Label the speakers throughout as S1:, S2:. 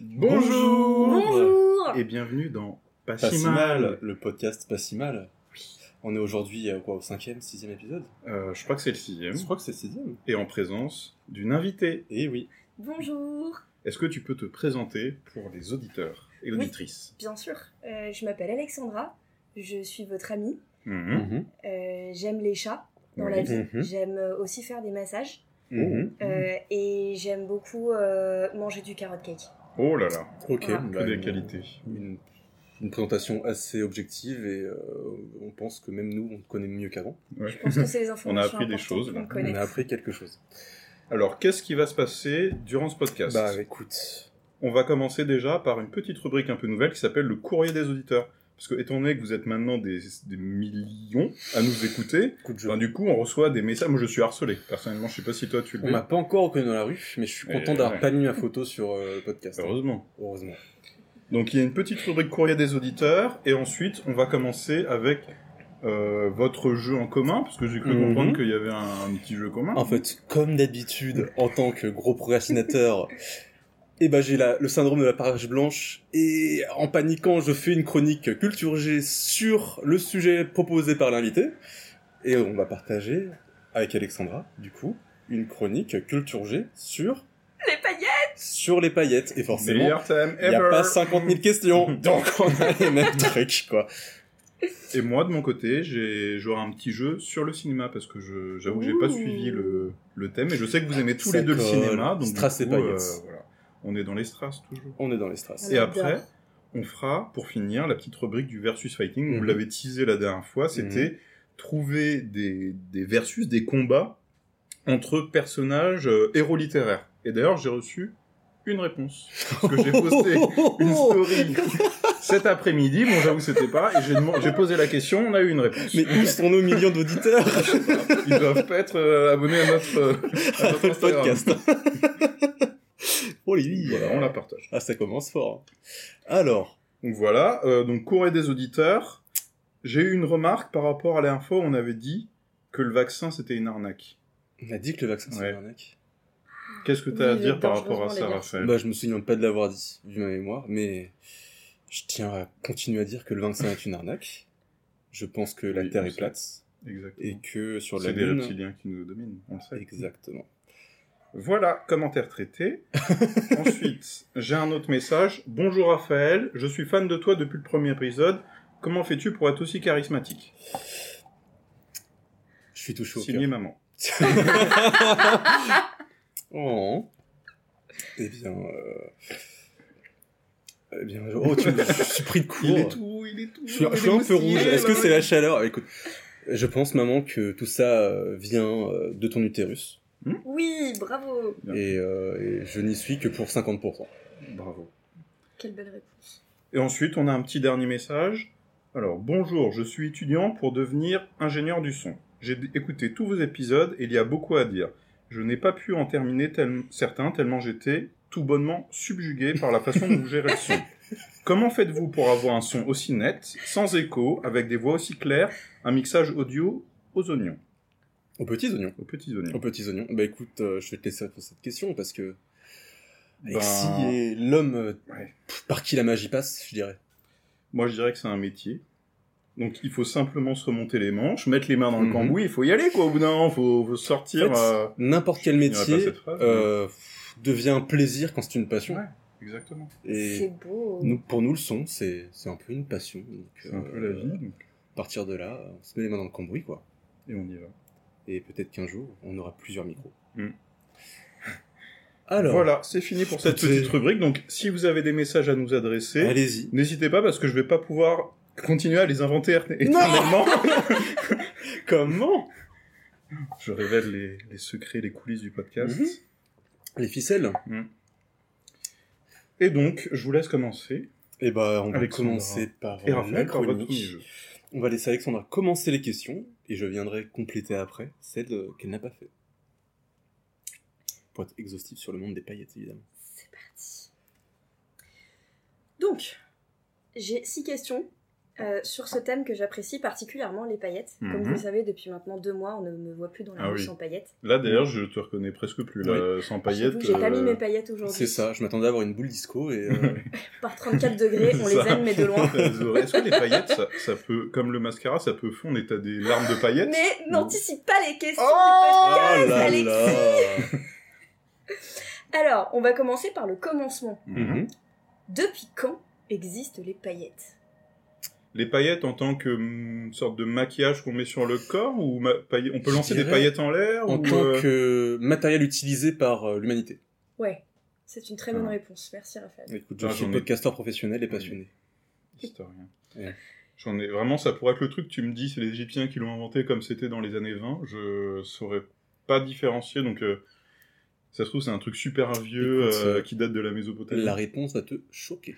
S1: Bonjour,
S2: Bonjour
S1: et bienvenue dans Pas,
S3: Pas
S1: si
S3: si
S1: mal.
S3: mal, le podcast Pas si mal. On est aujourd'hui euh, quoi, au cinquième, sixième épisode
S1: Euh, je crois que c'est le sixième
S3: Je crois que c'est le sixième.
S1: et en présence d'une invitée.
S3: Et oui.
S2: Bonjour
S1: Est-ce que tu peux te présenter pour les auditeurs et
S2: Oui.
S1: auditrices
S2: Bien sûr, euh, je m'appelle Alexandra, je suis votre amie,
S1: Mhm.
S2: euh, j'aime les chats dans
S1: Oui.
S2: la vie,
S3: Mhm.
S2: j'aime euh, aussi faire des massages
S3: Mhm.
S2: euh, et j'aime beaucoup euh, manger du carrot cake.
S1: Oh là là,
S3: Ok.
S2: Voilà.
S1: que
S3: bah,
S1: des
S3: une-
S1: qualités.
S3: Une, une présentation assez objective et euh, on pense que même nous, on te connaît mieux qu'avant.
S1: Ouais.
S2: Je pense que c'est les informations
S1: On a appris des
S2: importantes
S1: choses,
S2: pour
S1: là.
S2: me
S3: On
S2: connaître.
S3: a appris quelque chose.
S1: Alors, qu'est-ce qui va se passer durant ce podcast
S3: Bah écoute,
S1: On va commencer déjà par une petite rubrique un peu nouvelle qui s'appelle le courrier des auditeurs. Parce que, étant donné que vous êtes maintenant des, des millions à nous écouter,
S3: écoute je...
S1: ben, du coup, on reçoit des messages. Moi, je suis harcelé. Personnellement, je sais pas si toi, tu
S3: on
S1: le
S3: m'a pas encore reconnu dans la rue, mais je suis
S1: Et
S3: content d'avoir
S1: Eh, ouais.
S3: pas mis ma photo sur euh, le podcast.
S1: Heureusement.
S3: Heureusement.
S1: Donc il y a une petite rubrique courrier des auditeurs et ensuite on va commencer avec euh, votre jeu en commun parce que j'ai cru
S3: Mhm.
S1: comprendre qu'il y avait un, un petit jeu commun.
S3: En fait, comme d'habitude, en tant que gros procrastinateur, eh ben j'ai la- le syndrome de la page blanche et en paniquant, je fais une chronique culture G sur le sujet proposé par l'invité et on va partager avec Alexandra du coup une chronique culture G sur
S2: Les paillettes
S3: sur les paillettes et forcément
S1: Meilleur thème
S3: il n'y a
S1: ever.
S3: pas 50 000 questions donc on a les mêmes trucs quoi.
S1: Et moi de mon côté j'ai j'aurai un petit jeu sur le cinéma parce que je- j'avoue que j'ai
S2: Ouh.
S1: pas suivi le, le thème et je sais que vous aimez tous
S3: Ça
S1: les deux le
S3: colle.
S1: cinéma donc du
S3: Strass et
S1: coup, euh,
S3: paillettes.
S1: voilà. on est dans les strass toujours.
S3: On est dans les strass.
S2: On
S1: Et
S2: adore.
S1: après on fera pour finir la petite rubrique du versus fighting. On
S3: Mhm.
S1: l'avait teasé la dernière fois, c'était trouver des, des versus, des combats entre personnages euh, héros littéraires. Et d'ailleurs, j'ai reçu une réponse parce que j'ai posté une story cet après-midi. Bon, j'avoue, c'était pas. Et j'ai demandé- j'ai posé la question, on a eu une réponse.
S3: Mais où sont nos millions d'auditeurs
S1: Ils doivent pas être euh, abonnés à notre, euh, à notre
S3: le
S1: Instagram.
S3: podcast. oh les filles.
S1: Voilà, on la partage.
S3: Ah, ça commence fort. Alors,
S1: Donc voilà, euh, donc courez des auditeurs. J'ai eu une remarque par rapport à l'info, on avait dit que le vaccin c'était une arnaque.
S3: on a dit que le vaccin c'est
S1: Ouais.
S3: une arnaque.
S1: Qu'est-ce que tu as à
S2: Oui,
S1: dire par
S2: dangereusement,
S1: rapport à
S2: les
S1: ça,
S2: gars.
S1: Raphaël
S3: Bah, je me souviens pas de l'avoir dit, vu ma mémoire, mais je tiens à continuer à dire que le vaccin est une arnaque. Je pense que la
S1: Oui,
S3: Terre
S1: on
S3: est
S1: sait.
S3: plate et
S1: Exactement.
S3: que sur la
S1: C'est des
S3: Lune.
S1: reptiliens qui nous dominent, on le sait.
S3: Exactement.
S1: Voilà, commentaire traité. Ensuite, j'ai un autre message. Bonjour Raphaël, je suis fan de toi depuis le premier épisode. Comment fais-tu pour être aussi charismatique
S3: Je suis touché au
S1: Signé
S3: cœur.
S1: maman.
S3: Oh. Eh bien. euh, Eh bien, oh, tu me- je suis pris de court.
S1: tout, il est tout.
S3: Je suis,
S1: il
S3: je
S1: est
S3: suis un peu
S1: moustillé,
S3: rouge. Est-ce que
S1: maman.
S3: c'est la chaleur Écoute, je pense, maman, que tout ça euh, vient euh, de ton utérus.
S2: Oui, bravo
S1: Bien.
S3: Et, euh, et je n'y suis que pour 50%.
S1: Bravo.
S2: Quelle belle réponse.
S1: Et ensuite, on a un petit dernier message. Alors, bonjour, je suis étudiant pour devenir ingénieur du son. J'ai d- écouté tous vos épisodes et il y a beaucoup à dire. Je n'ai pas pu en terminer tel- certains tellement j'étais tout bonnement subjugué par la façon dont vous gérez le son. Comment faites-vous pour avoir un son aussi net, sans écho, avec des voix aussi claires, un mixage audio aux oignons,
S3: Aux petits oignons.
S1: aux petits
S3: Aux
S1: oignons
S3: petits oignons. Bah écoute, euh, je vais te laisser pour cette question parce que
S1: Ben,
S3: Alexis est l'homme euh,
S1: ouais.
S3: pff, par qui la magie passe, je dirais.
S1: Moi, je dirais que c'est un métier. Donc, il faut simplement se remonter les manches, mettre les mains dans le
S3: Mhm.
S1: cambouis, il faut y aller, quoi. Au bout d'un moment, faut, faut sortir.
S3: En fait,
S1: euh,
S3: N'importe quel
S1: finirai pas
S3: métier
S1: cette phrase,
S3: euh, pff, devient un plaisir quand c'est une passion.
S1: Ouais. Exactement.
S2: C'est
S3: Et
S2: beau
S3: nous, pour nous, le son, c'est c'est un peu une passion. Donc,
S1: C'est un peu
S3: euh,
S1: la vie, donc,
S3: À partir de là, on se met les mains dans le cambouis, quoi.
S1: et on y va.
S3: Et peut-être qu'un jour, on aura plusieurs micros.
S1: Mm.
S3: Alors,
S1: voilà, c'est fini pour cette
S3: écoutez-
S1: petite rubrique. Donc, si vous avez des messages à nous adresser,
S3: allez-y.
S1: n'hésitez pas parce que je vais pas pouvoir continuer à les inventer éternellement.
S3: Comment
S1: je révèle les, les secrets, les coulisses du podcast.
S3: Mhm. Les ficelles
S1: Et donc, je vous laisse commencer.
S3: Eh ben, on va
S1: Alexandra.
S3: commencer par euh,
S1: Et
S3: la
S1: Raphaël, par votre premier
S3: chronique.
S1: jeu.
S3: On va laisser Alexandra commencer les questions, et je viendrai compléter après celles euh, qu'elle n'a pas fait. Pour être exhaustif sur le monde des paillettes, évidemment.
S2: C'est parti. Donc, j'ai six questions Euh, sur ce thème que j'apprécie particulièrement, les paillettes. Comme
S1: Mhm.
S2: vous le savez, depuis maintenant deux mois, on ne me voit plus dans la
S1: Ah
S2: rue
S1: oui.
S2: sans paillettes.
S1: Là, d'ailleurs, je te reconnais presque plus, là, sans paillettes.
S2: J'avoue, J'ai pas mis
S1: euh,
S2: mes paillettes aujourd'hui.
S3: C'est ça, je m'attendais à avoir une boule disco et. euh,
S2: Par 34 degrés, on les
S1: Ça.
S2: aime, mais de loin.
S1: Elles auraient- euh, Est-ce que les paillettes, ça, ça peut, comme le mascara, ça peut fondre et t'as des larmes de paillettes
S2: Mais n'anticipe pas les questions du
S1: Oh
S2: podcast,
S1: là
S2: Alexis.
S3: là
S2: Alors, on va commencer par le commencement.
S1: Mhm.
S3: Mhm.
S2: Depuis quand existent les paillettes
S1: Les paillettes en tant que hum, sorte de maquillage qu'on met sur le corps ou ma- paille- on peut lancer
S3: Je
S1: des
S3: dirais
S1: paillettes en l'air
S3: En
S1: ou,
S3: tant
S1: euh,
S3: que matériel utilisé par euh, l'humanité.
S2: Ouais, c'est une très bonne
S1: Ah.
S2: réponse. Merci Raphaël.
S3: Écoute, je
S1: Ah,
S3: suis
S1: j'en ai-
S3: podcasteur professionnel et passionné.
S1: historien.
S3: Ouais.
S1: J'en ai vraiment ça pourrait être le truc tu me dis c'est les Égyptiens qui l'ont inventé comme c'était dans les années 20, je saurais pas différencier donc euh, ça se trouve c'est un truc super vieux
S3: Écoute,
S1: euh,
S3: euh,
S1: qui date de la Mésopotamie.
S3: La réponse va te choquer.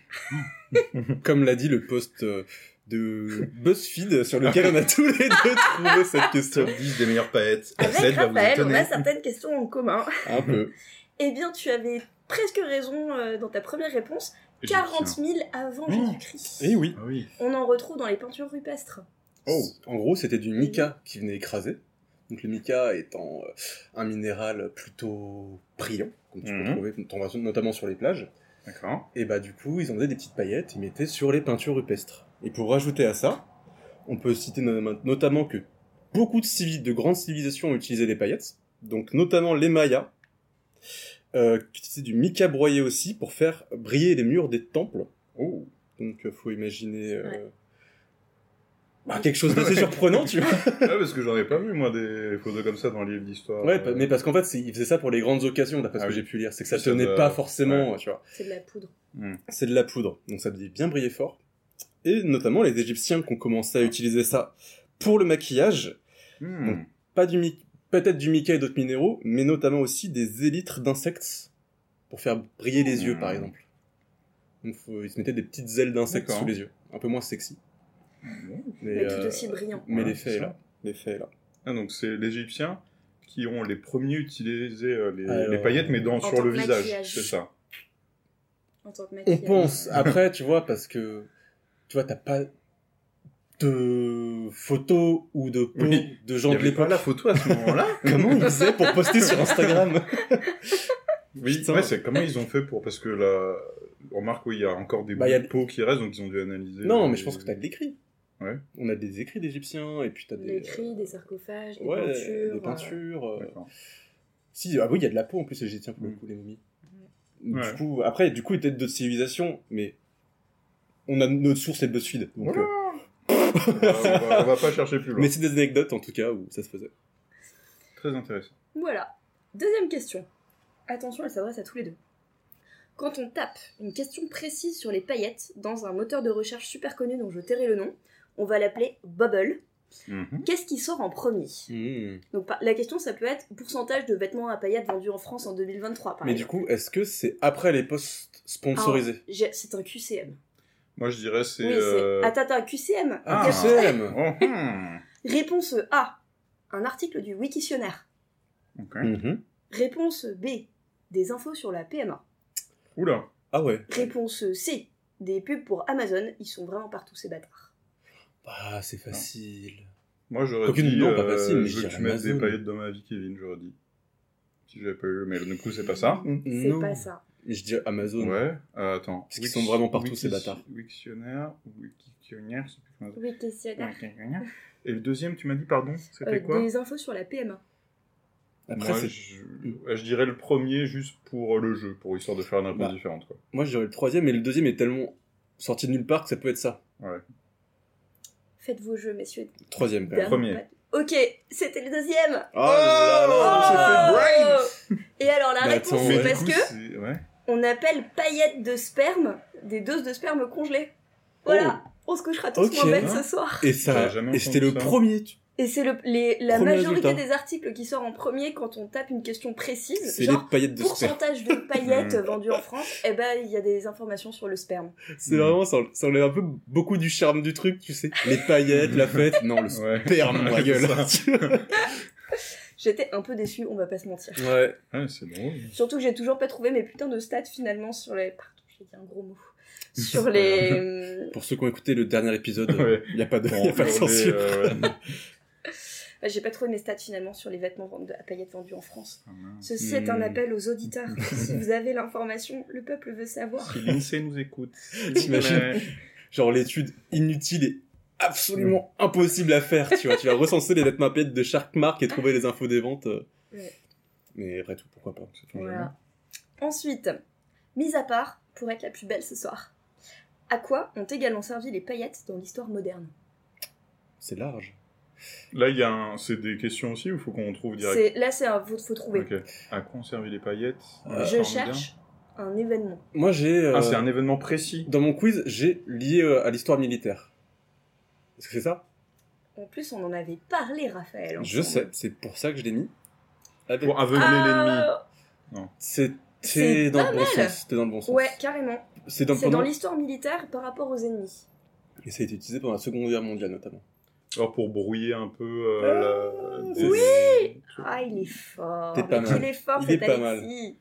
S3: Comme l'a dit le post euh, de BuzzFeed sur lequel on a tous les deux trouvé cette question.
S1: Top 10 des meilleures paillettes.
S2: Avec
S1: bah,
S2: Raphaël, on a certaines questions en commun.
S3: Un peu.
S2: Eh bien, tu avais presque raison euh, dans ta première réponse. 40 000 avant
S1: Oh.
S2: Jésus-Christ.
S3: Et oui.
S1: Ah oui.
S2: On en retrouve dans les peintures rupestres.
S1: Oh.
S3: En gros, c'était du mica qui venait écraser. Donc le mica étant euh, un minéral plutôt brillant, comme tu
S1: Mhm.
S3: peux trouver ton- notamment sur les plages.
S1: D'accord.
S3: Et bah du coup, ils en faisaient des petites paillettes, ils mettaient sur les peintures rupestres. Et pour rajouter à ça, on peut citer no- notamment que beaucoup de, civils, de grandes civilisations ont utilisé des paillettes, donc notamment les Mayas, euh, qui utilisaient du mica broyé aussi pour faire briller les murs des temples.
S1: Oh.
S3: Donc euh, faut imaginer euh,
S2: Ouais.
S3: bah, quelque chose d'assez surprenant, tu vois.
S1: ouais, Ah, parce que j'en ai pas vu moi des photos comme ça dans les livres d'histoire.
S3: Ouais,
S1: Euh,
S3: pa- mais parce qu'en fait, c'est- ils faisaient ça pour les grandes occasions, d'après
S1: Ah
S3: ce que
S1: oui.
S3: j'ai pu lire. C'est que ça
S1: Ça, ça
S3: tenait
S1: doit-
S3: pas forcément, tu vois.
S2: C'est de la poudre.
S3: C'est de la poudre, donc ça devait bien briller fort. Et notamment les Égyptiens qui ont commencé à utiliser ça pour le maquillage,
S1: hmm.
S3: pas du mi- peut-être du mica et d'autres minéraux, mais notamment aussi des élytres d'insectes pour faire briller les yeux, par
S1: Mmh.
S3: exemple. Donc faut- ils se mettaient des petites ailes d'insectes
S1: D'accord. Hmm.
S3: sous les yeux, un peu moins sexy. Mais,
S2: Mais tout
S3: euh,
S2: aussi brillant.
S3: mais
S1: Ouais,
S3: l'effet
S1: c'est
S3: est
S1: ça.
S3: là. L'effet est là.
S1: Ah, donc c'est les Égyptiens qui ont les premiers utilisé euh, les,
S3: Alors,
S1: les paillettes, mais dans,
S2: en
S1: sur
S2: tant
S1: le
S2: que
S1: visage,
S2: maquillage.
S1: c'est ça.
S2: En tant que
S3: On
S2: maquillage.
S3: pense après, tu vois, parce que tu vois, t'as pas de photos ou de peau
S1: Oui.
S3: de gens de l'époque.
S1: photo à ce moment-là.
S3: Comment ils faisaient pour poster sur Instagram
S1: oui,
S3: Putain.
S1: ouais, c'est comment ils ont fait pour parce que là, remarque, oui, il y a encore des
S3: Bah,
S1: bouts
S3: il y a-
S1: de peau qui restent, donc ils ont dû analyser.
S3: Non,
S1: les-
S3: mais je pense que t'as de l'écrit.
S1: Ouais.
S3: On a des écrits d'Égyptiens et puis t'as des euh,
S2: Des cris, des sarcophages, des
S3: ouais,
S2: peintures.
S3: des
S2: euh,
S3: peintures, euh,
S1: D'accord.
S3: Si, ah oui, il y a de la peau en plus, les Égyptiens, pour le
S1: Mm.
S3: coup, les momies.
S1: Ouais.
S3: Du coup, après, du coup, ils étaient d'autres civilisations, mais on a notre source, c'est BuzzFeed. donc,
S1: Voilà.
S3: euh,
S1: on, va, on va pas chercher plus loin.
S3: Mais c'est des anecdotes, en tout cas, où ça se faisait.
S1: Très intéressant.
S2: Voilà. Deuxième question. Attention, elle s'adresse à tous les deux. Quand on tape une question précise sur les paillettes dans un moteur de recherche super connu dont je tairai le nom, on va l'appeler Bubble.
S3: Mm-hmm.
S1: Mhm.
S2: Qu'est-ce qui sort en premier
S1: Mm.
S2: Donc par- la question, ça peut être pourcentage de vêtements à paillettes vendus en France en 2023, par
S3: Mais du
S2: exemple.
S3: coup, est-ce que c'est après les posts sponsorisés
S2: J'ai- C'est un QCM.
S1: Moi, je dirais c'est.
S2: oui,
S1: euh,
S2: c'est... Attends, attends, QCM
S1: Ah,
S2: Quel-
S1: c'est-
S3: QCM
S1: oh, hmm.
S2: Réponse A, un article du Wikitionnaire.
S1: Ok.
S3: Mhm.
S2: Réponse B, des infos sur la PMA.
S1: Oula.
S3: Ah ouais
S2: Réponse C, des pubs pour Amazon. Ils sont vraiment partout ces bâtards.
S3: Bah, c'est facile.
S1: Moi, j'aurais
S3: Aucune-
S1: dit.
S3: non, pas
S1: euh,
S3: facile, mais je
S1: je veux que
S3: dirais
S1: tu mettes des
S3: Amazon.
S1: paillettes dans ma vie, Kevin, j'aurais dit. Si j'avais pas eu, mais du coup, c'est pas ça.
S3: Mm-hmm.
S2: C'est
S3: Non.
S2: pas ça.
S3: Je dis Amazon.
S1: Ouais, euh, attends.
S3: Parce qu'ils sont vraiment partout, ces bâtards.
S1: Wiktionnaire, Wiktionnaire, je sais plus comment ça s'appelle.
S2: Wikitionnaire.
S1: Wiktionnaire. Et le deuxième, tu m'as dit, pardon, c'était
S2: Euh,
S1: quoi
S2: des infos sur la PMA.
S3: Après,
S1: Moi,
S3: c'est-
S1: je... ouais, je dirais le premier juste pour le jeu, pour histoire de faire une réponse
S3: Bah.
S1: différente. Quoi.
S3: Moi, je dirais le troisième, mais le deuxième est tellement sorti de nulle part que ça peut être ça.
S2: Faites vos jeux, messieurs.
S3: Troisième, quand
S2: dames.
S3: même.
S1: Premier.
S2: Ok, c'était le deuxième.
S3: Oh là là, on s'est fait-
S2: Oh Et alors la
S3: Mais
S2: réponse,
S3: attends,
S2: c'est
S3: ouais.
S2: parce
S1: du coup,
S2: que
S1: c'est- ouais.
S2: on appelle paillettes de sperme des doses de sperme congelées. Voilà, on se couchera tous
S3: Ok.
S2: moins bêtes ce soir.
S3: Oh. Et
S1: J'avais
S3: ça,
S1: jamais
S3: et c'était
S1: entendu
S3: le
S1: ça.
S3: premier. tu-
S2: Et c'est le, les- la
S3: Premier
S2: majorité
S3: résultat.
S2: des articles qui sort en premier quand on tape une question précise,
S3: C'est les
S2: genre
S3: paillettes de sperme.
S2: pourcentage de paillettes
S1: Mm.
S2: vendues en France, eh ben il y a des informations sur le sperme.
S3: C'est vraiment, ça, en- ça enlève un peu beaucoup du charme du truc, tu sais. Les paillettes, la fête. Non, Ah, le
S1: Ouais.
S3: sperme, ma
S1: Ouais,
S3: gueule.
S1: c'est
S2: J'étais un peu déçue, on va pas se mentir.
S3: ouais.
S1: Ouais, Ah, c'est drôle.
S2: Surtout que j'ai toujours pas trouvé mes putains de stats finalement sur les partout. J'ai dit un gros mot. Sur les. euh,
S3: Pour ceux qui ont écouté le dernier épisode, il
S1: Ouais.
S3: n'y a pas de, y a pas de
S1: on est,
S3: censure.
S1: euh, ouais.
S2: Bah, J'ai pas trouvé mes stats finalement sur les vêtements vendus- à paillettes vendus en France.
S1: Ah, mince.
S2: Ceci est un
S3: Hmm.
S2: appel aux auditeurs. si vous avez l'information, le peuple veut savoir.
S1: Si l'INSEE nous écoute. s'il vous
S3: T'imagines
S1: plaît.
S3: Genre l'étude inutile et absolument impossible à faire, tu vois. tu vas recenser les lettres mappettes de chaque marque et trouver les infos des ventes. euh.
S2: Ouais.
S3: Mais après tout, pourquoi pas sait-on jamais.
S2: Voilà. Ensuite, mise à part pour être la plus belle ce soir. À quoi ont également servi les paillettes dans l'histoire moderne
S3: C'est large.
S1: Là, il y a un... c'est des questions aussi ou faut qu'on trouve direct
S2: C'est Là, c'est un faut, faut trouver.
S1: Ok. À quoi ont servi les paillettes
S3: Euh,
S2: Je
S1: Formidable.
S2: cherche un événement.
S3: Moi, j'ai. euh,
S1: Ah, c'est un événement précis.
S3: Dans mon quiz, j'ai lié euh, à l'histoire militaire. Est-ce que c'est ça
S2: En plus, on en avait parlé, Raphaël.
S3: Je sais, c'est pour ça que je l'ai mis. Avec-
S1: Pour aveugler
S2: Ah,
S3: C'était
S2: C'est
S3: dans
S2: pas
S3: le bon
S2: mal.
S3: sens. C'était dans le bon sens.
S2: euh, ouais, carrément.
S3: C'est dans,
S2: C'est dans
S3: pendant-
S2: l'histoire militaire par rapport aux ennemis.
S3: Et ça a été utilisé pendant la Seconde Guerre mondiale notamment.
S1: l'ennemi. Alors pour brouiller un peu. euh,
S3: Ah,
S1: la- des-
S2: Ah, il est fort.
S3: T'es pas
S2: Mais
S3: mal.
S2: Il est fort,
S3: Il
S2: cet
S3: est pas
S2: Alexis.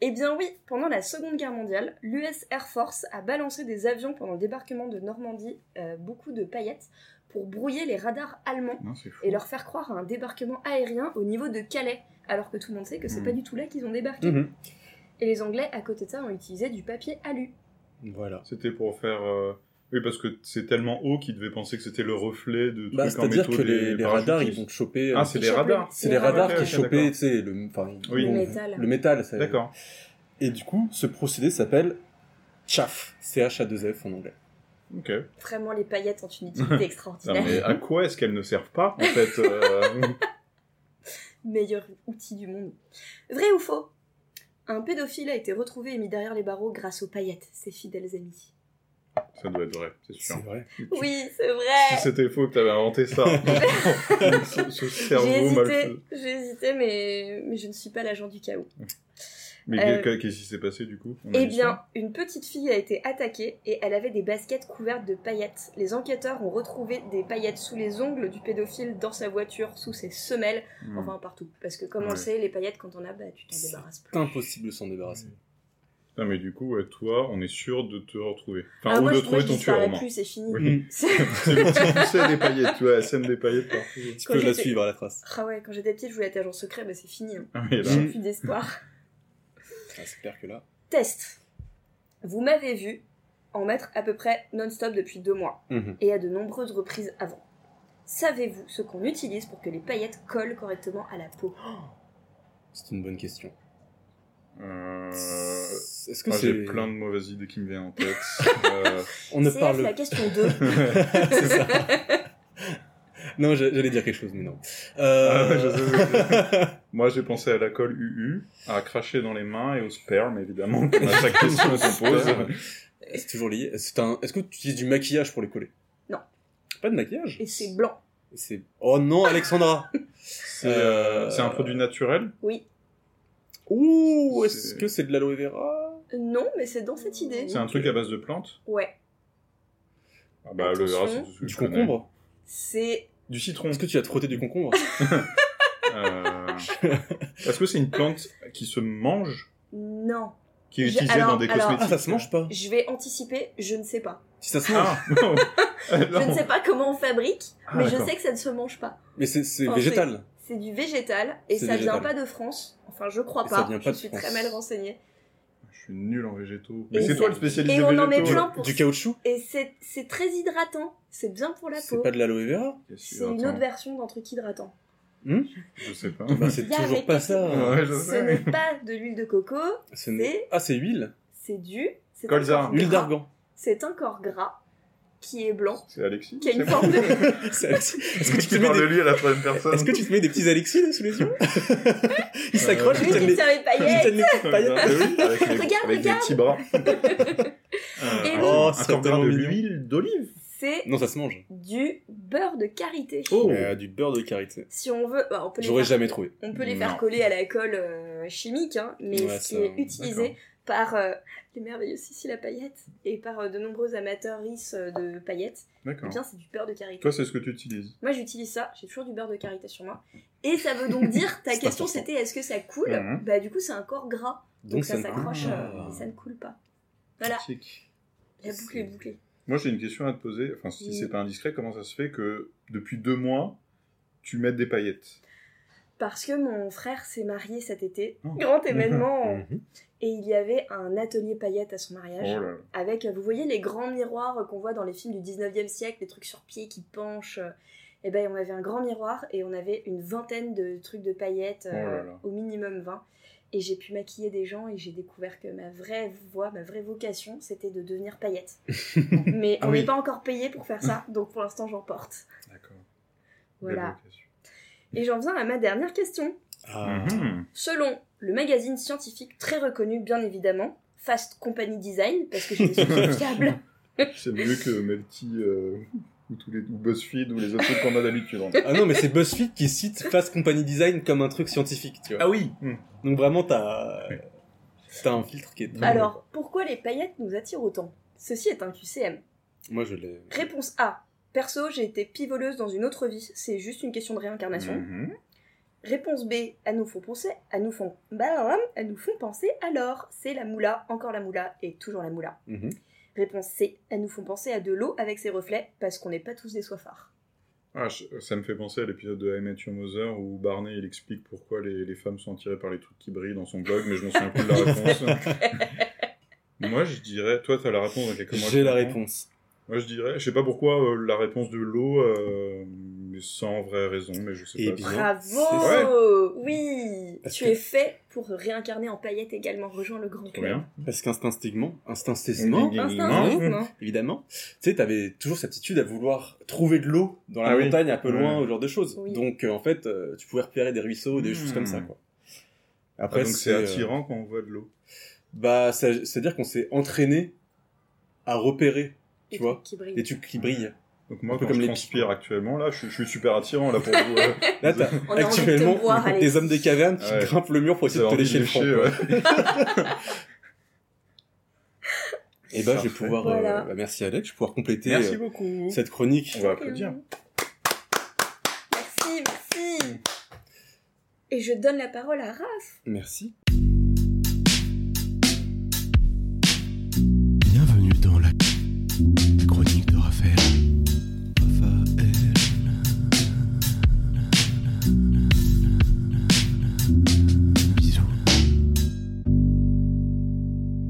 S2: Eh bien oui, pendant la Seconde Guerre mondiale, l'US Air Force a balancé des avions pendant le débarquement de Normandie, euh, beaucoup de paillettes, pour brouiller les radars allemands
S1: Non, c'est fou.
S2: et leur faire croire à un débarquement aérien au niveau de Calais, alors que tout le monde sait que c'est
S3: Hmm.
S1: Mhm.
S2: pas du tout là qu'ils ont débarqué.
S3: Mhm.
S2: Et les Anglais, à côté de ça, ont utilisé du papier alu.
S3: Voilà.
S1: C'était pour faire. euh, Oui, parce que c'est tellement haut qu'ils devaient penser que c'était le reflet de
S3: Bah,
S1: trucs en
S3: C'est-à-dire que
S1: métaux
S3: les,
S1: des
S3: les radars, ils
S1: parachutistes.
S3: vont te choper. euh,
S1: Ah, c'est
S2: Ils
S1: les
S2: chopent le-
S1: radars. Ah,
S3: c'est
S2: les
S3: les radars
S2: radars,
S3: qui
S1: ok,
S3: chopaient,
S1: d'accord.
S3: tu sais, le, enfin, ils-
S1: Oui.
S2: le
S1: bon,
S2: métal.
S3: le métal. ça-
S1: D'accord.
S3: Et du coup, ce procédé s'appelle chaff, C-H-A-2-F en anglais.
S1: Ok.
S2: Vraiment, les paillettes ont une utilité
S1: Non,
S2: extraordinaire.
S1: mais à quoi est-ce qu'elles ne servent pas en fait euh,
S2: meilleur outil du monde. Vrai ou faux Un pédophile a été retrouvé et mis derrière les barreaux grâce aux paillettes, ses fidèles amis.
S1: Ça doit être vrai, c'est sûr.
S3: C'est vrai.
S2: Oui, c'est
S1: Si
S2: vrai
S1: c'était faux que t'avais inventé ça. ce, ce
S2: J'ai
S1: cerveau mal fait.
S2: hésité, j'ai hésité, mais, mais je ne suis pas l'agent du chaos.
S1: Mais
S2: Euh,
S1: qu'est- qu'est-ce qui s'est passé du coup On a
S2: Eh
S1: dit
S2: bien,
S1: ça
S2: une petite fille a été attaquée et elle avait des baskets couvertes de paillettes. Les enquêteurs ont retrouvé des paillettes sous les ongles du pédophile, dans sa voiture, sous ses semelles,
S1: Hmm.
S2: enfin partout. Parce que comme on
S1: Ouais.
S2: le sait, les paillettes, quand on a, bah, tu t'en
S3: C'est
S2: débarrasses plus.
S3: impossible de s'en débarrasser.
S1: Mmh. Non, mais du coup, ouais, toi, on est sûr de te retrouver. Enfin,
S2: Ah,
S1: ou
S2: moi,
S1: de
S2: je, moi,
S1: trouver
S2: je
S1: ton tueur
S2: disparais
S1: au moins.
S2: plus, c'est fini.
S1: Oui. C'est le petit poucet des paillettes, tu vois, la scène des paillettes partout.
S3: Tu
S2: Quand
S3: peux la
S2: j'étais-
S3: suivre à la trace.
S2: Ah ouais, quand j'étais petite, je voulais être agent secret, bah c'est fini. hein.
S1: Ah oui, là.
S2: J'ai
S3: Mm.
S2: plus d'espoir.
S3: Ah, c'est clair que là.
S2: Test. Vous m'avez vu en mettre à peu près non-stop depuis deux mois
S3: Mhm.
S2: et à de nombreuses reprises avant. Savez-vous ce qu'on utilise pour que les paillettes collent correctement à la peau
S3: C'est une bonne question.
S1: Euh,
S3: Est-ce que
S1: ah,
S3: c'est.
S1: J'ai plein de mauvaises idées qui me viennent en tête. Euh,
S3: On ne
S2: CF,
S3: parle
S2: la question 2.
S3: C'est ça. Non, j'a- j'allais dire quelque chose, mais non.
S1: ah,
S3: Euh,
S1: ouais, je sais. Moi, j'ai pensé à la colle UU, à cracher dans les mains et au sperme, évidemment, comme à chaque question qu'on pose.
S3: C'est toujours lié. C'est un- Est-ce que tu utilises du maquillage pour les coller
S2: Non.
S3: Pas de maquillage
S2: Et c'est blanc.
S3: C'est- Oh non, Alexandra
S1: C'est euh, c'est un produit naturel
S2: Oui.
S3: Ouh, est-ce
S1: C'est-
S3: que c'est de l'aloe vera
S2: Euh, Non, mais c'est dans cette idée.
S1: C'est un truc à base de plantes
S2: Ouais.
S1: ah, bah, le
S2: Attention.
S1: ah, c'est tout ce que
S3: Du
S1: je connais.
S3: concombre
S2: C'est.
S1: Du citron.
S3: Est-ce que tu as frotté du concombre
S1: Euh, Est-ce que c'est une plante qui se mange,
S2: Non.
S1: qui est
S2: J'ai-
S1: utilisée
S2: alors-
S1: dans des
S2: alors-
S1: cosmétiques
S3: Ah, ça se mange pas
S2: Je vais anticiper, je ne sais pas.
S3: Si ça se mange
S1: Ah, non.
S2: Je ne sais pas comment on fabrique,
S1: Ah,
S2: mais je
S1: d'accord.
S2: sais que ça ne se mange pas.
S3: Mais c'est c'est
S2: Enfin,
S3: végétal.
S2: C'est du végétal et
S3: C'est
S2: ça
S3: végétal.
S2: vient pas de France. Enfin, je crois
S3: Et ça
S2: pas.
S3: vient pas
S2: je
S3: de
S2: suis
S3: France.
S2: très mal renseignée.
S1: Je suis nul en végétaux. Mais
S2: Et
S1: c'est
S2: ça-
S1: toi le spécialiste
S2: et
S1: des
S2: on
S1: végétaux.
S2: en met plein. pour-
S3: Du caoutchouc
S2: Et c'est c'est très hydratant. C'est bien pour la
S3: C'est
S2: peau.
S3: pas de l'aloe vera
S1: Bien sûr,
S2: C'est une
S1: attends,
S2: autre version d'un truc hydratant.
S1: Je sais pas.
S3: Bah, C'est
S2: Il y a
S3: toujours
S2: avec-
S3: pas ça.
S1: Ouais, je
S2: Ce
S1: sais.
S2: n'est pas de l'huile de coco,
S3: Ce n'est-
S2: C'est-
S3: Ah, c'est huile
S2: c'est du. c'est
S1: Colza.
S2: encore
S3: Huile
S2: gras.
S3: d'argan.
S2: C'est un corps gras qui est blanc,
S1: C'est Alexis.
S2: qui a une
S1: c'est-
S2: forme de.
S3: C'est- Est-ce que tu te
S1: qui
S3: mets
S1: parle
S3: des
S1: de lui à la troisième personne
S3: Est-ce que tu te mets des petits Alexis là, sous les yeux Il s'accroche, il
S2: Oui,
S3: tienne
S2: qui
S3: les,
S2: tient les
S3: il
S2: paillettes.
S3: tienne les petites paillettes.
S1: Oui, avec les-
S2: Regarde,
S1: avec des
S2: regarde.
S1: petits bras.
S2: Et
S1: Euh,
S2: oui.
S3: Oh,
S1: un
S3: c'est
S1: corps gras
S3: tellement
S1: de
S3: mignon.
S1: l'huile d'olive.
S2: C'est
S3: Non, ça se mange.
S2: du beurre de karité.
S1: Oh.
S3: Euh, du beurre de karité.
S2: Si on veut, bah, on peut les
S3: J'aurais
S2: faire-
S3: jamais trouvé.
S2: On peut les
S1: Non.
S2: faire coller à la colle euh, chimique, hein, mais
S3: Ouais,
S2: ce qui
S3: ça,
S2: est utilisé
S1: d'accord.
S2: par euh, les merveilleux Sissi la paillette et par euh, de nombreux amateurs de paillettes, eh
S1: D'accord.
S2: bien c'est du beurre de karité.
S1: Toi, c'est ce que tu utilises.
S2: Moi j'utilise ça, j'ai toujours du beurre de karité sur moi. Et ça veut donc dire, ta
S3: C'est
S2: question
S3: important.
S2: c'était est-ce que ça coule
S1: Mhm.
S2: Bah du coup c'est un corps gras, donc, ça
S3: ne-
S2: s'accroche
S3: Ah.
S2: euh, et ça ne coule pas. Voilà,
S1: Tic.
S2: la boucle est bouclée.
S1: Moi, j'ai une question à te poser. Enfin, si
S2: Oui.
S1: c'est pas indiscret, comment ça se fait que depuis deux mois, tu mettes des paillettes
S2: Parce que mon frère s'est marié cet été,
S1: Oh.
S2: grand événement,
S3: Mhm.
S2: et il y avait un atelier paillettes à son
S1: Oh là
S2: mariage.
S1: là.
S2: avec, vous voyez, les grands miroirs qu'on voit dans les films du 19e siècle, les trucs sur pied qui penchent. Et ben, on avait un grand miroir et on avait une vingtaine de trucs de paillettes,
S1: Oh là
S2: euh,
S1: là.
S2: au minimum 20. Et j'ai pu maquiller des gens et j'ai découvert que ma vraie voix, ma vraie vocation, c'était de devenir paillette. Mais
S1: Ah
S2: on n'est
S1: oui.
S2: pas encore payé pour faire ça, donc pour l'instant j'en porte.
S1: D'accord. Belle
S2: Voilà.
S1: vocation.
S2: Et j'en viens à ma dernière question.
S3: Ah.
S1: Mhm.
S2: Selon le magazine scientifique très reconnu, bien évidemment, Fast Company Design, parce que je suis fiable.
S1: C'est mieux que Melty euh, ou, tous les, ou BuzzFeed ou les autres trucs qu'on a d'habitude. hein.
S3: Ah non, mais c'est BuzzFeed qui cite Fast Company Design comme un truc scientifique, tu vois.
S1: oui Mhm.
S3: Donc vraiment, t'as t'as un filtre qui est très...
S2: Alors, pourquoi les paillettes nous attirent autant Ceci est un QCM.
S3: Moi, je l'ai...
S2: Réponse A. Perso, j'ai été pivoleuse dans une autre vie, c'est juste une question de réincarnation.
S3: Hmm.
S1: Mhm.
S2: Réponse B. Elles nous font penser, elles nous font... Bah, elles nous font penser alors. C'est la moula, encore la moula, et toujours la moula.
S3: Mhm.
S2: Réponse C. Elles nous font penser à de l'eau avec ses reflets, parce qu'on n'est pas tous des soifards.
S1: Ah, je- ça me fait penser à l'épisode de I Met Your Mother où Barney il explique pourquoi les, les femmes sont attirées par les trucs qui brillent dans son blog, mais je m'en souviens plus de la réponse. Moi je dirais, toi t'as la réponse, ok, comment
S3: J'ai
S1: je
S3: la
S1: comprends
S3: réponse.
S1: Moi je dirais, je sais pas pourquoi euh, la réponse de l'eau, euh, mais sans vraie raison, mais je sais
S3: Eh
S1: pas.
S3: bien.
S2: Bravo Oui
S3: Parce
S2: Tu
S3: que-
S2: es fait pour réincarner en paillettes également. Rejoins le grand
S1: Trop
S2: club.
S1: bien.
S3: Parce qu'instinctivement, instinctivement,
S1: Ding, ding, ding,
S2: Instinct, hein.
S1: ding.
S2: instinct.
S3: évidemment, tu sais, t'avais toujours cette attitude à vouloir trouver de l'eau dans la
S1: Ah oui.
S3: montagne un peu loin,
S1: Ouais.
S3: ce genre de choses.
S2: Oui.
S3: Donc, euh, en fait, euh, tu pouvais repérer des ruisseaux, des choses
S1: Hmm.
S3: comme ça, quoi.
S1: Ah, donc c'est
S3: euh,
S1: attirant quand on voit de l'eau.
S3: Bah, ça- c'est-à-dire qu'on s'est entraîné à repérer,
S2: Les
S3: tu vois,
S2: trucs qui brillent.
S3: des trucs qui brillent.
S1: Donc moi
S3: Un peu
S1: quand
S3: comme
S1: je
S3: les
S1: transpire actuellement là, je, je suis super attirant là pour vous. euh,
S3: Là, t'as
S2: On a envie de te
S3: actuellement
S2: voir, Alex.
S3: des hommes des cavernes qui
S1: Ouais.
S3: grimpent le mur pour
S1: vous
S3: essayer de
S1: avez
S3: te
S1: envie
S3: lécher
S1: de
S3: le front.
S1: lécher,
S3: quoi.
S1: ouais.
S3: Et bah, je
S1: Parfait.
S3: vais pouvoir. euh,
S2: Voilà.
S3: bah, merci Alex, je vais pouvoir compléter
S1: Merci
S3: euh,
S1: beaucoup.
S3: cette chronique.
S1: On va applaudir.
S2: Mmh. Merci, merci. Et je donne la parole à Raph.
S3: Merci.
S4: Bienvenue dans la chronique de Raphaël. Raphaël. Bisous.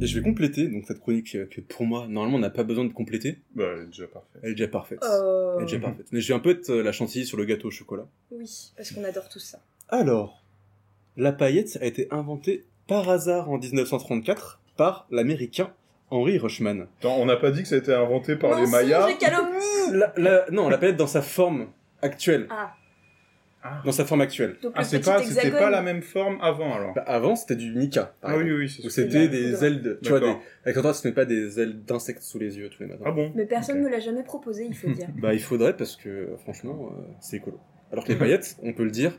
S3: Et je vais compléter donc cette chronique euh, que pour moi, normalement, on n'a pas besoin de compléter.
S1: Bah, elle est déjà parfait.
S3: Elle est déjà parfaite.
S2: Oh.
S3: Elle est déjà parfaite. Mais je vais un peu être euh, la chantilly sur le gâteau au chocolat.
S2: Oui, parce qu'on adore tout ça.
S3: Alors, la paillette a été inventée par hasard en 1934 par l'américain Henry Rushman.
S1: Attends, on n'a pas dit que ça a été inventé par Oh, les
S2: Mensonge
S1: Mayas
S2: et calomnie
S3: La- la- non, la paillette dans sa forme actuelle.
S2: Ah,
S1: Ah,
S3: Dans sa forme actuelle.
S2: donc
S1: Ah,
S2: le
S1: c'est
S2: petit
S1: pas, c'était
S2: hexagone.
S1: pas la même forme avant alors.
S3: Bah, avant, c'était du mica. par
S1: Ah oui,
S3: exemple.
S1: oui, c'est
S3: Où
S1: sûr.
S3: c'était
S2: de la
S3: des
S2: poudre.
S3: ailes de. Tu vois, des,
S1: D'accord.
S3: avec toi, ce n'est pas des ailes d'insectes sous les yeux tous les matins.
S1: Ah bon
S2: Mais personne
S1: Ok.
S2: ne me l'a jamais proposé, il faut dire.
S3: Bah, il faudrait parce que euh, franchement, euh, c'est écolo. Alors que les paillettes, on peut le dire,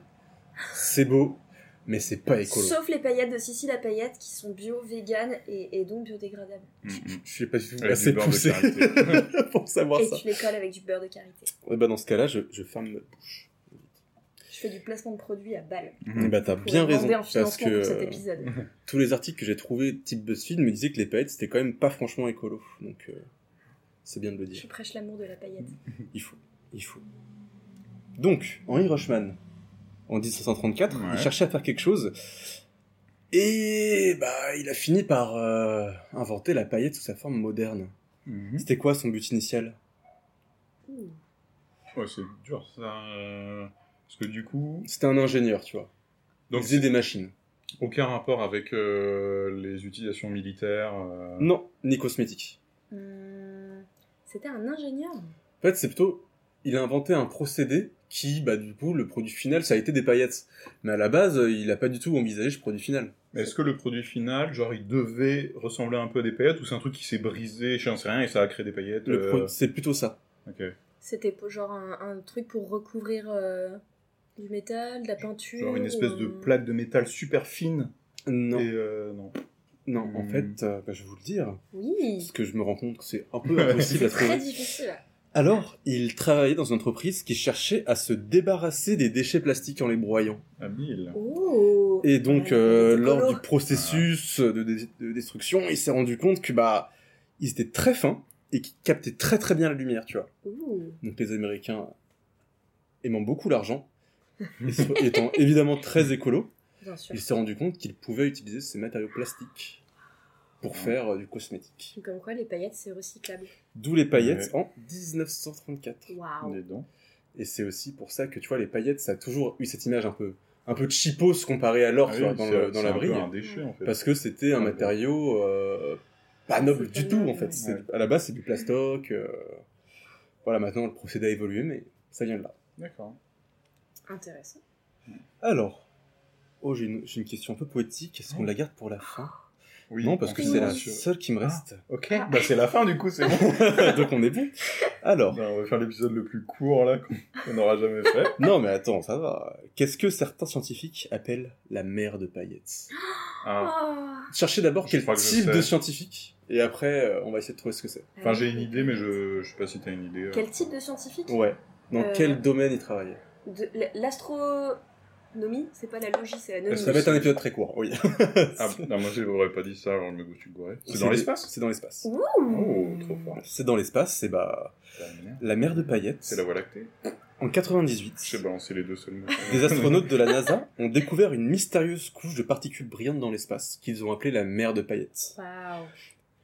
S3: c'est beau, mais c'est pas écolo.
S2: Sauf les paillettes de Sicile à paillettes qui sont bio, vegan et, et donc biodégradables.
S1: Mhm.
S3: Je sais pas du tout
S1: Avec
S3: assez
S1: du beurre de
S3: poussé
S1: karité.
S3: pour
S1: Oh,
S3: savoir
S2: et
S3: ça.
S2: tu les colles avec du beurre de karité.
S3: Et bah, dans ce cas-là, je, je ferme notre bouche.
S2: Je fais du placement de produits à balles.
S1: Mm,
S3: Et bah, t'as
S2: Pour
S3: bien raison.
S2: demander un
S3: Parce
S2: financement
S3: que
S2: pour cet
S3: euh,
S2: épisode.
S3: tous les articles que j'ai trouvés type BuzzFeed me disaient que les paillettes c'était quand même pas franchement écolo. Donc, euh, c'est bien de le dire.
S2: Je prêche l'amour de la paillette.
S3: Il faut, il faut. Donc, Henri Rochman, en 1734,
S1: Ouais.
S3: il cherchait à faire quelque chose. Et bah, il a fini par euh, inventer la paillette sous sa forme moderne.
S1: Mhm.
S3: C'était quoi son but initial
S1: Mmh.
S2: Ouh.
S1: Ouais, c'est dur ça. euh, Parce que du coup,
S3: C'était un ingénieur, tu vois.
S1: donc
S3: il faisait des machines.
S1: aucun rapport avec euh, les utilisations militaires. euh,
S3: Non, ni cosmétiques.
S2: Hum, C'était un ingénieur.
S3: En fait, c'est plutôt, il a inventé un procédé qui, bah, du coup, le produit final, ça a été des paillettes. Mais à la base, euh, il a pas du tout envisagé ce produit final.
S1: Mais Est-ce que le produit final, genre, il devait ressembler un peu à des paillettes ou c'est un truc qui s'est brisé, je n'en sais rien, et ça a créé des paillettes
S3: Le
S1: euh,
S3: pro- C'est plutôt ça.
S1: ok.
S2: C'était pour- genre un, un truc pour recouvrir euh, du métal, de la peinture.
S1: Genre une espèce
S2: ou
S1: de
S2: un-
S1: plaque de métal super fine.
S3: Non,
S1: Et euh, non.
S3: non. En
S1: Hmm.
S3: fait, euh, bah, je vais vous le dire.
S2: Oui.
S3: Parce que je me rends compte que c'est un peu impossible à
S2: C'est très
S3: trouver.
S2: difficile.
S3: Alors, il travaillait dans une entreprise qui cherchait à se débarrasser des déchets plastiques en les broyant.
S1: Habile.
S2: Oh.
S3: Et donc,
S2: Ouais,
S3: euh,
S2: c'est
S3: lors
S2: écolo.
S3: du processus de, dé- de destruction, il s'est rendu compte que bah ils étaient très fins et qui captaient très très bien la lumière, tu vois.
S2: Ouh.
S3: Donc les Américains aimant beaucoup l'argent, et so- étant évidemment très écolo,
S2: Bien sûr.
S3: ils se sont rendus compte qu'ils pouvaient utiliser ces matériaux plastiques
S1: Ah.
S3: pour faire euh, du cosmétique.
S2: Comme quoi, les paillettes, c'est recyclable.
S3: D'où les paillettes en 1934.
S2: Waouh.
S1: Dis donc.
S3: Et c'est aussi pour ça que tu vois, les paillettes, ça a toujours eu cette image un peu, un peu cheapos comparé à l'or
S1: Ah
S3: tu vois,
S1: oui,
S3: dans,
S1: c'est-
S3: le- dans
S1: c'est
S3: la
S1: un peu
S3: brille.
S1: un déchet, en fait.
S3: Parce que c'était un matériau euh, pas noble
S2: C'est
S3: du
S2: pas
S3: tout
S2: noble,
S3: en fait.
S2: ouais.
S3: C'est- À la base, c'est du plastoc. euh, Voilà, maintenant le procédé a évolué, mais ça vient de là.
S1: D'accord.
S2: Intéressant.
S3: Alors, oh, j'ai une, j'ai une question un peu poétique. Est-ce qu'on la garde pour la fin
S1: Ah Oui,
S3: Non, parce que
S1: on
S3: c'est
S1: peut-
S3: la seule qui me reste.
S1: Ok, bah c'est la fin du coup, c'est bon.
S3: Donc on est bon. Alors,
S1: Ben, on va faire l'épisode le plus court là qu'on qu'on n'aura jamais fait.
S3: non mais attends, ça va. Qu'est-ce que certains scientifiques appellent la mer de paillettes
S1: Ah.
S2: Ah.
S3: Cherchez d'abord
S1: Je
S3: quel
S1: crois que je
S3: type
S1: sais.
S3: de scientifique, et après euh, on va essayer de trouver ce que c'est.
S1: Enfin, j'ai une idée, mais je, je sais pas si t'as une idée. euh.
S2: Quel type de scientifique
S3: Ouais. Dans
S2: Euh,
S3: quel domaine ils travaillaient
S2: De- l- L'astronomie, c'est pas la logie, c'est la
S3: Ça
S2: nomie.
S3: va être un épisode très court, oui.
S1: Ah, non, moi j'aurais pas dit ça, alors je me suis gouré. C'est dans
S3: des-
S1: l'espace
S3: C'est dans l'espace.
S1: Oh, trop fort.
S3: C'est dans l'espace, c'est bah la mer de paillettes.
S1: C'est la voie lactée
S3: En 98,
S1: J'ai balancé les deux seuls mots.
S3: des astronautes de la NASA ont découvert une mystérieuse couche de particules brillantes dans l'espace qu'ils ont appelée la mer de paillettes.
S2: Waouh.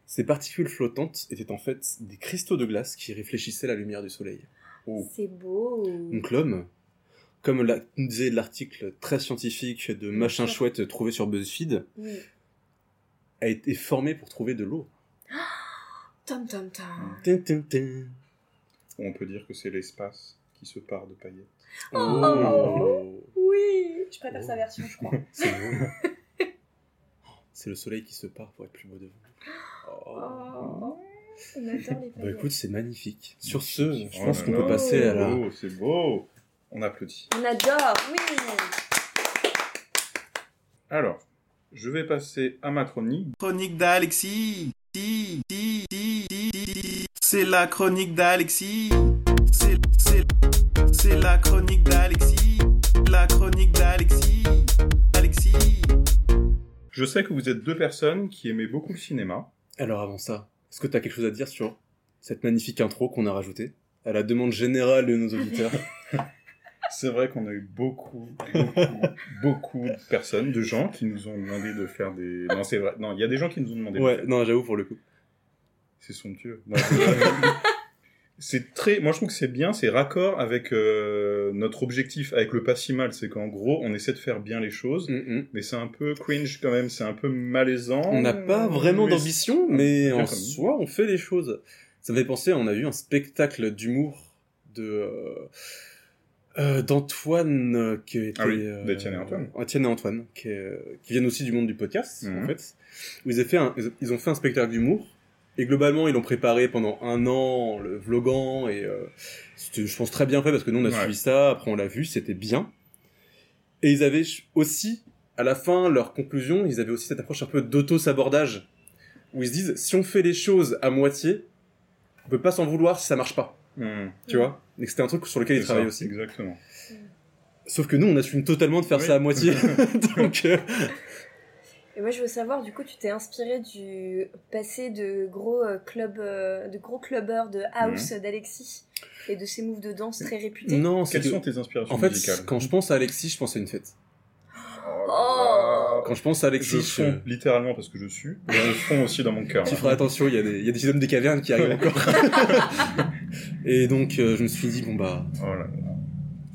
S3: Ces particules flottantes étaient en fait des cristaux de glace qui réfléchissaient la lumière du soleil. Oh. Mm.
S2: C'est beau.
S3: Donc l'homme, comme la- disait l'article très scientifique de machin chouette trouvé sur BuzzFeed,
S2: Oui.
S3: a été formé pour trouver de l'eau.
S2: Tom tom tom.
S3: Tin, tin, tin.
S1: On peut dire que c'est l'espace qui se part de paillettes.
S2: Oh. Oui. Je préfère sa version, je crois.
S3: C'est beau. C'est le soleil qui se part pour être plus beau devant.
S2: Oh. On attend les
S3: Bah
S2: paillettes.
S3: écoute, c'est magnifique. Sur ce, je
S1: Oh
S3: pense
S1: là
S3: qu'on
S1: là,
S3: peut passer à la.
S1: C'est beau, c'est beau. On applaudit.
S2: On adore. Oui.
S1: Alors, je vais passer à ma chronique.
S5: Chronique d'Alexis. Si, si, si, si, si, si. C'est la chronique d'Alexis. C'est, c'est, c'est la chronique d'Alexis. La chronique d'Alexis. Alexis.
S1: Je sais que vous êtes deux personnes qui aimez beaucoup le cinéma.
S3: Alors avant ça, est-ce que t'as quelque chose à dire sur cette magnifique intro qu'on a rajoutée À la demande générale de nos auditeurs.
S1: C'est vrai qu'on a eu beaucoup, beaucoup, beaucoup de personnes, de gens qui nous ont demandé de faire des. Non, c'est vrai. Non, il y a des gens qui nous ont demandé. de
S3: ouais,
S1: faire-
S3: non, j'avoue pour le coup.
S1: C'est somptueux. Non, c'est- c'est très. Moi, je trouve que c'est bien. C'est raccord avec euh, notre objectif, avec le pas si mal. C'est qu'en gros, on essaie de faire bien les choses.
S3: Mm, mm.
S1: Mais c'est un peu cringe quand même, c'est un peu malaisant.
S3: On n'a pas vraiment
S1: Oh, Mais-
S3: d'ambition, mais
S1: Bien
S3: en
S1: quand même.
S3: soi, on fait les choses. Ça me fait penser, on a eu un spectacle d'humour de euh, euh, d'Antoine euh, qui était
S1: Ah oui,
S3: euh,
S1: d'Étienne et Antoine.
S3: Étienne et Antoine, qui, est, euh, qui viennent aussi du monde du podcast
S1: Mhm.
S3: en fait. Où ils, avaient fait un- ils ont fait un spectacle d'humour et globalement ils l'ont préparé pendant un an, en le vloguant et euh, c'était, je pense très bien fait parce que nous on a
S1: Ouais.
S3: suivi ça, après on l'a vu, c'était bien. Et ils avaient ch- aussi à la fin, leur conclusion, ils avaient aussi cette approche un peu d'auto-sabordage, où ils se disent, si on fait les choses à moitié, on peut pas s'en vouloir si ça marche pas,
S1: Hmm,
S3: tu vois Et que c'était un truc sur lequel
S1: c'est
S3: ils travaillaient
S1: ça,
S3: aussi.
S1: Exactement.
S3: Sauf que nous, on assume totalement de faire
S1: Oui.
S3: ça à moitié. Donc, euh,
S2: Et moi, je veux savoir, du coup, tu t'es inspiré du passé de gros euh, club, euh, de gros clubbers de house euh, d'Alexis et de ses moves de danse très réputés.
S3: Mhm. non, c'est
S1: Quelles
S3: que-
S1: sont tes inspirations
S3: En fait,
S1: musicales
S3: quand je pense à Alexis, je pense à une fête.
S2: Oh.
S3: Quand je pense à
S1: Je
S3: Alexis, je...
S1: fonds, littéralement parce que je suis, mais je fonds aussi dans mon cœur.
S3: tu feras attention, il y, a des- il y a des hommes des cavernes qui arrivent encore. Et donc, euh, je me suis dit, bon bah,
S1: Oh là là,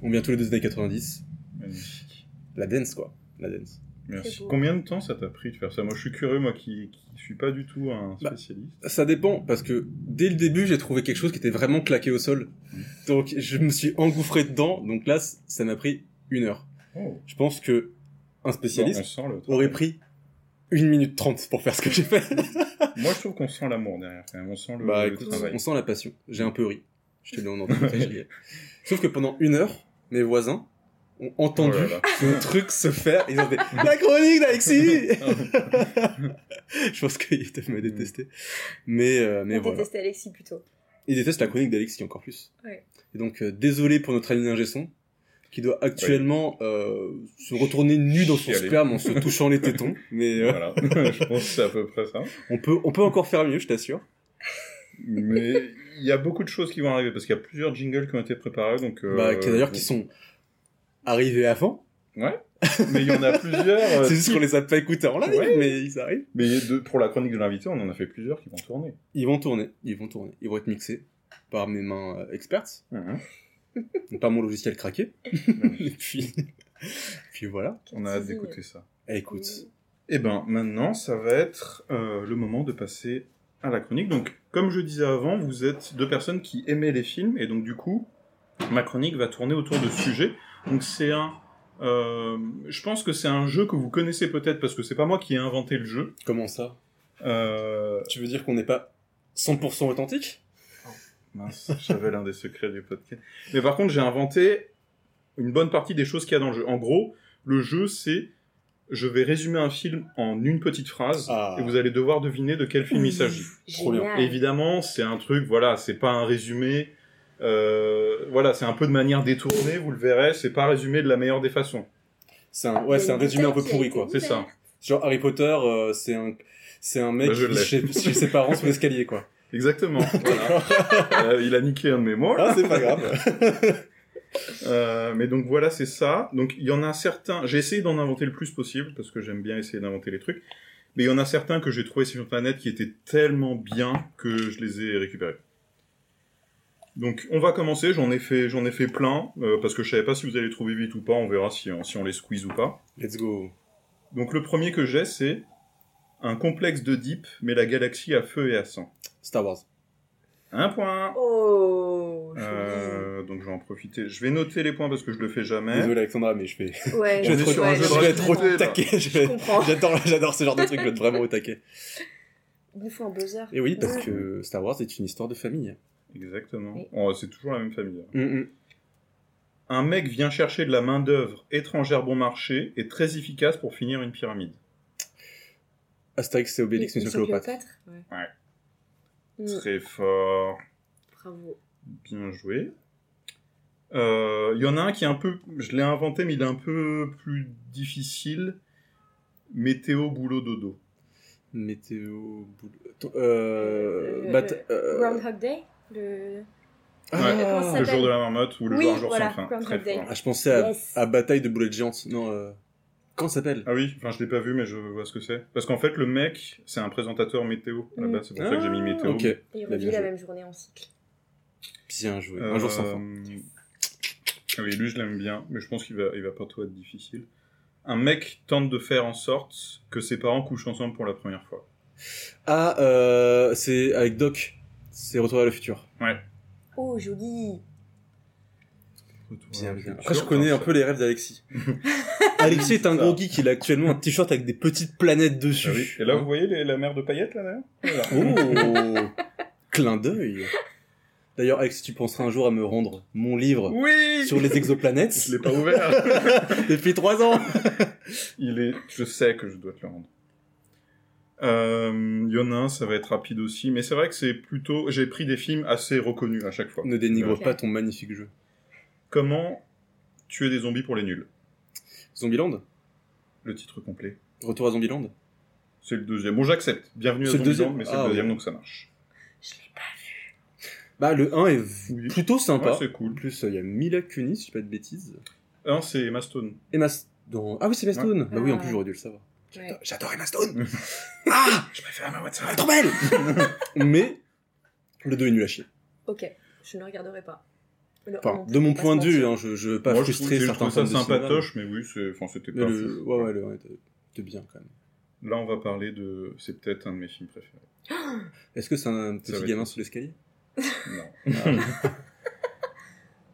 S3: on vient tous les deux des années 90.
S1: magnifique.
S3: La dance, quoi. La dance.
S1: Merci.
S2: C'est beau.
S1: Combien de temps ça t'a pris de faire ça Moi, je suis curieux, moi qui, qui suis pas du tout un
S3: Bah.
S1: spécialiste.
S3: Ça dépend, parce que dès le début, j'ai trouvé quelque chose qui était vraiment claqué au sol.
S1: Mm.
S3: Donc, je me suis engouffré dedans. Donc là, c- ça m'a pris une heure.
S1: Oh.
S3: Je pense que un
S1: Non, on
S3: spécialiste
S1: sent le
S3: aurait pris une minute trente pour faire ce que j'ai fait.
S1: Moi, je trouve qu'on sent l'amour derrière. quand même. On sent le,
S3: bah,
S1: le
S3: écoute,
S1: travail.
S3: on sent la passion. J'ai un peu ri. Je te l'ai entendu. je riais. Sauf que pendant une heure, mes voisins ont entendu
S1: Oh là là.
S3: le truc se faire. Ils ont fait la chronique d'Alexis. je pense qu'ils devaient me détester. Mais, euh, mais
S2: On
S3: voilà.
S2: détestait Alexis plutôt.
S3: Il déteste la chronique d'Alexis encore plus.
S2: Ouais.
S3: Et donc, euh, désolé pour notre ami d'ingé son, qui doit actuellement euh, se retourner nu dans son
S1: Chialer.
S3: sperme en se touchant les tétons. Mais euh,
S1: Voilà, je pense que c'est à peu près ça.
S3: on, peut, on peut encore faire mieux, je t'assure.
S1: Mais il y a beaucoup de choses qui vont arriver parce qu'il y a plusieurs jingles qui ont été préparés. Donc, euh,
S3: Bah, qui, d'ailleurs,
S1: bon.
S3: qui sont arrivés avant.
S1: Mais il y en a plusieurs. euh,
S3: C'est juste qu'on les a pas écoutés en live,
S1: Ouais.
S3: mais ils arrivent.
S1: Mais de- pour la chronique de l'invité, on en a fait plusieurs qui vont tourner.
S3: Ils vont tourner, ils vont tourner. Ils vont être mixés par mes mains euh, expertes,
S1: Mhm.
S3: donc par mon logiciel craqué. Et puis, puis voilà.
S1: On a hâte d'écouter ça.
S3: Eh, écoute,
S1: Et ben maintenant, ça va être euh, le moment de passer à la chronique. Donc, comme je disais avant, vous êtes deux personnes qui aimaient les films, et donc du coup, ma chronique va tourner autour de ce sujet. Donc c'est un... euh, je pense que c'est un jeu que vous connaissez peut-être parce que c'est pas moi qui ai inventé le jeu.
S3: comment ça
S1: Euh,
S3: Tu veux dire qu'on n'est pas 100% authentique
S1: Mince, j'avais l'un des secrets du podcast. Mais par contre, j'ai inventé une bonne partie des choses qu'il y a dans le jeu. En gros, le jeu, c'est je vais résumer un film en une petite phrase
S3: Ah.
S1: et vous allez devoir deviner de quel film il s'agit.
S3: Trop bien.
S2: Génial.
S1: Et Évidemment, c'est un truc, voilà, c'est pas un résumé. euh, voilà, c'est un peu de manière détournée, vous le verrez, c'est pas résumé de la meilleure des façons.
S3: C'est un, ouais, c'est un résumé un peu pourri, quoi.
S1: C'est ça.
S3: Genre Harry Potter, euh, c'est un, c'est un mec
S1: Bah, je
S3: qui
S1: l'ai.
S3: chez, chez ses parents sous l'escalier, quoi.
S1: Exactement. voilà. Euh, il a niqué un de mes mots. là.
S3: Ah, c'est pas grave.
S1: Euh, mais donc voilà, c'est ça. Donc il y en a certains, j'ai essayé d'en inventer le plus possible parce que j'aime bien essayer d'inventer les trucs. Mais il y en a certains que j'ai trouvé sur Internet qui étaient tellement bien que je les ai récupérés. Donc on va commencer, j'en ai fait, j'en ai fait plein euh, parce que je savais pas si vous allez les trouver vite ou pas, on verra si on, si on les squeeze ou pas.
S3: Let's go.
S1: Donc le premier que j'ai c'est un complexe de Deep mais la galaxie à feu et à sang.
S3: Star Wars.
S1: Un point.
S2: Oh. joli.
S1: Euh, donc je vais en profiter. Je vais noter les points parce que je le fais jamais.
S3: Désolé, Alexandra, mais je fais.
S2: Ouais.
S3: Je vais
S1: est
S3: être,
S1: sur un
S2: ouais,
S1: jeu de
S3: je vais être au
S1: rapidité, là.
S3: taquet. je
S2: Je
S3: vais-
S2: comprends.
S3: J'adore, j'adore ce genre de truc, je vais être vraiment au taquet.
S2: Il nous faut un buzzer. Mm.
S3: Et oui, parce que Star Wars est une histoire de famille.
S1: Exactement.
S2: Oui.
S1: Oh, c'est toujours la même famille. hein.
S3: Mm, mm.
S1: Un mec vient chercher de la main-d'œuvre étrangère bon marché et très efficace pour finir une pyramide.
S3: Astérix et Obélix, Mission Cléopâtre.
S2: Mm. Ouais.
S1: Ouais.
S2: Mm,
S1: Très fort.
S2: Bravo.
S1: Bien joué. Euh, Il y en a un qui est un peu. Je l'ai inventé, mais il est un peu plus difficile. Météo, boulot, dodo.
S3: Météo. boule- Attends, Euh.
S2: Euh,
S3: bat- euh,
S2: Groundhog Day. Le.
S1: Ouais.
S2: Comment ça
S3: Ah,
S1: Le
S2: s'appelle
S1: jour de la marmotte ou le
S2: Oui,
S1: jour un jour
S2: voilà,
S1: sans fin.
S2: Groundhog
S1: Très
S2: Day.
S1: fort.
S3: Ah, je pensais à,
S2: Yes.
S3: à Bataille de Boulet de Géante. Non, euh... Comment ça s'appelle
S1: Ah oui, enfin je l'ai pas vu, mais je vois ce que c'est. Parce qu'en fait, le mec, c'est un présentateur météo. Là-bas,
S2: Mm.
S1: c'est pour ça que j'ai mis
S3: Ah,
S1: météo.
S3: Ok,
S2: Et il
S3: Bah,
S2: revit
S3: bien
S2: la
S3: joué.
S2: même journée en cycle.
S3: bien joué. Un jour sans fin.
S1: Euh, ah Oui, lui, je l'aime bien, mais je pense qu'il va, il va pas trop être difficile. Un mec tente de faire en sorte que ses parents couchent ensemble pour la première fois.
S3: Ah, euh, c'est avec Doc. C'est Retour vers le futur.
S2: Oh, joli.
S3: Bien, bien. Après, je connais un peu les rêves d'Alexis. Alexis est un
S1: Ça.
S3: gros geek. Il a actuellement un t-shirt avec des petites planètes dessus.
S1: Ah oui. Et là, vous voyez les- la mère de paillettes, là, derrière Voilà.
S3: Oh Clin d'œil. D'ailleurs, Alexis, tu penseras un jour à me rendre mon livre
S1: Oui
S3: sur les exoplanètes
S1: Je l'ai pas ouvert.
S3: depuis trois ans.
S1: Il est... Je sais que je dois te le rendre. Euh, Il y en a un, ça va être rapide aussi, mais c'est vrai que c'est plutôt... J'ai pris des films assez reconnus à chaque fois.
S3: Ne dénigre
S2: Ok.
S3: pas ton magnifique jeu.
S1: Comment tuer des zombies pour les nuls
S3: Zombieland
S1: Le titre complet.
S3: Retour à Zombieland
S1: C'est le deuxième. Bon, j'accepte. Bienvenue à
S3: C'est le
S1: Zombieland,
S3: deuxième
S1: mais c'est
S3: Ah,
S1: le deuxième,
S3: ouais.
S1: donc ça marche.
S3: Bah, le 1 est v-
S1: Oui.
S3: plutôt
S1: Ouais,
S3: sympa.
S1: c'est
S3: en
S1: cool.
S3: plus, il y a Mila Kunis, si je dis pas de bêtises.
S1: Un, c'est Emma Stone.
S3: Emma Stone. Ah oui, c'est Emma Stone. Bah oui, en plus,
S2: Ah.
S3: j'aurais dû le savoir.
S2: Ouais.
S3: J'adore Emma Stone. ah
S1: Je préfère Emma Watson.
S3: Elle est trop belle Mais le 2 est nul à chier.
S2: Ok, je ne regarderai pas. Le
S3: Enfin,
S2: un,
S3: de mon
S2: on va
S3: point
S2: se
S3: de vue,
S2: mentir.
S3: hein, je, je veux pas
S1: Moi, je
S3: frustrer
S1: trouve, je
S3: certains
S1: trouve ça
S3: fans de cinéma,
S1: sympatoche, mais oui, c'est- enfin, c'était
S3: mais
S1: pas
S3: le-
S1: fou.
S3: Ouais, ouais, le 1 était était bien quand même.
S1: Là, on va parler de... C'est peut-être un de mes films préférés.
S3: Est-ce que c'est un petit
S1: va être-
S3: gamin sous l'escalier
S1: Non. Ah.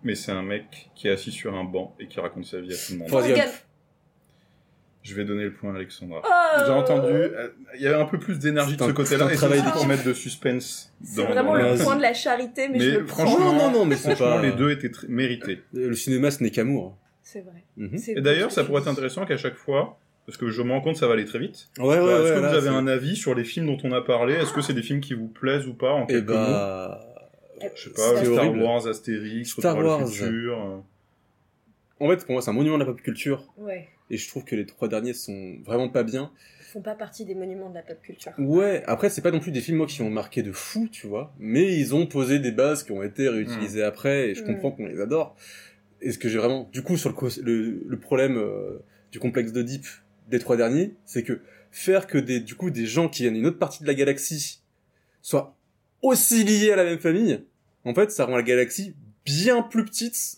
S1: mais c'est un mec qui est assis sur un banc et qui raconte sa vie à tout le monde.
S3: Forrest
S2: Forrest
S3: Gump.
S1: Je vais donner le point à Alexandra.
S2: Oh
S1: J'ai entendu... euh, Il y avait un peu plus d'énergie de
S3: C'est
S1: ce
S3: un- c'est un
S1: côté-là, et
S3: travail
S1: c'est pour
S2: d'équipe.
S1: mettre de suspense
S2: C'est
S1: dans...
S2: vraiment
S1: dans la-
S2: le
S3: vas-y.
S2: point de la charité, mais,
S1: Mais
S2: je le prends.
S1: franchement,
S3: Oh, non, non, mais c'est
S1: Franchement,
S3: pas...
S1: les deux étaient très- mérités.
S3: Le cinéma, ce n'est qu'amour.
S2: C'est vrai.
S3: Mhm.
S2: C'est
S1: Hmm Et d'ailleurs,
S2: vrai.
S1: ça pourrait être intéressant qu'à chaque fois, parce que je me rends compte ça va aller très vite.
S3: Ouais, ouais, ouais.
S1: Alors, Est-ce que
S3: là,
S1: vous avez
S3: c'est-
S1: un avis sur les films dont on a parlé Est-ce que c'est des films qui vous plaisent ou pas en
S3: Eh
S1: quelques mots
S3: bah...
S1: Je sais
S3: c'est
S1: pas, Star
S3: horrible.
S1: Wars, Astérix,
S3: Star
S1: Retour à le
S3: Wars.
S1: futur, euh,
S3: En fait, pour moi, c'est un monument de la pop culture.
S2: Ouais.
S3: Et je trouve que les trois derniers sont vraiment pas bien.
S2: font pas partie des monuments de la pop culture.
S3: Ouais, après, c'est pas non plus des films, moi, qui m'ont marqué de fou, tu vois. Mais ils ont posé des bases qui ont été réutilisées après, et je
S2: Mm.
S3: comprends qu'on les adore. Et ce que j'ai vraiment. Du coup, sur le, cos- le, le problème euh, du complexe de Deep des trois derniers, c'est que faire que des, du coup, des gens qui viennent d'une autre partie de la galaxie soient aussi liés à la même famille, en fait, ça rend la galaxie bien plus petite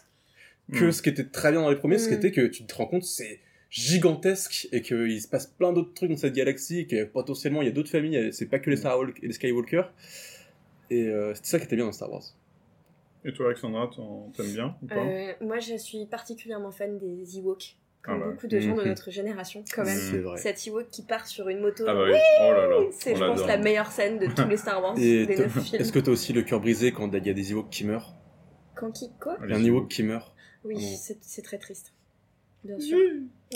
S3: que
S1: Mm.
S3: ce qui était très bien dans les premiers, ce qui
S2: Mm.
S3: était que tu te rends compte, c'est gigantesque et qu'il se passe plein d'autres trucs dans cette galaxie et que potentiellement il y a d'autres familles, c'est pas que les Star et les Skywalker. Et euh, c'était ça qui était bien dans Star Wars.
S1: Et toi, Alexandra, t'en- t'aimes bien ou pas
S2: Euh, moi, je suis particulièrement fan des Ewoks, comme
S1: Ah bah, Hmm.
S2: beaucoup de gens de
S3: mhm.
S2: notre génération, quand même.
S3: C'est vrai.
S2: Cette Ewok qui part sur une moto,
S1: Ah bah oui, oh là là.
S2: c'est,
S1: on
S2: je pense,
S1: l'adore.
S2: la meilleure scène de tous les Star Wars
S3: Et
S2: des
S3: t'as-
S2: neuf films.
S3: Est-ce que t'as aussi le cœur brisé quand il y a des Ewoks qui meurent
S2: Quand qui, quoi
S1: Allez,
S3: Un
S1: c'est
S3: Ewok
S1: beau.
S3: qui meurt.
S2: Oui,
S3: Ah bon.
S2: c'est, c'est très triste.
S1: Hmm.
S2: Bien sûr.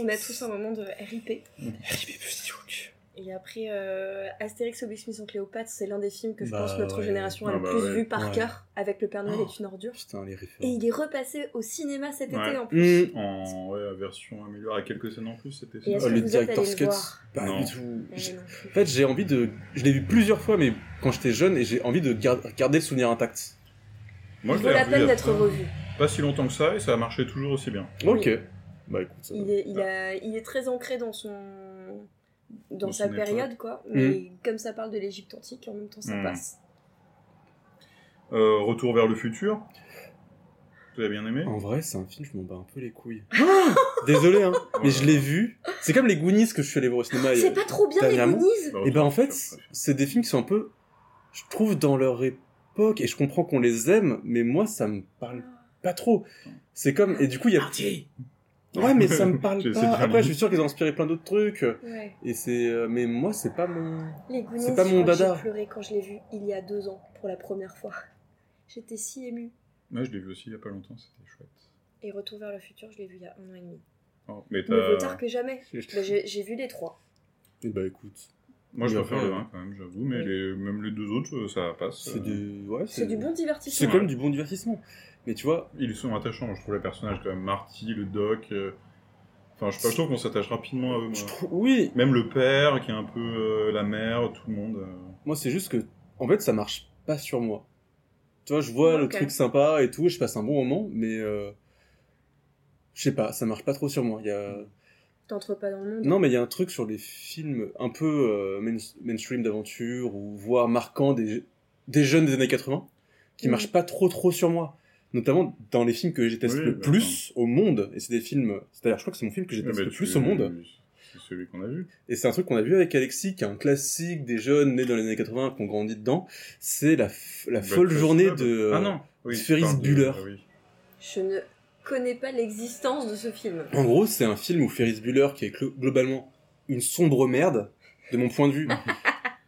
S2: On a tous un moment de RIP.
S3: Arrivé petit Ewok.
S2: Et après, euh, Astérix, Obélix, Mission Cléopâtre, c'est l'un des films que je
S3: Bah
S2: pense notre
S3: ouais.
S2: génération a
S1: Ah
S2: le
S1: bah
S2: plus
S1: ouais.
S2: vu par
S3: Ouais.
S2: cœur, avec Le Père Noël
S3: Oh.
S2: est une ordure.
S3: Putain, les
S2: Et
S3: références.
S2: il est repassé au cinéma cet
S1: Ouais.
S2: été en plus.
S3: Hum.
S1: En ouais, la version améliorée à quelques scènes en plus, c'était
S2: Et est-ce
S3: Oh,
S2: que
S3: les
S2: vous êtes allé
S3: director's
S2: le
S3: cuts.
S2: voir
S3: Pas
S1: Non.
S3: du tout.
S1: Mm.
S3: J'ai-
S2: Eh non plus.
S3: En fait, j'ai envie de. Je l'ai vu plusieurs fois, mais quand j'étais jeune, et j'ai envie de gar- garder le souvenir intact.
S1: Moi,
S2: Il
S1: je
S2: vaut
S1: l'ai
S2: la
S1: revu
S2: peine
S1: il y a
S2: d'être revu.
S1: pas si longtemps que ça et ça a marché toujours aussi bien.
S3: Ok. Bah écoute, ça
S2: Il est, il, a- il est très ancré dans son dans,
S1: Dans
S2: sa
S1: son
S2: période quoi. Mais comme ça parle de l'Égypte antique, en même temps ça
S1: Mm.
S2: passe.
S1: Euh, Retour vers le futur. Vous avez bien aimé
S3: En vrai, c'est un film, je m'en bats un peu les couilles.
S2: Ah
S3: Désolé, hein, mais je l'ai vu. C'est comme les Goonies que je suis allé voir au
S1: Ah,
S3: cinéma.
S2: C'est pas trop bien les
S3: dernièrement-
S2: Goonies.
S1: Bah,
S3: Et ben en
S1: Retour vers le
S3: fait,
S1: futur,
S3: c'est des films qui sont un peu, je trouve, dans leur époque, et je comprends qu'on les aime, mais moi, ça me parle pas trop. C'est comme, et du coup, il y a. Ouais, mais ça me
S1: J'ai
S3: parle
S1: essayé
S3: pas.
S1: de faire
S3: Après,
S1: le-
S3: je suis sûr qu'ils ont inspiré plein d'autres trucs.
S2: Ouais.
S3: Et c'est, euh, mais moi, c'est pas mon.
S2: Les Goonies.
S3: C'est pas
S2: je
S3: mon
S2: crois que
S3: dada.
S2: J'ai pleuré quand je l'ai vu il y a deux ans pour la première fois. J'étais si émue.
S1: Moi, je l'ai vu aussi il y a pas longtemps, c'était chouette.
S2: Et Retour vers le futur, je l'ai vu il y a un an et demi.
S1: Oh, mais
S2: Mieux vaut tard
S1: t'as...
S2: que jamais. Bah, j'ai j'ai vu les trois.
S1: Eh
S3: Et
S1: ben,
S3: bah écoute,
S1: Moi, je
S3: Mieux
S1: préfère
S3: vaut-
S1: le 1 quand même, j'avoue, mais
S2: Oui.
S1: les- même les deux autres, euh, ça passe.
S3: c'est
S1: euh.
S3: du, ouais,
S2: C'est du bon
S3: C'est
S2: divertissement.
S3: quand même du bon divertissement. Mais tu vois,
S1: Euh, Ils sont attachants, je trouve les personnages quand même. Marty, le doc. euh, Enfin, je sais pas, je trouve qu'on s'attache rapidement à eux. moi.
S3: je trouve, oui,
S1: Même le père, qui est un peu euh, la mère, tout le monde. euh.
S3: Moi, c'est juste que, en fait, ça marche pas sur moi. Tu vois, je vois le
S2: Ok.
S3: truc sympa et tout, je passe un bon moment, mais euh, je sais pas, ça marche pas trop sur moi. Il Y a...
S2: T'entres pas dans le monde.
S3: Non, mais il y a un truc sur les films un peu euh, main- mainstream d'aventure ou voire marquant des, des jeunes des années 80 qui
S2: Mhm.
S3: marchent pas trop trop sur moi. Notamment dans les films que j'ai testé
S1: Oui,
S3: le
S1: bah,
S3: plus au monde, et c'est des films, c'est-à-dire je crois que c'est mon film que j'ai
S1: Ah,
S3: testé
S1: bah,
S3: le
S1: tu-
S3: plus au monde.
S1: C'est celui qu'on a vu.
S3: Et c'est un truc qu'on a vu avec Alexis, qui est un classique des jeunes nés dans les années 80, qu'on grandit dedans. C'est la, f- la
S1: Breakfast
S3: folle journée
S1: Club.
S3: de.
S1: Bah, Ah non oui,
S3: Ferris
S1: pardon,
S3: Bueller.
S1: ah oui.
S2: Je ne connais pas l'existence de ce film.
S3: En gros, c'est un film où Ferris Bueller, qui est glo- globalement une sombre merde, de mon point de vue.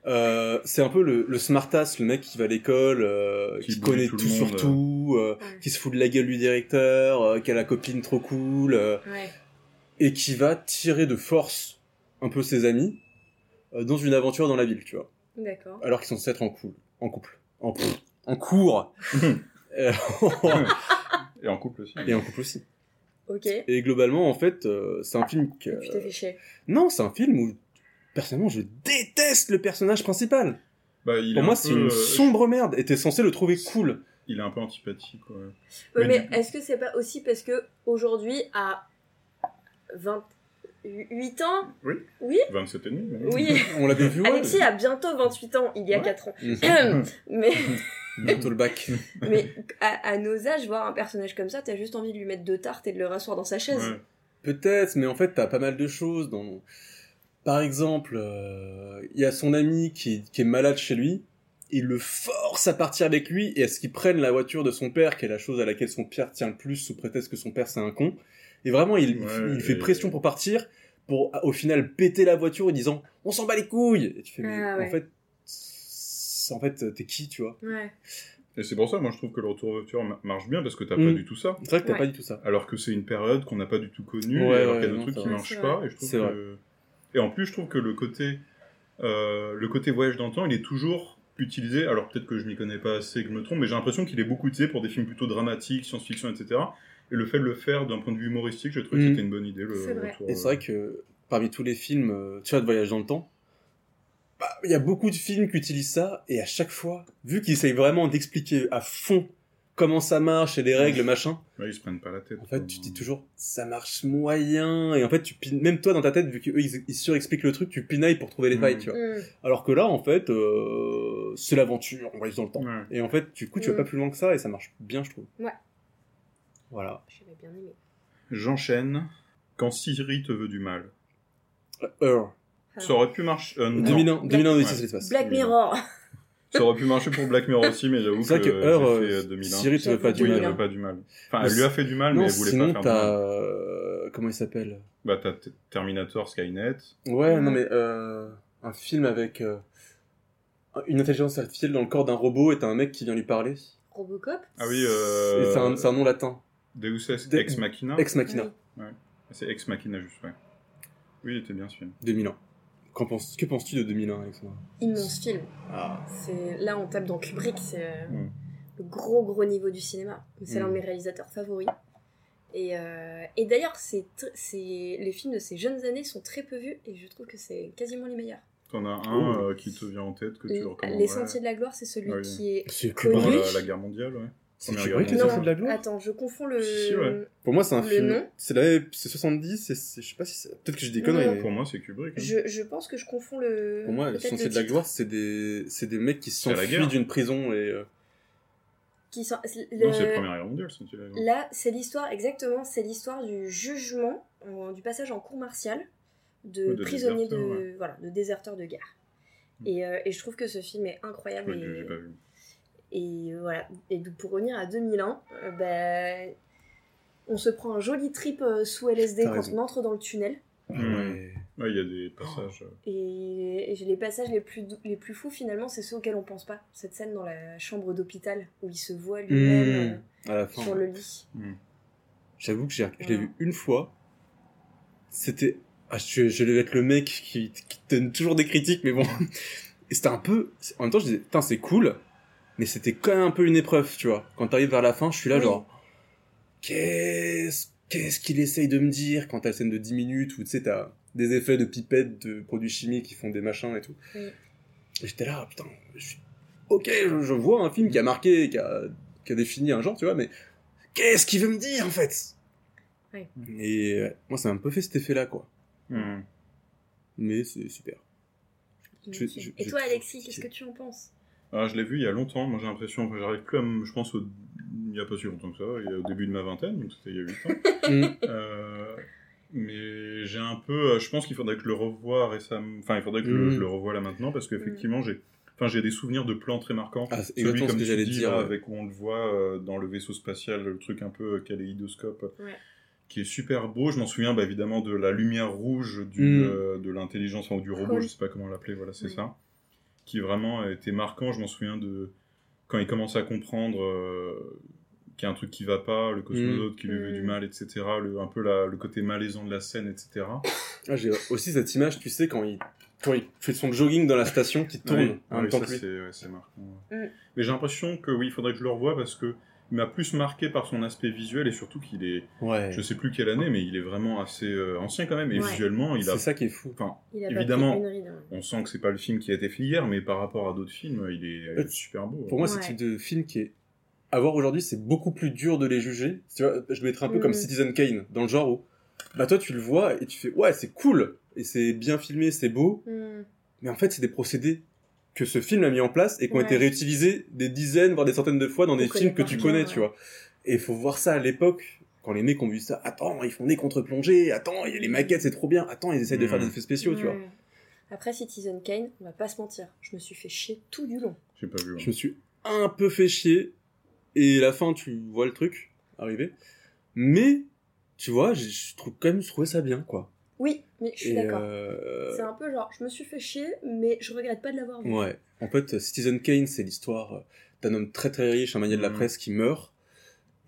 S3: euh, c'est un peu le, le smartass, le mec qui va à l'école, euh,
S1: Qui
S3: qui, connaît
S1: bully tout
S3: tout,
S1: le
S3: sur
S1: monde.
S3: tout, euh,
S2: Ouais.
S3: qui se fout de la gueule du directeur, euh, qui a la copine trop cool, euh,
S2: Ouais.
S3: et qui va tirer de force un peu ses amis euh, dans une aventure dans la ville, tu vois.
S2: D'accord.
S3: alors qu'ils sont censés être en couple. En couple. En, pff, en cours. Euh,
S1: Et en couple aussi.
S3: et en couple aussi.
S2: Ok. Et
S3: Et globalement, en fait, euh, c'est un film que...
S2: tu t'es fait chier.
S3: Non, c'est un film où, personnellement, je déteste le personnage principal.
S1: Bah, il est
S3: Pour
S1: un
S3: moi,
S1: peu,
S3: c'est une
S1: euh,
S3: sombre merde. Et t'es censé le trouver cool.
S1: Il est un peu antipathique, ouais.
S3: Euh,
S2: Ouais,
S1: Mais
S2: mais
S1: du coup-
S2: est-ce que c'est pas aussi parce que aujourd'hui à 28 ans,
S1: 27 et demi, mais oui.
S2: oui,
S3: On l'avait vu, ouais.
S2: Alexis a bientôt 28 ans, il y a
S1: Ouais.
S2: 4 ans.
S3: Mhm.
S2: mais
S3: Bientôt le bac.
S2: mais à, à nos âges, voir un personnage comme ça, t'as juste envie de lui mettre deux tartes et de le rasseoir dans sa chaise.
S1: Ouais.
S3: Peut-être, mais en fait, t'as pas mal de choses. Dans... Par exemple, euh, il y a son ami qui, qui est malade chez lui. Il le force à partir avec lui et à ce qu'il prenne la voiture de son père, qui est la chose à laquelle son père tient le plus sous prétexte que son père c'est un con. Et vraiment, il, il-
S1: Ouais,
S3: il fait
S1: et-
S3: pression pour partir, pour au final péter la voiture en disant on s'en bat les couilles. Et tu fais mais
S2: Ah ouais.
S3: en fait, c'est- en fait, t'es qui, tu vois
S2: Ouais.
S1: Et c'est pour ça, moi, je trouve que le retour au futur ma- marche bien parce que t'as pas
S3: Mm.
S1: du tout ça.
S3: C'est vrai que t'as
S2: Ouais.
S3: pas dit tout ça.
S1: Alors que c'est une période qu'on n'a pas du tout connue,
S3: Ouais,
S1: et alors
S3: ouais,
S1: qu'il y a des
S3: non,
S1: trucs
S3: c'est
S1: qui
S3: vrai.
S1: marchent
S2: C'est
S1: pas. Et je trouve
S3: C'est vrai.
S1: que... Et en plus, je trouve que le côté, euh, le côté voyage dans le temps, il est toujours utilisé. Alors peut-être que je m'y connais pas assez, que je me trompe, mais j'ai l'impression qu'il est beaucoup utilisé pour des films plutôt dramatiques, science-fiction, etc. Et le fait de le faire d'un point de vue humoristique, je trouve que
S3: Mm.
S1: c'était une bonne idée. Le
S2: C'est vrai.
S1: retour,
S3: Et
S1: euh,
S3: c'est vrai que parmi tous les films, euh, tu vois, de voyage dans le temps, bah, il y a beaucoup de films qui utilisent ça, et à chaque fois, vu qu'ils essayent vraiment d'expliquer à fond comment ça marche et les règles, machin,
S1: Ouais, ils se prennent pas la tête. euh,
S3: en fait,
S1: quoi.
S3: tu te dis toujours, ça marche moyen, et en fait, tu pin- même toi dans ta tête, vu qu'eux, ils, ils surexpliquent le truc, tu pinailles pour trouver les
S1: Mm.
S3: failles, tu vois.
S2: Hmm.
S3: Alors que là, en fait, euh, c'est l'aventure, on voyage dans le temps.
S1: Ouais.
S3: Et en fait, du coup, tu
S2: Mm.
S3: vas pas plus loin que ça, et ça marche bien, je trouve.
S2: Ouais.
S3: Voilà.
S2: J'aurais bien aimé.
S1: J'enchaîne. Quand Siri te veut du mal.
S3: Heure.
S2: Ah.
S1: Ça aurait pu marcher. euh, non.
S3: 2001, 2001
S1: Ouais.
S3: Odyssée de l'espace.
S2: Black
S1: Mm.
S2: Mirror
S1: Ça aurait pu marcher pour Black Mirror aussi, mais j'avoue
S3: C'est vrai que
S1: j'ai
S3: Heure,
S1: fait,
S3: euh,
S1: euh, 2001.
S3: Siri te veut pas
S1: Oui,
S3: du
S1: elle
S3: mal.
S1: lui a
S2: hein.
S1: pas du mal. Enfin,
S3: Mais
S1: elle lui a fait du mal,
S3: Non,
S1: mais elle voulait
S3: sinon,
S1: pas faire du
S3: t'as.
S1: mal.
S3: euh, Comment il s'appelle
S1: Bah, t'as T- Terminator, Skynet.
S3: Ouais,
S2: Mm.
S3: non, mais euh, un film avec euh, une intelligence artificielle dans le corps d'un robot et t'as un mec qui vient lui parler.
S2: Robocop
S1: Ah oui, euh,
S3: Et C'est un, c'est un nom latin.
S1: Deus Ex,
S3: De-
S1: Ex Machina.
S3: Ex Machina,
S2: Oui.
S1: C'est Ex Machina, juste, ouais. Oui, il était bien celui
S3: 2001. Qu'en penses- que penses-tu de 2001, Alexandre
S2: Immense film.
S3: Ah,
S2: C'est Là, on tape dans Kubrick, c'est euh,
S1: Mm.
S2: le gros gros niveau du cinéma. C'est l'un de
S3: Mm.
S2: mes réalisateurs favoris. Et, euh, et d'ailleurs, c'est tr- c'est- les films de ces jeunes années sont très peu vus et je trouve que c'est quasiment les meilleurs.
S1: T'en as un
S3: Oh.
S1: euh, qui te vient en tête que
S2: Les
S1: tu recommandes.
S2: Sentiers de la Gloire, c'est celui
S1: Ah oui.
S2: qui est.
S3: c'est
S2: Connu.
S1: Pendant
S3: Kubrick.
S1: la, la guerre mondiale, ouais.
S3: C'est
S1: Première
S3: Kubrick,
S1: guerre
S3: les
S2: mondiale.
S3: Sentiers de la gloire
S2: Attends, je confonds le.
S1: Si, si, ouais.
S3: Pour moi, c'est un
S2: Le
S3: film.
S2: nom
S3: C'est la- c'est 70, et c'est- je sais pas si c'est. Peut-être que je dis des conneries,
S2: Non.
S3: mais.
S1: Pour moi, c'est Kubrick. hein.
S2: Je, je pense que je confonds le.
S3: Pour moi, les
S2: peut-être le
S3: Sentiers de la
S2: titre.
S3: gloire, c'est des... c'est des mecs qui
S1: la guerre.
S3: s'enfuient d'une prison et. euh,
S2: Qui sont-
S1: Non, c'est
S2: le-
S1: la première guerre mondiale, c'est celui-là.
S2: Là, c'est l'histoire, exactement, c'est l'histoire du jugement, en- du passage en cour martiale de,
S1: Oui, de
S2: prisonniers de,
S1: déserteurs,
S2: voilà, de déserteurs de guerre.
S1: Mm.
S2: Et, euh, et je trouve que ce film est incroyable.
S1: Ouais, j'ai
S2: et-
S1: pas vu.
S2: et, euh, voilà. Et donc, pour revenir à 2001, euh, ben, on se prend un joli trip euh, sous LSD
S3: T'as
S2: quand
S3: raison.
S2: on entre dans le tunnel.
S1: Mm.
S3: ouais.
S1: Ouais, il y a des passages. euh,
S2: Et, et j'ai les passages les plus, dou- les plus fous, finalement, c'est ceux auxquels on pense pas. Cette scène dans la chambre d'hôpital où il se voit lui-même
S3: Mm. À la
S1: Mmh.
S2: euh,
S3: fin.
S2: sur le lit.
S3: J'avoue que j'ai, je l'ai
S2: Ouais.
S3: vu une fois. C'était. Ah, je, je devais être le mec qui, qui donne toujours des critiques, mais bon. Et c'était un peu. En même temps, je disais, putain, c'est cool, mais c'était quand même un peu une épreuve, tu vois. Quand t'arrives vers la fin, je suis là,
S2: Oui.
S3: genre. Qu'est-ce, qu'est-ce qu'il essaye de me dire quand t'as la scène de 10 minutes où tu sais, t'as des effets de pipettes de produits chimiques qui font des machins et tout.
S2: Oui.
S3: Et j'étais là, putain, je suis- ok, je, je vois un film qui a marqué, qui a, qui a défini un genre, tu vois, mais qu'est-ce qu'il veut me dire en fait
S2: Ouais.
S3: Et euh, moi, ça m'a un peu fait cet effet-là, quoi. Hmm.
S1: mm.
S3: Mais c'est super. Je-
S2: Inutile.
S3: je-
S2: et
S3: je
S2: toi,
S3: trouve
S2: Alexis, qu'est-ce
S3: qu'il-
S2: que tu en penses
S1: Ah, je l'ai vu il y a longtemps, moi j'ai l'impression, enfin, j'arrive plus à me... Je pense au... il n'y a pas si longtemps que ça, il y a au début de ma vingtaine, donc c'était il y a 8 ans.
S3: Mm.
S1: Euh, mais j'ai un peu... euh, Je pense qu'il faudrait que je le revoie récemment... Enfin, il faudrait que le-
S3: Mm.
S1: je le revoie là maintenant, parce qu'effectivement, j'ai... Enfin, j'ai des souvenirs de plans très marquants.
S3: Ah, c'est
S1: Celui,
S3: exactement ce
S1: comme
S3: que
S1: tu
S3: j'allais
S1: dis,
S3: dire.
S1: là,
S3: ouais.
S1: avec où on le voit euh, dans le vaisseau spatial, le truc un peu euh, kaléidoscope,
S2: Ouais.
S1: qui est super beau. Je m'en souviens bah, évidemment de la lumière rouge du,
S3: Mm.
S1: euh, de l'intelligence, enfin, ou du robot,
S2: Cool.
S1: je sais pas comment l'appeler, voilà, c'est
S2: Ouais.
S1: ça. Qui vraiment était marquant. Je m'en souviens de quand il commence à comprendre euh, qu'il y a un truc qui va pas, le cosmonaute qui lui veut
S2: Mm.
S1: du mal, etc. Le, un peu la- le côté malaisant de la scène, etc.
S3: Ah, j'ai aussi cette image, tu sais, quand il, quand il fait son jogging dans la station qui tourne
S1: Oui, Ah
S3: en
S1: oui,
S3: même temps
S1: ça,
S3: que lui.
S1: c'est ouais, c'est marquant. ouais.
S2: Mm.
S1: Mais j'ai l'impression que oui, il faudrait que je le revoie parce que il m'a plus marqué par son aspect visuel et surtout qu'il est,
S3: Ouais.
S1: je sais plus quelle année, mais il est vraiment assez euh, ancien quand même. Et
S2: Ouais.
S1: visuellement, il a,
S3: C'est ça qui est fou.
S1: enfin,
S2: Il a
S1: Évidemment.
S2: pas pris une ride. hein.
S1: on sent que c'est pas le film qui a été fait hier, mais par rapport à d'autres films, il est, il est
S3: Euh,
S1: super beau.
S3: Pour moi, c'est le
S2: Ouais.
S3: type de film qui est. À voir aujourd'hui, c'est beaucoup plus dur de les juger. Tu vois, je vais être un peu
S2: Mhm.
S3: comme Citizen Kane, dans le genre où. Bah, toi, tu le vois et tu fais, ouais, c'est cool, et c'est bien filmé, c'est beau,
S2: Mm.
S3: mais en fait, c'est des procédés que ce film a mis en place et qui ont
S2: Ouais.
S3: été réutilisés des dizaines, voire des centaines de fois dans des
S2: connaît
S3: films que
S2: par
S3: tu
S2: cœur,
S3: connais,
S2: ouais.
S3: tu vois. Et il faut voir ça à l'époque, quand les mecs ont vu ça, attends, ils font des contre-plongées, attends, il y a les maquettes, c'est trop bien, attends, ils essayent de faire
S1: Mhm.
S3: des effets spéciaux, tu vois.
S2: Ouais. Après Citizen Kane, on va pas se mentir, je me suis fait chier tout du long.
S1: hein. J'ai pas vu. ouais.
S3: Je me suis un peu fait chier. Et la fin, tu vois le truc arriver. Mais, tu vois, j'ai- je trouve quand même, je trouvais ça bien, quoi.
S2: Oui, mais je suis
S3: Et,
S2: d'accord.
S3: euh,
S2: C'est un peu genre, je me suis fait chier, mais je regrette pas de l'avoir vu.
S3: Ouais. En fait, Citizen Kane, c'est l'histoire euh, d'un homme très très riche, un manier de la
S1: Mhm.
S3: presse qui meurt.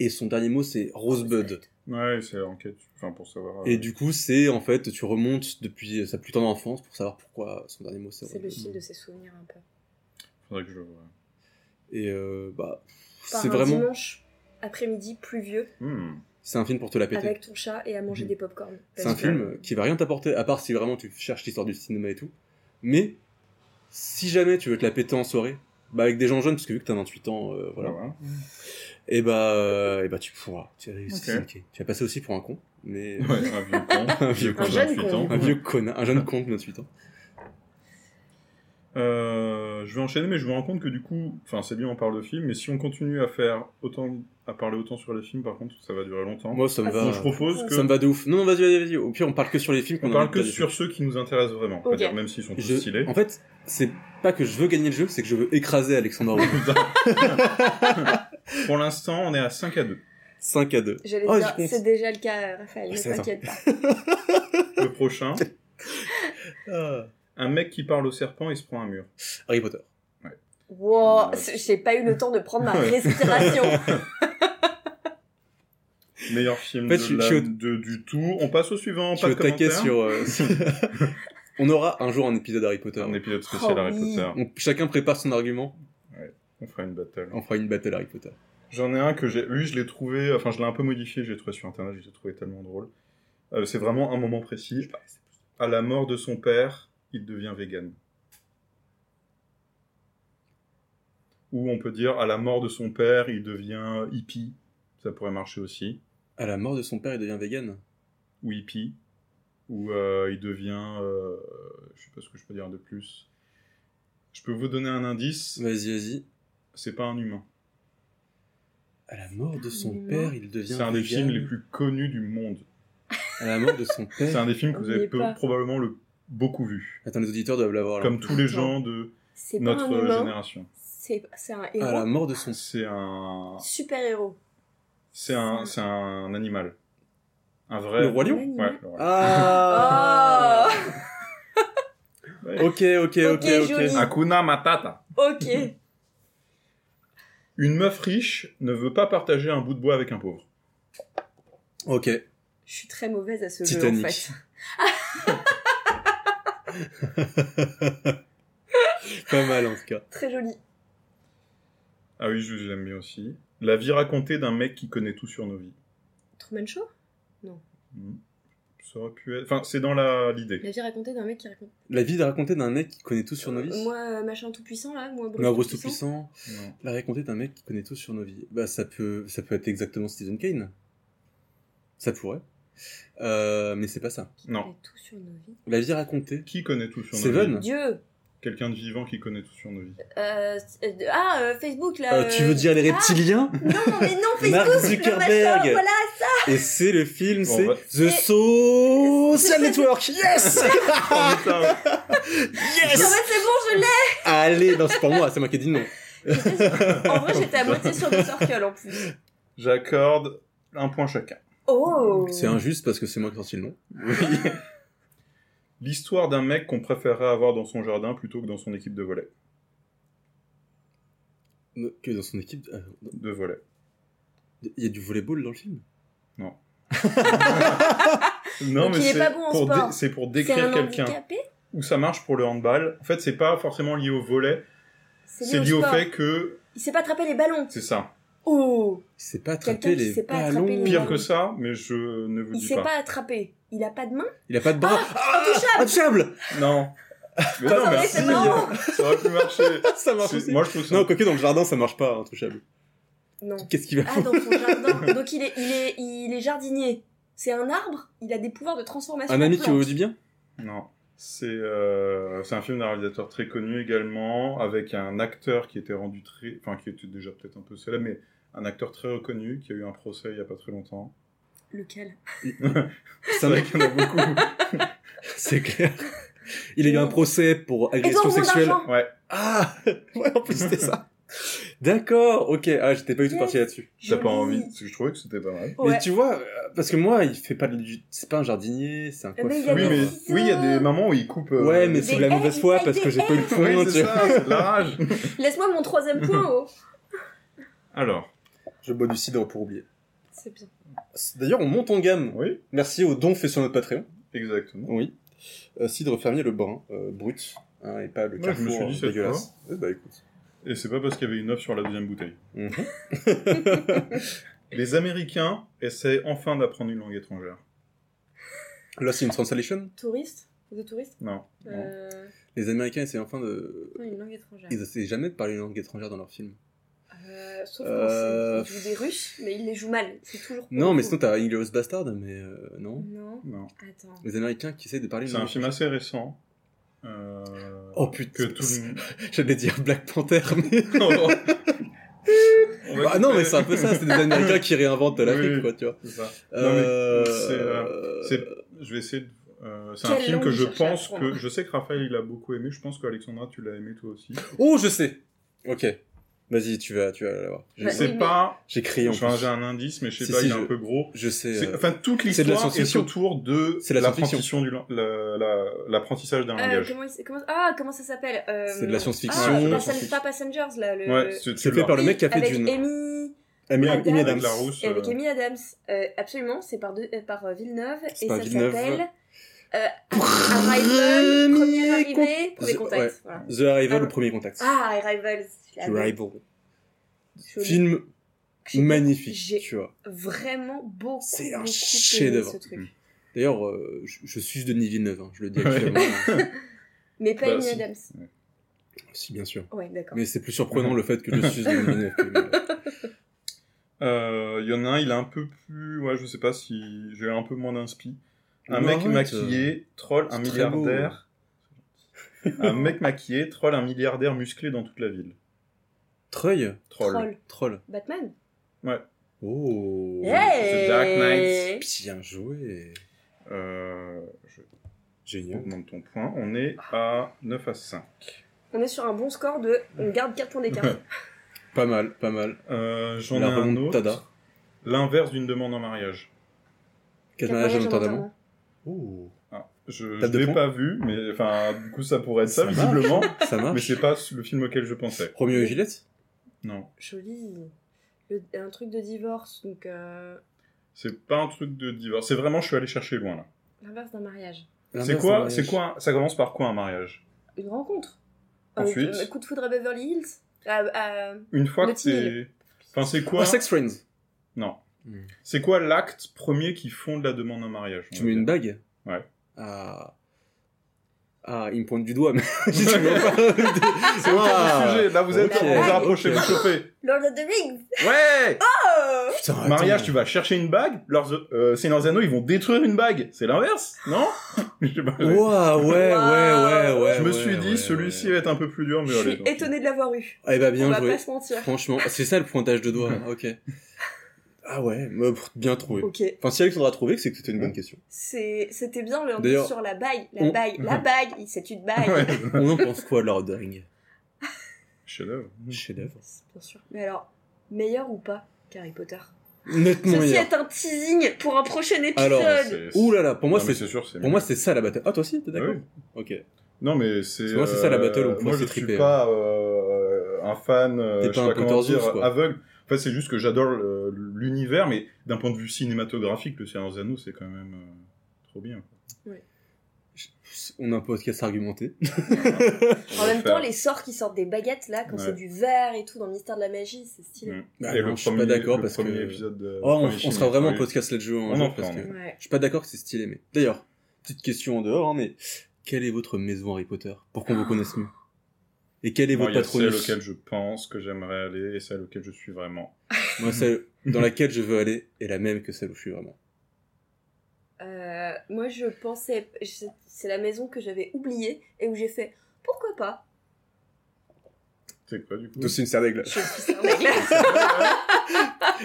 S3: Et son dernier mot, c'est Rosebud.
S1: Ouais, c'est enquête. Enfin, pour savoir.
S3: Et
S1: euh,
S3: du coup, c'est, en fait, tu remontes depuis euh, sa plus tendre enfance pour savoir pourquoi son dernier mot, c'est
S2: C'est le
S3: Rosebud.
S2: fil de ses souvenirs un peu.
S1: faudrait que je le voie.
S3: Et, euh, bah,
S2: Par
S3: c'est
S2: un
S3: vraiment.
S2: dimanche après-midi pluvieux,
S1: Hmm.
S3: C'est un film pour te la péter.
S2: avec ton chat et à manger
S3: Mhm.
S2: des pop-corn.
S3: C'est un
S2: Parce que-
S3: film qui va rien t'apporter, à part si vraiment tu cherches l'histoire du cinéma et tout. Mais si jamais tu veux te la péter en soirée, bah avec des gens jeunes, parce que vu que t'as 28 ans, euh, voilà,
S1: Voilà.
S3: et bah, euh, et bah tu pourras. Tu vas réussir.
S1: Ok.
S3: ok. Tu vas passer aussi pour un con, mais
S1: Ouais, un vieux con.
S3: un vieux
S2: Un
S3: con,
S2: jeune
S1: 28
S2: con.
S1: ans.
S3: un vieux connard, un jeune con de 28 ans.
S1: Euh, je vais enchaîner, mais je me rends compte que du coup, enfin, c'est bien, on parle de films, mais si on continue à faire autant, à parler autant sur les films, par contre, ça va durer longtemps.
S3: Moi, ça me
S2: Ah,
S3: va.
S1: Donc, je propose que
S3: Ça me va de ouf. Non, non, vas-y, vas-y, vas-y. Au pire, on parle que sur les films qu'on
S1: on
S3: a
S1: parle
S3: envie de
S1: que
S3: parler.
S1: sur ceux qui nous intéressent vraiment, on va
S2: Ok.
S1: dire, même s'ils sont tous
S3: Je-
S1: stylés.
S3: En fait, c'est pas que je veux gagner le jeu, c'est que je veux écraser Alexandre Aurier.
S1: Pour l'instant, on est à 5 à 2.
S3: 5 à 2.
S2: J'allais
S3: Oh,
S2: dire,
S3: je compte.
S2: c'est déjà le cas, Raphaël,
S3: Ah,
S2: ne
S3: c'est ça.
S2: t'inquiète pas.
S1: Le prochain, Ah. un mec qui parle au serpent et se prend un mur.
S3: Harry Potter.
S2: Wow, c'est- j'ai pas eu le temps de prendre ma
S1: Ouais.
S2: respiration.
S1: Meilleur film
S3: En fait,
S1: de
S3: je suis-
S1: la-
S3: je suis au-
S1: de- du tout. On passe au suivant,
S3: Je
S1: pas
S3: suis
S1: de
S3: au taquet sur.
S1: commentaires.
S3: euh, on aura un jour un épisode Harry Potter.
S1: Un épisode spécial
S2: Oh
S1: Harry
S2: oui.
S1: Potter.
S3: On- chacun prépare son argument.
S1: On fera une battle.
S3: On fera une battle Harry Potter.
S1: J'en ai un que j'ai. Lui, je l'ai trouvé. Enfin, je l'ai un peu modifié. J'ai trouvé sur internet. Je l'ai trouvé tellement drôle. Euh, c'est vraiment un moment précis. À la mort de son père, il devient vegan. Ou on peut dire à la mort de son père, il devient hippie. Ça pourrait marcher aussi.
S3: À la mort de son père, il devient vegan.
S1: Ou hippie. Ou euh, il devient. euh, je sais pas ce que je peux dire de plus. Je peux vous donner un indice.
S3: Vas-y, vas-y.
S1: C'est pas un humain.
S3: À la mort de son
S2: Non.
S3: père, il devient
S1: C'est un des
S3: vegan.
S1: films les plus connus du monde.
S3: À la mort de son
S1: C'est
S3: père.
S1: un des films que vous
S2: On y est
S1: avez peu-
S2: pas.
S1: probablement le beaucoup vu,
S3: Attends, les auditeurs doivent l'avoir là.
S1: comme tous les
S2: Non.
S1: gens de
S2: C'est pas
S1: notre
S2: un humain,
S1: génération.
S2: c'est c'est un
S3: À Ah, la
S2: héros.
S3: mort de son
S1: C'est un,
S2: Super-héros.
S1: c'est un, c'est un animal, un vrai.
S3: Le roi lion.
S1: Ouais,
S2: L'animal.
S1: le roi lion.
S3: Ah
S2: Oh
S1: Ouais.
S3: Ok, ok, ok,
S2: Ok, joli.
S3: ok.
S1: Hakuna Matata.
S2: Ok.
S1: Une meuf riche ne veut pas partager un bout de bois avec un pauvre.
S3: Ok.
S2: Je suis très mauvaise à ce jeu, en
S3: Titanic.
S2: fait.
S3: Pas mal en tout cas.
S2: Très joli.
S1: Ah oui, je je l'aime bien aussi. La vie racontée d'un mec qui connaît tout sur nos vies.
S2: Truman Show
S1: Hmm. Ça aurait pu être. Enfin, c'est dans la l'idée.
S2: La vie racontée d'un mec qui raconte.
S3: La vie de raconter d'un mec qui connaît tout sur nos vies.
S2: Moi, euh, machin tout puissant, là Moi, Bruce,
S3: Non,
S2: tout
S3: Bruce tout
S2: puissant.
S3: puissant.
S1: Non.
S3: La raconter d'un mec qui connaît tout sur nos vies. Bah ça peut, ça peut être exactement Stephen Kane. Ça pourrait. Euh, mais c'est pas ça.
S1: Non.
S2: Et tout sur nos vies.
S3: La vie racontée.
S1: Qui connaît tout sur nos
S3: Seven.
S1: vies
S2: Dieu
S1: Quelqu'un de vivant qui connaît tout sur nos vies.
S2: Euh, euh, Ah, euh, Facebook, là
S3: Euh, tu veux
S2: euh,
S3: dire les
S2: ah
S3: reptiliens
S2: Non, mais non, Facebook
S3: Mark
S2: le
S3: Zuckerberg.
S2: machin, Voilà, ça
S3: Et c'est le film,
S1: Bon,
S3: c'est
S1: bah-
S3: The Social Network. Yes, Ah.
S1: Oh, putain.
S2: En
S3: yes.
S2: fait, c'est bon, je l'ai
S3: Allez, non, c'est pas moi, c'est moi qui ai dit non.
S2: J'étais- En vrai, j'étais à moitié sur The Circle, en plus.
S1: J'accorde un point chacun.
S2: Oh
S3: C'est injuste parce que c'est moi qui ai sorti le nom.
S1: L'histoire d'un mec qu'on préférerait avoir dans son jardin plutôt que dans son équipe de volet.
S3: Que dans son équipe, euh,
S1: De volet.
S3: il y a du volleyball dans le film.
S1: Non,
S2: Donc il est
S1: c'est
S2: pas bon en
S1: pour,
S2: sport.
S1: dé- c'est pour
S2: C'est un
S1: décrire quelqu'un.
S2: handicapé
S1: Ou ça marche pour le handball. En fait, c'est pas forcément lié au volet. C'est lié au
S2: sport.
S1: fait que
S2: Il sait pas attraper les ballons.
S1: c'est ça.
S2: Oh
S3: Il sait pas
S2: Quelqu'un
S3: attraper
S2: qui
S3: les
S2: sait pas
S3: ballons.
S2: attraper les
S1: Pire
S2: ballons.
S1: que ça, mais je ne vous
S2: Il
S1: dis
S2: sait
S1: pas.
S2: pas attraper. Il a pas de main
S3: Il a pas de bras.
S2: Ah,
S3: Ah,
S2: Intouchable
S3: Intouchable.
S1: Non. Mais non,
S2: Attendez,
S1: mais
S2: c'est
S1: si,
S2: marrant
S1: ça aurait pu marcher.
S3: Ça marche
S1: C'est-
S3: aussi.
S1: Moi, je trouve ça.
S3: Non, quoique dans le jardin, ça marche pas, intouchable.
S2: Non.
S3: Qu'est-ce qu'il va
S2: Ah, dans son jardin. Donc il est, il est, il est jardinier. C'est un arbre Il a des pouvoirs de transformation.
S3: Un ami
S2: en
S3: qui
S2: plante.
S3: veut du bien
S1: Non. C'est euh, c'est un film d'un réalisateur très connu également, avec un acteur qui était rendu très. Enfin, qui était déjà peut-être un peu célèbre, mais un acteur très reconnu qui a eu un procès il y a pas très longtemps.
S2: Lequel
S3: C'est
S1: C'est
S3: un
S1: vrai
S3: mec,
S1: qu'il y en a beaucoup.
S3: c'est clair. Il a eu un procès pour agression
S2: Énormément
S3: sexuelle.
S2: d'argent.
S1: Ouais.
S3: Ah Ouais, en plus, c'était ça. D'accord, ok. Ah, j'étais pas du tout parti là-dessus.
S1: J'ai pas
S2: Joli.
S1: envie. parce que Je trouvais que c'était pas mal.
S2: Ouais.
S3: Mais tu vois, euh, parce que moi, il fait pas du... C'est pas un jardinier, c'est un
S2: Mais il y
S3: coiffeur.
S2: a
S1: Oui,
S2: des
S1: mais
S2: petits
S1: oui, il y a
S2: soins.
S1: des moments où il coupe. euh,
S3: Ouais, mais c'est de la
S2: Des
S3: mauvaise
S2: haies,
S3: foi
S2: des
S3: parce que j'ai pas eu le
S1: Oui,
S3: fond.
S1: c'est
S3: tu vois.
S1: ça, c'est de la rage.
S2: Laisse-moi mon troisième point, oh
S1: Alors,
S3: Je bois du cidre pour oublier.
S2: C'est bien.
S3: D'ailleurs, on monte en gamme.
S1: oui,
S3: Merci aux dons faits sur notre Patreon.
S1: exactement.
S3: Oui. Euh, cidre fermier le brun, euh, brut, hein, et pas le
S1: Ouais, je me
S3: carrefour
S1: suis
S3: euh,
S1: dit cette
S3: dégueulasse. Eh bah écoute.
S1: Et c'est pas parce qu'il y avait une offre sur la deuxième bouteille.
S3: Mhm.
S1: Les Américains essaient enfin d'apprendre une langue étrangère.
S3: Là, c'est une translation.
S2: Touriste De touriste
S1: Non. non.
S2: Euh,
S3: Les Américains essaient enfin de.
S2: non, une langue étrangère.
S3: Ils essaient jamais de parler une langue étrangère dans leurs films.
S2: Euh, sauf
S3: Euh,
S2: français. Ils jouent des russes, mais ils les jouent mal. C'est toujours. pour
S3: Non,
S2: le
S3: mais
S2: coup.
S3: sinon, t'as Inglourious Bastard, mais euh, non.
S2: Non,
S1: Non.
S2: attends.
S3: Les Américains qui essaient de parler une
S1: C'est un
S3: langue.
S1: film assez récent. euh,
S3: Oh, putain.
S1: Que tout le monde-
S3: J'allais dire Black Panther, mais.
S1: On va
S3: Ah non,
S1: couper.
S3: mais c'est un peu ça, c'est des Américains qui réinventent l'Afrique,
S1: Oui.
S3: quoi, tu vois.
S1: C'est ça.
S3: Euh,
S1: c'est,
S3: euh,
S1: C'est- Je vais essayer de. euh, c'est un
S2: Quelle
S1: film
S2: langue
S1: que je
S2: chercher à
S1: pense que.
S2: apprendre
S1: Je sais que Raphaël il a beaucoup aimé. Je pense qu'Alexandra tu l'as aimé toi aussi.
S3: Oh, je sais Ok. Vas-y, tu vas, tu vas la voir. J'ai
S2: Bah,
S1: C'est
S2: oui,
S1: pas.
S3: j'ai crié en
S1: Enfin,
S3: plus.
S1: J'ai un indice, mais je sais
S3: Si,
S1: pas,
S3: si,
S1: il est
S3: je-
S1: un peu gros.
S3: Je sais.
S1: C'est-
S3: euh,
S1: Enfin, toute
S3: c'est de la
S1: l'histoire est
S3: science-fiction.
S1: autour de
S3: C'est de la
S1: l'apprentissage du lan- la- la- l'apprentissage d'un
S2: Euh,
S1: langage.
S2: comment, il s- comment- ah, comment ça s'appelle Euh,
S3: C'est de la
S2: Ah,
S3: science-fiction.
S2: pas,
S1: c'est de la
S2: Passen- pas Passengers, là. Le...
S1: Ouais, c'est
S3: C'est
S1: c'est
S3: fait
S1: là.
S3: par le mec qui a fait
S2: avec
S3: Dune.
S2: Amy,
S3: Amy,
S2: Adams.
S3: Amy
S1: Avec
S3: Adams.
S1: la rousse.
S2: et avec
S1: euh,
S2: Amy Adams. Euh, absolument, c'est par, de- euh, par euh, Villeneuve.
S3: C'est
S2: Et
S3: par
S2: ça
S3: Villeneuve.
S2: s'appelle euh, Arrival, Premier Arrivé, Premier
S3: The-
S2: Contact.
S3: ouais.
S2: voilà.
S3: The Arrival,
S2: Ah,
S3: le premier contact.
S2: Ah, Arrival, je l'avais.
S3: Arrival.
S2: Je l'ai-
S3: Film
S2: j'ai
S3: magnifique,
S2: j'ai-
S3: tu vois.
S2: Vraiment beaucoup,
S3: C'est un
S2: beaucoup aimé
S3: chef-d'œuvre.
S2: ce truc.
S1: Mm.
S3: D'ailleurs, euh, je, je suis Denis Villeneuve, hein, je le dis
S1: Ouais.
S3: actuellement. hein.
S2: Mais pas
S1: Bah,
S2: Amy
S1: si.
S2: Adams.
S3: si, bien sûr.
S2: Ouais, d'accord.
S3: Mm. Mais c'est plus surprenant le fait que je suis Denis Villeneuve. que-
S1: Euh, Il y en a un, il est un peu plus. Ouais, je sais pas si. J'ai un peu moins d'inspi. Un
S3: Mais
S1: mec
S3: arrête,
S1: maquillé, troll un
S3: c'est très beau.
S1: milliardaire. un mec maquillé, troll un milliardaire musclé dans toute la ville.
S3: Treuil
S1: Troll.
S2: Troll.
S3: Troll.
S2: Batman
S3: Oh
S2: Hey
S1: The Dark Knight.
S3: Bien joué
S1: Euh, je
S3: Génial.
S1: augmente ton point. On est
S2: Ah.
S1: à 9 à 5.
S2: On est sur un bon score de. On garde 4 points d'écart.
S3: Pas mal, pas mal.
S1: Euh, J'en ai
S3: La
S1: un autre.
S3: remontada.
S1: L'inverse d'une demande en mariage.
S3: Quel
S2: Quatre
S3: mariage
S2: voyages en
S3: notamment
S2: enterrement.
S3: Oh
S1: Ah, je
S3: T'as
S1: je
S3: deux
S1: l'ai
S3: points
S1: pas vu, mais enfin, du coup, ça pourrait être ça,
S3: Ça marche.
S1: visiblement.
S3: Ça
S1: mais
S3: marche
S1: c'est pas le film auquel je pensais.
S3: Romeo et Juliette
S1: Non.
S2: Joli. Le- un truc de divorce, donc euh,
S1: C'est pas un truc de divorce. C'est vraiment, je suis allé chercher loin là.
S2: l'inverse d'un mariage.
S1: C'est
S3: euh,
S1: quoi, c'est quoi, un- ça commence par quoi un mariage
S2: Une rencontre.
S1: Ensuite.
S2: Un coup de foudre à Beverly Hills. À- à-
S1: Une fois
S2: Le
S1: que c'est. Enfin, c'est quoi
S3: Ah, Sex Friends
S1: Non.
S3: Hmm.
S1: C'est quoi l'acte premier qui fonde la demande en mariage on
S3: Tu
S1: va
S3: mets
S1: dire.
S3: une bague
S1: Ouais.
S3: Ah... Ah, il me pointe du doigt, mais j'y suis même pas.
S1: C'est autour du Ah, sujet. Là, vous êtes
S3: Ah, Ok.
S1: vous rapprochez,
S3: Ok.
S1: vous chauffez.
S2: Lord of the Rings
S1: Ouais
S2: Oh
S3: Putain, Bah, attends.
S1: Mariage, tu vas chercher une bague. Leurs, euh, Seigneurs des Anneaux, ils vont détruire une bague. C'est l'inverse, non Je sais pas.
S3: Ouah, Oh, ouais, ouais, ouais, ouais.
S1: Je
S3: ouais,
S1: me suis dit,
S3: ouais,
S1: celui-ci
S3: ouais.
S1: va être un peu plus dur, mais
S2: Je
S1: allez,
S2: suis
S1: donc.
S2: étonnée de l'avoir eu.
S3: Eh bah,
S2: On
S3: bien
S2: va
S3: joué.
S2: pas se mentir.
S3: Franchement, c'est ça le pointage de doigt, ok. Ah ouais, bah, pff, bien trouvé.
S2: Ok,
S3: Enfin, si Alexandra a trouvé, c'est que c'était une bonne question.
S2: C'est- c'était bien le
S3: D'ailleurs,
S2: sur la bague, la
S3: on-
S2: bague, la bague, Il- c'est une bague.
S1: Ouais.
S3: On en pense quoi, Lord of the Ring
S1: Chef-d'œuvre.
S3: Chef-d'œuvre.
S2: Bien sûr. Mais alors, meilleur ou pas qu'Harry Potter
S3: Nettement
S2: Ceci
S3: meilleur.
S2: est un teasing pour un prochain épisode.
S3: Alors,
S1: C'est-
S3: Ouh là là, pour moi,
S1: Non, mais
S3: c'est
S1: sûr, c'est
S3: pour moi c'est ça la battle. Ah toi aussi, t'es d'accord Ok.
S1: Non, mais c'est.
S3: Parce que moi, c'est ça, la battle, on
S1: euh,
S3: pourrait
S1: Moi,
S3: se
S1: je
S3: triper,
S1: suis pas euh, un fan. euh,
S3: T'es
S1: je
S3: pas
S1: sais
S3: un
S1: pas comment
S3: Potter's
S1: dire,
S3: Goose, quoi.
S1: aveugle. Enfin, c'est juste que j'adore le- l'univers, mais d'un point de vue cinématographique, le Seigneur des Anneaux, c'est quand même euh, trop bien. quoi.
S3: On a un podcast argumenté.
S1: On
S2: En
S1: va
S2: même
S1: faire.
S2: temps, les sorts qui sortent des baguettes là, quand
S1: Ouais.
S2: c'est du verre et tout dans le mystère de la magie, c'est stylé.
S1: Ouais.
S3: Bah
S1: Et
S3: non,
S1: le
S3: je suis
S1: premier-
S3: pas d'accord
S1: le
S3: parce
S1: premier
S3: que.
S1: épisode de-
S3: Oh, on,
S1: premier
S3: on
S1: film,
S3: sera vraiment
S1: oui.
S3: un podcast là-dessus un
S1: On
S3: jour
S1: en
S3: parce
S1: fera,
S3: que
S1: on
S2: Ouais.
S3: je suis pas d'accord que c'est stylé mais. D'ailleurs, petite question en dehors hein, mais quelle est votre maison Harry Potter pour qu'on vous connaisse mieux Et quel est
S1: Non,
S3: votre
S1: il y a celle
S3: patronus
S1: auquel je pense que j'aimerais aller et celle auquel je suis vraiment.
S3: Moi celle dans laquelle je veux aller est la même que celle où je suis vraiment.
S2: Euh, moi, je pensais, je- c'est la maison que j'avais oubliée et où j'ai fait pourquoi pas.
S1: C'est quoi du coup
S3: une serre d'aigle.
S2: Je suis sur la glace.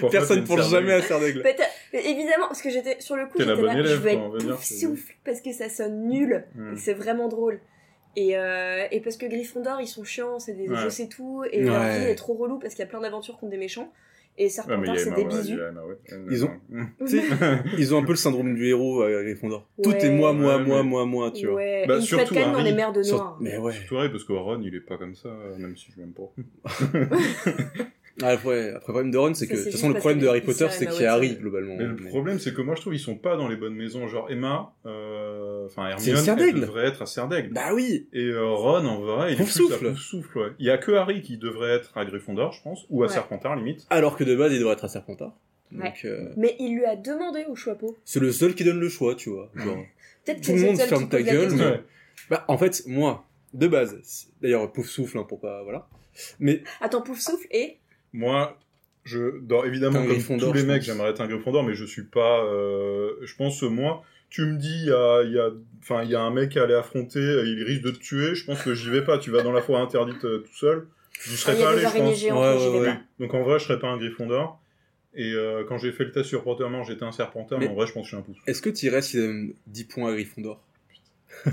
S1: Pour toi, t'es
S3: Personne
S1: une
S3: pour
S1: serveuse.
S3: jamais à serre d'aigle.
S2: Peut-être- Mais évidemment, parce que j'étais sur le coup,
S1: T'es la
S2: j'étais
S1: bonne
S2: là,
S1: élève,
S2: je vais
S1: quoi, on va
S2: être
S1: dire,
S2: pouf
S1: c'est-
S2: souffle parce que ça sonne nul
S1: Hmm.
S2: et c'est vraiment drôle. Et, euh, et parce que Gryffondor, ils sont chiants, c'est des
S1: Ouais.
S2: je sais tout et leur
S3: Ouais.
S2: vie est trop relou parce qu'il y a plein d'aventures contre des méchants. Et
S1: Ouais, mais
S2: Serpentard,
S1: il y a
S2: c'est
S1: Emma
S2: des
S1: Watts, il
S2: bisous.
S1: y a Emma Hmm. Watts.
S3: Ils ont- Tu sais, ils ont un peu le syndrome du héros à Gryffondor. Tout
S2: Ouais.
S3: est moi, moi,
S1: Ouais,
S3: moi,
S1: mais-
S3: moi, moi, tu vois.
S2: Ouais,
S1: Bah,
S2: et ils se mettent
S1: surtout
S2: quand même dans
S1: Harry.
S2: les mers de
S3: Sur-
S2: noir. hein.
S3: Mais ouais.
S1: Surtout Harry, parce que Ron, il est pas comme ça, euh, même si je l'aime pas.
S3: Ah, ouais. Après, le problème de Ron, c'est
S2: Ça,
S3: que. De
S2: c'est
S3: toute
S2: juste
S3: façon, le
S2: parce
S3: problème
S2: que
S3: de Harry
S2: il
S3: Potter,
S2: sert
S3: c'est
S2: Emma
S3: qu'il y a
S2: Watson.
S3: Harry, globalement.
S1: Mais le problème, c'est que moi, je trouve ils sont pas dans les bonnes maisons. Genre Emma, euh, enfin
S3: C'est une
S1: Hermione,
S3: serre
S1: elle
S3: d'aigle.
S1: devrait être à Serre d'Aigle.
S3: Bah oui
S1: Et euh, Ron, en vrai, il est plus
S3: Poufsouffle.
S1: à souffle. Il y a que Harry qui devrait être à Gryffondor, je pense, ou à
S2: Ouais.
S1: Serpentard limite.
S3: Alors que de base, il devrait être à Serpentard. Donc, euh,
S2: Mais il lui a demandé au chapeau.
S3: c'est le seul qui donne le choix, tu vois. Genre,
S2: Peut-être
S3: Tout
S2: que
S3: le
S2: c'est
S3: monde
S2: seul qui
S3: ferme ta
S2: pose la
S3: gueule,
S2: question.
S3: mais- Bah, en fait, moi, de base, c'est- d'ailleurs, pouf souffle, hein, pour pas, voilà. Mais
S2: Attends, pouf souffle et.
S1: Moi, je, dans-
S3: T'es
S1: évidemment,
S3: un
S1: comme tous
S3: Gryffondor,
S1: les
S3: je
S1: mecs,
S3: pense.
S1: j'aimerais être un Gryffondor, mais je suis pas. euh, je pense, euh, moi, tu me dis, il y a, il y a- enfin, il y a un mec à aller affronter, euh, il risque de te tuer, je pense que j'y vais pas. Tu vas dans la forêt interdite euh, tout seul, je
S2: Ah,
S1: serais
S2: Il y
S1: pas
S2: a
S1: allé,
S2: des
S1: je
S2: araignées
S1: pense.
S2: géantes,
S3: Ouais,
S2: moi, j'y
S3: ouais,
S2: vais
S3: ouais.
S2: pas.
S1: Donc en vrai, je serais pas un Gryffondor. Et euh, quand j'ai fait le test sur Pottermore, j'étais un Serpentin, mais,
S3: Mais-
S1: en vrai, je pense que je suis un pouce.
S3: est-ce que tu irais si tu donnes 10 points à Gryffondor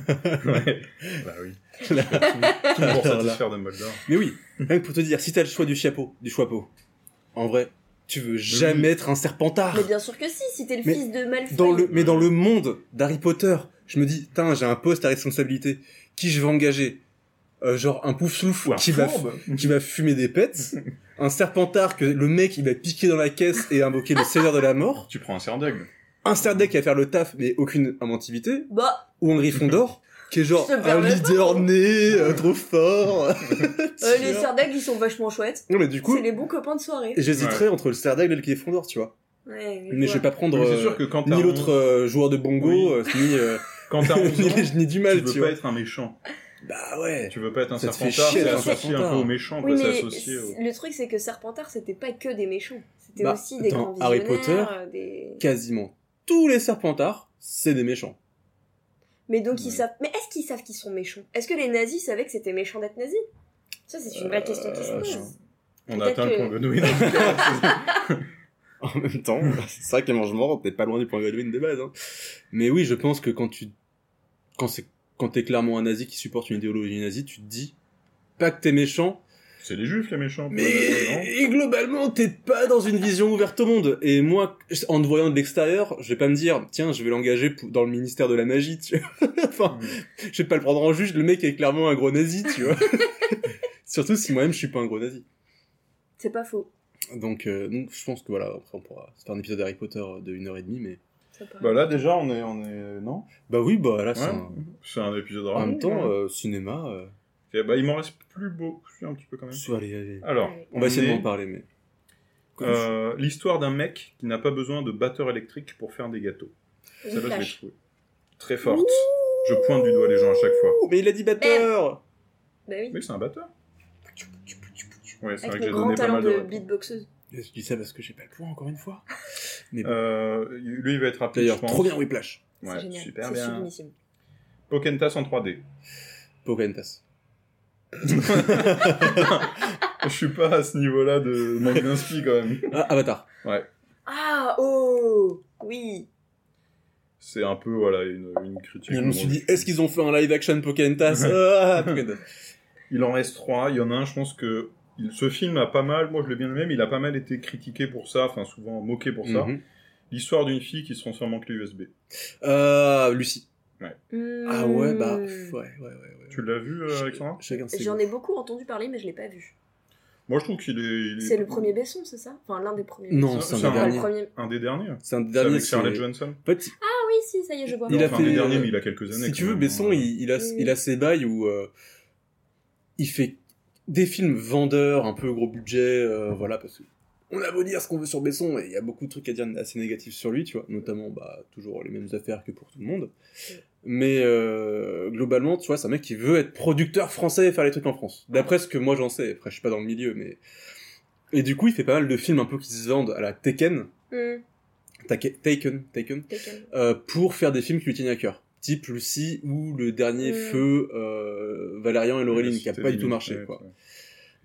S1: Ouais. bah oui.
S3: Là,
S1: Tout pour
S3: Alors là.
S1: satisfaire Dumbledore.
S3: Mais oui, même pour te dire, si t'as le choix du chapeau, du chapeau, en vrai, tu veux jamais être un serpentard.
S2: Mais bien sûr que si, si t'es le
S3: Mais
S2: fils de Malfoy.
S3: Dans le, mais dans le monde d'Harry Potter, je me dis, tiens, j'ai un poste à responsabilité. Qui je vais engager Euh, Genre un pouf souffle
S1: Ou un
S3: qui, va
S1: fourbe.
S3: fu- qui va fumer des pets. un serpentard que le mec il va piquer dans la caisse et invoquer le Seigneur de la Mort.
S1: Tu prends un cerf d'aigle.
S3: Un Serdec qui va faire le taf mais aucune inventivité.
S2: Bah,
S3: Ou un Gryffondor qui est genre
S2: Je te
S3: un
S2: permets pas.
S3: leader né, euh, trop fort.
S2: euh, les Serdags, ils sont vachement chouettes.
S3: Non mais du coup,
S2: C'est les bons copains de soirée.
S3: j'hésiterais entre le Serdec et le Gryffondor, tu vois.
S2: Ouais,
S3: Mais je vais pas prendre
S1: Oui, c'est
S3: euh,
S1: sûr que quand t'as
S3: ni
S1: un-
S3: l'autre euh, joueur de bongo,
S1: Oui.
S3: euh, ni, euh,
S1: Quand t'as 11
S3: ni,
S1: ans,
S3: les- ni du
S1: tu
S3: mal, tu,
S1: veux pas
S3: vois.
S1: être un méchant.
S3: Bah ouais.
S1: Tu veux pas être un
S3: Ça te fait
S1: serpentard,
S3: chier
S1: c'est
S2: d'être un
S1: associé un peu
S3: serpentard.
S1: au méchant,
S2: Oui,
S1: quoi, c'est
S2: mais
S1: associé au...
S2: c- le truc, c'est que Serpentard, c'était pas que des méchants. C'était
S3: Bah,
S2: aussi des
S3: dans
S2: grands
S3: Harry
S2: visionnaires,
S3: Potter,
S2: euh, des...
S3: Quasiment tous les serpentards, c'est des méchants.
S2: Mais donc,
S1: Ouais.
S2: ils savent... Mais est-ce qu'ils savent qu'ils sont méchants Est-ce que les nazis savaient que c'était méchant d'être nazi Ça, c'est une vraie question qui se
S3: Euh,
S2: pose.
S1: On a
S2: Peut-être
S1: atteint le
S2: que-
S1: point Godwin. C'est-
S3: En même temps, bah, c'est vrai qu'à mange mort, t'es pas loin du point Godwin de base. Hein. Mais oui, je pense que quand tu. Quand c'est quand t'es clairement un nazi qui supporte une idéologie nazie, tu te dis pas que t'es méchant,
S1: c'est les juifs, les méchants.
S3: mais
S1: probablement.
S3: et globalement t'es pas dans une vision ouverte au monde. Et moi, en te voyant de l'extérieur, je vais pas me dire tiens, je vais l'engager pour- dans le ministère de la magie. Tu vois. enfin, je vais pas le prendre en juge, le mec est clairement un gros nazi, tu vois. Surtout si moi-même je suis pas un gros nazi.
S2: C'est pas faux.
S3: Donc, euh, donc, je pense que voilà, après on pourra se faire un épisode d'Harry Potter euh, de 1h30, mais.
S2: Ça paraît.
S1: Bah là, déjà, on est... On est... Non
S3: Bah oui, bah là, c'est
S1: Ouais.
S3: un-
S1: C'est un épisode
S3: en
S1: rare.
S3: même temps, euh, cinéma. euh,
S1: Et bah, il m'en reste plus beau, un petit peu quand même.
S3: c'est- allez, allez.
S1: Alors,
S2: Ouais.
S3: On va essayer de
S1: est-
S3: m'en parler, mais.
S1: euh, L'histoire d'un mec qui n'a pas besoin de batteur électrique pour faire des gâteaux. Ça, là, je l'ai
S2: Whiplash.
S1: trouvé. Très forte. Je pointe du doigt les gens à chaque fois.
S3: Oh, mais il a dit batteur
S2: Bah oui.
S1: Oui, c'est un batteur. Ouais, c'est vrai
S2: Avec
S1: que j'ai
S2: mon grand
S1: donné pas
S2: talent
S1: mal de...
S2: de
S1: réponses.
S2: beatboxeuse.
S3: Je dis ça parce que j'ai pas le point, encore une fois.
S1: Euh, lui, il va être rapide,
S3: D'ailleurs,
S1: je pense.
S3: trop bien Whiplash.
S1: Ouais,
S2: c'est génial.
S1: super
S2: c'est
S1: bien.
S2: sublimissime.
S1: Pokentas en 3D.
S3: Pocahontas.
S1: Je suis pas à ce niveau-là de manque d'inspi quand même.
S3: Ah, Avatar.
S2: Ah, oh Oui
S1: C'est un peu voilà une, une critique.
S3: Je me suis
S1: Bon,
S3: dit, est-ce qu'ils ont fait un live action Pocahontas Ah, Pocahontas.
S1: Il en reste trois. Il y en a un, je pense que il- ce film a pas mal. Moi, je l'ai bien aimé, mais il a pas mal été critiqué pour ça, enfin souvent moqué pour ça.
S3: Mhm.
S1: L'histoire d'une fille qui se transforme en clé USB.
S3: Euh, Lucie. Ah ouais,
S2: Hmm.
S3: bah. pff, Ouais, ouais, ouais. ouais.
S1: Tu l'as vu, euh, Alexandra
S3: Chacun ses
S2: J'en
S3: goûts.
S2: ai beaucoup entendu parler, mais je l'ai pas vu.
S1: Moi, je trouve qu'il est. il est-
S2: C'est le premier Besson, c'est ça Enfin, l'un des premiers.
S3: Non, c'est
S1: C'est un-
S3: un,
S1: c'est
S3: des
S1: un-
S2: Enfin, le
S3: derniers.
S2: premier.
S1: Un des derniers.
S3: C'est un des
S1: C'est
S3: derniers.
S1: avec Scarlett
S3: c'est-
S1: Johnson.
S3: En fait,
S2: Ah oui, si, ça y est, je vois.
S3: Il a
S1: enfin,
S3: fait,
S1: un des derniers,
S3: euh,
S1: mais il a quelques années.
S3: si tu
S1: quand
S3: veux,
S1: même,
S3: Besson,
S1: hein.
S3: il, il a,
S2: Oui.
S3: il a ses bails où euh, il fait des films vendeurs, un peu gros budget, euh, voilà, parce que on a beau dire ce qu'on veut sur Besson, et il y a beaucoup de trucs à dire assez négatifs sur lui, tu vois, notamment bah, toujours les mêmes affaires que pour tout le monde. Mais euh, globalement, tu vois, c'est un mec qui veut être producteur français et faire les trucs en France. D'après ce que moi j'en sais, après je suis pas dans le milieu, mais. Et du coup, il fait pas mal de films un peu qui se vendent à la Tekken,
S2: Hmm,
S3: Take- Taken, Taken,
S2: t'es calme.
S3: euh, pour faire des films qui lui tiennent à cœur. Type Lucie ou le dernier
S2: Mm.
S3: feu euh, Valérian et Laureline qui a
S1: C'était
S3: pas
S1: des
S3: du tout marché
S1: minutes,
S3: quoi.
S1: ouais.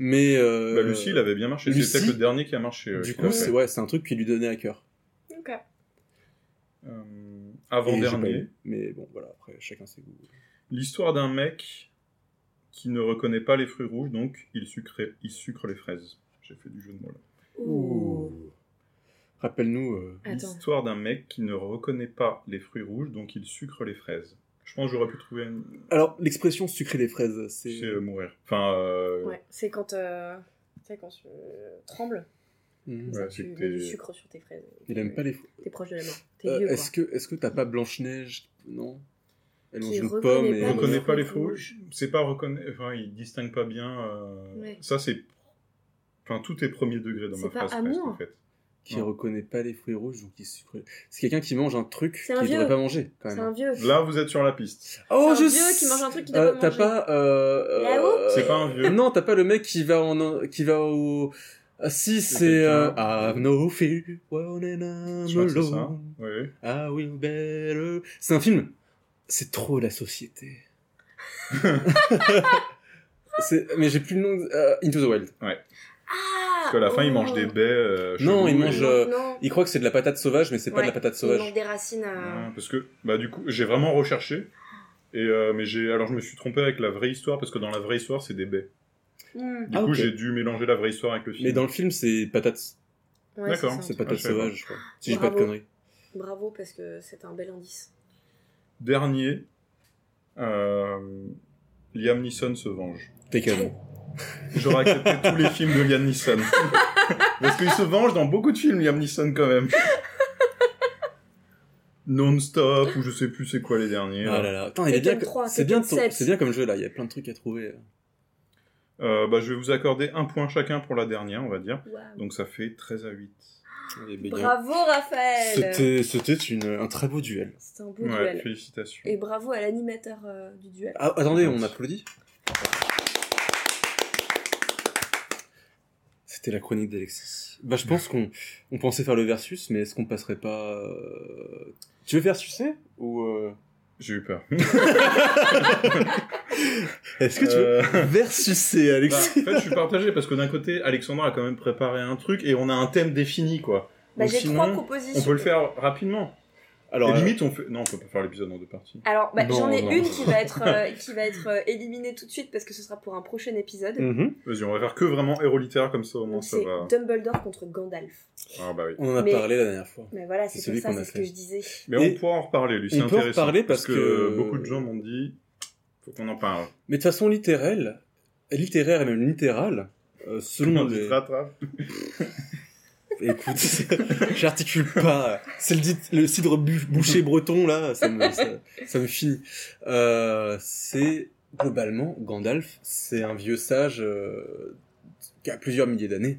S3: Mais euh,
S1: Bah, Lucie, il avait bien marché. C'est
S3: Lucie,
S1: peut-être le dernier qui a marché. euh,
S3: du
S1: qu'il a
S3: coup
S1: fait.
S3: c'est ouais c'est un truc qui lui donnait à cœur.
S2: Ok.
S1: Euh,
S3: Et
S1: avant
S3: j'ai pas
S1: dernier.
S3: aimé. Mais bon voilà après chacun ses goûts.
S1: L'histoire d'un mec qui ne reconnaît pas les fruits rouges, donc il sucre, il sucre les fraises. J'ai fait du jeu de mots là.
S2: Ouh.
S3: Rappelle-nous. euh,
S2: Attends.
S1: L'histoire d'un mec qui ne reconnaît pas les fruits rouges, donc il sucre les fraises. Je pense que j'aurais pu trouver une...
S3: Alors l'expression sucrer les fraises c'est
S1: C'est euh, mourir. Enfin, euh,
S2: Ouais, c'est quand. euh, Tu sais, quand tu euh, trembles,
S3: Mhm.
S2: comme ça,
S1: Ouais, c'est
S2: tu
S1: que
S2: mets du
S1: t'es-
S2: sucre sur tes fraises.
S3: Il aime pas les.
S2: T'es proche de la mort. T'es
S3: Euh,
S2: vieux, quoi.
S3: est-ce que est-ce que t'as pas Blanche Neige non? Elle
S2: Qui
S3: mange une
S2: reconnaît
S3: pomme et
S2: pas
S1: il
S2: les
S1: reconnaît
S2: fruits
S1: pas les fruits
S2: rouges.
S1: rouges. C'est pas reconnaît. Enfin, il distingue pas bien. euh,
S2: Ouais.
S1: Ça, c'est. Enfin, tout est premier degré dans
S2: C'est
S1: ma
S2: pas
S1: phrase presque,
S2: amour.
S1: en fait.
S3: qui
S1: Non.
S3: reconnaît pas les fruits rouges ou qui se- C'est quelqu'un qui mange un truc qu'il
S2: C'est un
S3: devrait
S2: vieux.
S3: pas manger quand
S2: C'est
S3: même. hein.
S2: un vieux.
S1: Là, vous êtes sur la piste.
S3: Oh,
S2: C'est un
S3: je
S2: vieux
S3: sais-
S2: qui mange un truc qu'il
S3: Euh,
S2: doit pas
S3: T'as
S2: manger.
S3: pas. euh,
S2: Là-haut
S3: euh,
S1: C'est pas un vieux.
S3: Non, t'as pas le mec qui va en. qui va au. Ah, Si,
S1: C'est
S3: c'est. Euh...
S1: quelqu'un.
S3: I've no fear when I'm
S1: Je crois que c'est ça.
S3: alone.
S1: Oui.
S3: I will better. C'est un film. C'est trop la société. C'est- Mais j'ai plus le nom. euh, Into the Wild.
S2: Ah
S1: Parce qu'à la fin, il
S2: oh.
S1: mange des baies. euh,
S3: Non,
S1: cheloues
S3: il
S1: et-
S3: mange, euh,
S2: Non,
S3: Il croit que c'est de la patate sauvage, mais c'est pas
S2: Ouais,
S3: de la patate
S2: il mange
S3: sauvage.
S2: des racines. euh,
S1: Ouais, parce que bah du coup j'ai vraiment recherché et euh, mais j'ai alors je me suis trompé avec la vraie histoire parce que dans la vraie histoire c'est des baies.
S2: hmm,
S1: Du
S3: Ah,
S1: coup
S3: ok.
S1: j'ai dû mélanger la vraie histoire avec le film.
S3: Mais dans le film, c'est patate.
S2: ouais,
S1: D'accord,
S2: c'est ça.
S3: C'est patate
S1: je savais pas.
S3: sauvage, je crois. Si j'ai pas de
S2: Bravo.
S3: conneries.
S2: Bravo parce que c'est un bel indice.
S1: Dernier, euh, Liam Neeson se venge.
S3: T'es calme.
S1: J'aurais accepté tous les films de Liam Neeson parce qu'il se venge dans beaucoup de films Liam Neeson quand même. Non-stop ou je sais plus c'est quoi les derniers.
S3: Ah là là. Attends, il est bien.
S2: Tekken trois,
S3: C'est bien,
S2: Tekken
S3: ton-
S2: sept.
S3: c'est bien comme jeu là. Il y a plein de trucs à trouver.
S1: Euh, bah, je vais vous accorder un point chacun pour la dernière on va dire.
S2: Waouh.
S1: Donc ça fait 13 à 8.
S3: Les béguins.
S2: Bravo Raphaël
S3: C'était c'était une- un très beau duel.
S2: C'était un beau
S1: Ouais,
S2: duel.
S1: félicitations.
S2: Et bravo à l'animateur euh, du duel.
S3: Ah, attendez, on applaudit. C'était la chronique d'Alexis. Bah, je pense qu'on on pensait faire le versus, mais est-ce qu'on passerait pas. euh, Tu veux versuser Ou. euh,
S1: J'ai eu peur.
S3: Est-ce que tu veux
S1: Euh,
S3: versuser,
S1: bah, en
S3: Alexis
S1: fait, je suis partagé parce que d'un côté, Alexandra a quand même préparé un truc et on a un thème défini, quoi.
S2: Bah,
S1: Donc
S2: j'ai
S1: sinon,
S2: trois propositions.
S1: on peut le faire rapidement.
S3: Alors,
S1: et
S3: euh,
S1: limite, on fait. Non, on peut pas faire l'épisode en deux parties.
S2: Alors, bah,
S3: Non,
S2: j'en ai
S3: non.
S2: une qui va être, euh, qui va être euh, éliminée tout de suite parce que ce sera pour un prochain épisode.
S3: mhm.
S1: Vas-y, on va faire que vraiment héros littéraire comme ça, au moins
S2: Donc,
S1: ça
S2: c'est
S1: va.
S2: Dumbledore contre Gandalf.
S1: Ah bah oui.
S3: On en a
S2: Mais-
S3: parlé la dernière fois.
S2: Mais voilà,
S3: C'est
S2: c'est
S3: celui
S2: ça,
S3: qu'on a
S2: c'est ce
S3: fait.
S2: que je disais.
S1: Mais
S3: Et-
S1: on pourra en reparler, lui,
S3: on
S1: c'est
S3: peut en
S1: intéressant.
S3: reparler parce que-
S1: beaucoup de gens m'ont dit. Faut qu'on en parle.
S3: Mais de façon littérale, littéraire et même littérale, euh, selon
S1: On dit
S3: les-
S1: rattrape.
S3: Écoute, j'articule pas. C'est le, dit- le cidre bu- bouché breton, là, ça me, ça, ça me finit. Euh, c'est, globalement, Gandalf, c'est un vieux sage euh, qui a plusieurs milliers d'années,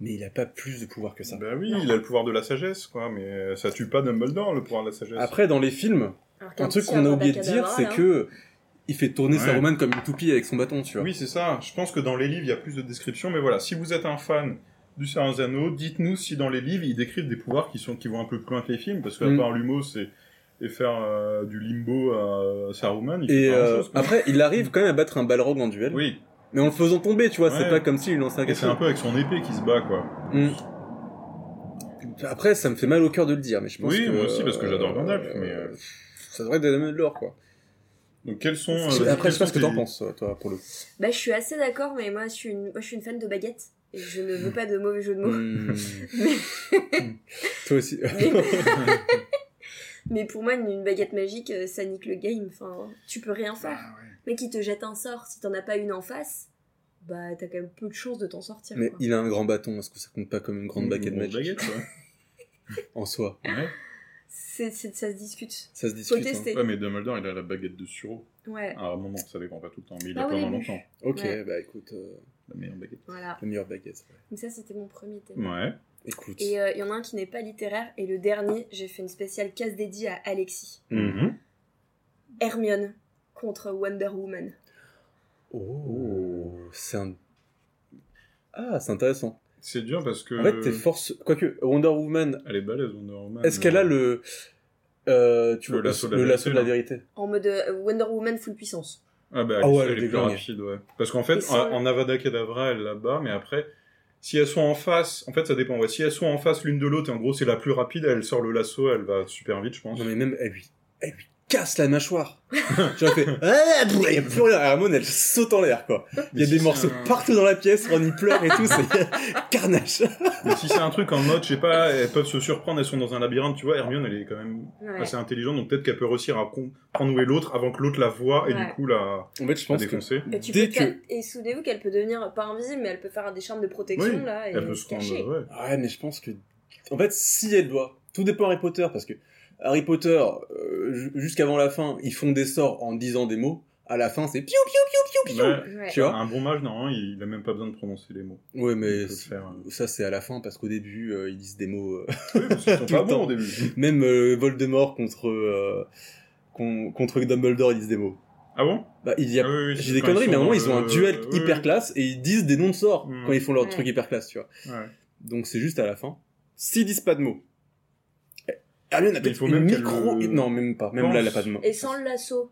S3: mais il a pas plus de pouvoir que ça.
S1: Bah oui, il a le pouvoir de la sagesse, quoi. Mais ça tue pas Dumbledore, le pouvoir de la sagesse.
S3: Après, dans les films,
S2: Alors qu'un
S3: un truc
S2: petit hein.
S3: qu'on a oublié de dire,
S2: abracadabra,
S3: c'est
S2: là.
S3: que il fait tourner sa
S1: Ouais.
S3: romane comme une toupie avec son bâton, tu vois.
S1: Oui, c'est ça. Je pense que dans les livres, il y a plus de descriptions. Mais voilà, si vous êtes un fan du Seigneur des Anneaux, dites-nous si dans les livres, ils décrivent des pouvoirs qui, sont, qui vont un peu plus loin que les films. Parce qu'à
S3: Mm.
S1: part l'humo, c'est. Et faire euh, du limbo à Saruman, il
S3: Et
S1: fait pas
S3: euh,
S1: grand-chose, quoi.
S3: après, il arrive quand même à battre un Balrog en duel,
S1: Oui,
S3: mais en le faisant tomber, tu vois,
S1: Ouais.
S3: c'est pas comme s'il lançait un
S1: et c'est un peu avec son épée qui se bat, quoi.
S3: Mm. Après, ça me fait mal au cœur de le dire, mais je pense
S1: Oui,
S3: que...
S1: moi aussi, parce que j'adore Gandalf,
S3: euh,
S1: mais, euh,
S3: Ça devrait être de l'or, quoi.
S1: Donc, quels sont. euh, vas-y,
S3: Après, je
S1: quels
S3: sais pas ce
S1: sont
S3: que t'en
S1: tes-
S3: penses, euh, toi, pour le coup.
S2: Bah, je suis assez d'accord, mais moi je, suis une... moi, je suis une fan de baguette. Et je ne
S3: Hum.
S2: veux pas de mauvais jeux de mots.
S3: toi aussi.
S2: Mais pour moi, une, une baguette magique, euh, ça nique le game. Enfin, tu peux rien faire.
S1: Ah, ouais.
S2: Mais qui te jette un sort, si t'en as pas une en face, bah t'as quand même peu de chances de t'en sortir.
S3: mais
S2: quoi.
S3: il a un grand bâton, est-ce que ça compte pas comme une grande
S1: Une
S3: baguette
S1: grosse
S3: magique
S1: Mmh, baguette,
S3: En soi,
S1: ouais. ouais.
S2: C'est, c'est- ça se discute.
S3: ça se
S2: Faut
S3: discute. hein.
S2: tester.
S1: Ouais, mais Dumbledore, il a la baguette de Suro.
S2: Ouais,
S1: Ah, non, non, ça dépend pas tout le temps, mais il
S2: Ah,
S1: a
S2: au
S1: pas pendant
S2: début.
S1: longtemps.
S3: Ok,
S2: Ouais.
S3: bah écoute, euh,
S1: La meilleure baguette.
S2: voilà.
S3: la meilleure baguette. ouais.
S2: Donc ça, c'était mon premier thème.
S1: Ouais.
S3: Écoute.
S2: Et euh, il y en a un qui n'est pas littéraire. Et le dernier, j'ai fait une spéciale case dédiée à Alexis.
S3: Hmm.
S1: Mhm.
S2: Hermione contre Wonder Woman.
S3: Oh, c'est un... Ah, c'est intéressant.
S1: C'est dur parce que.
S3: En fait, t'es force... Quoique, Wonder Woman
S1: Elle est balèze, Wonder Woman.
S3: Est-ce qu'elle a le. euh, tu
S1: Ah, Le
S3: vois,
S1: lasso de la
S3: le
S1: vérité,
S3: lasso de la
S1: là.
S3: vérité.
S2: En mode euh, Wonder Woman full puissance.
S1: Ah bah,
S3: Ah ouais,
S1: elle,
S3: elle
S1: est plus
S3: déglingue.
S1: rapide, ouais. Parce qu'en
S2: Et
S1: fait,
S2: sans-
S1: en, en Avada Kedavra, elle la bat, mais après, si elles sont en face, en fait, ça dépend. ouais. Si elles sont en face l'une de l'autre, et en gros, c'est la plus rapide, elle sort le lasso, elle va super vite, je pense.
S3: Oh, Non, mais même, elle lui, elle lui casse la mâchoire. J'aurais fait. Ah, il n'y a plus rien. Ramon, elle saute en l'air, quoi. Il y a
S1: Mais
S3: des
S1: si
S3: morceaux
S1: c'est un-
S3: partout dans la pièce, Ron y pleure et tout, c'est carnage.
S1: Mais si c'est un truc en mode, je sais pas, elles peuvent se surprendre, elles sont dans un labyrinthe, tu vois, Hermione, elle est quand même
S2: Ouais.
S1: assez intelligente, donc peut-être qu'elle peut réussir à comprendre où est l'autre avant que l'autre la voie, et
S2: Ouais.
S1: du coup, la,
S3: En fait, je pense
S1: la
S3: que.
S1: défoncer.
S2: Et, tu
S3: Dès
S2: peux faire-
S3: que.
S2: et souvenez-vous qu'elle peut devenir pas invisible, mais elle peut faire des charmes de protection
S1: Oui,
S2: là et
S1: Elle peut
S2: se
S1: se
S2: cacher.
S1: rendre, ouais.
S3: Ouais, mais je pense que. En fait, si elle doit. Tout dépend Harry Potter, parce que Harry Potter, euh, ju- jusqu'avant la fin, ils font des sorts en disant des mots. à la fin, c'est piou piou piou piou piou.
S1: Ouais.
S2: Ouais.
S3: Tu vois
S1: Un bon mage, normalement, il il a même pas besoin de prononcer les mots.
S3: Ouais, mais
S1: Il peut le
S3: c'est-
S1: faire, euh.
S3: ça c'est à la fin parce qu'au début euh, ils disent des mots. euh,
S1: Oui, parce qu'ils sont
S3: Tout le
S1: pas bons
S3: temps.
S1: au début.
S3: Même euh, Voldemort contre euh, con- contre Dumbledore ils disent des mots.
S1: Ah bon
S3: Bah il y a.
S1: Ah oui, oui,
S3: J'ai
S1: c'est
S3: des
S1: quand
S3: conneries,
S1: sont
S3: mais à un
S1: dans
S3: moment ils ont un
S1: le-
S3: duel
S1: oui,
S3: hyper classe et ils disent des noms de sorts
S1: Mm.
S3: quand ils font leur
S2: Mm.
S3: truc hyper classe, tu vois.
S1: Ouais.
S3: Donc c'est juste à la fin. S'ils disent pas de mots. Eh, Hermione a
S1: Mais il
S3: peut-être
S1: faut
S3: une
S1: même qu'elle
S3: micro.
S1: le-
S3: Non, même pas. Même
S1: pense.
S3: là, elle a pas de mots.
S2: Et sans le lasso.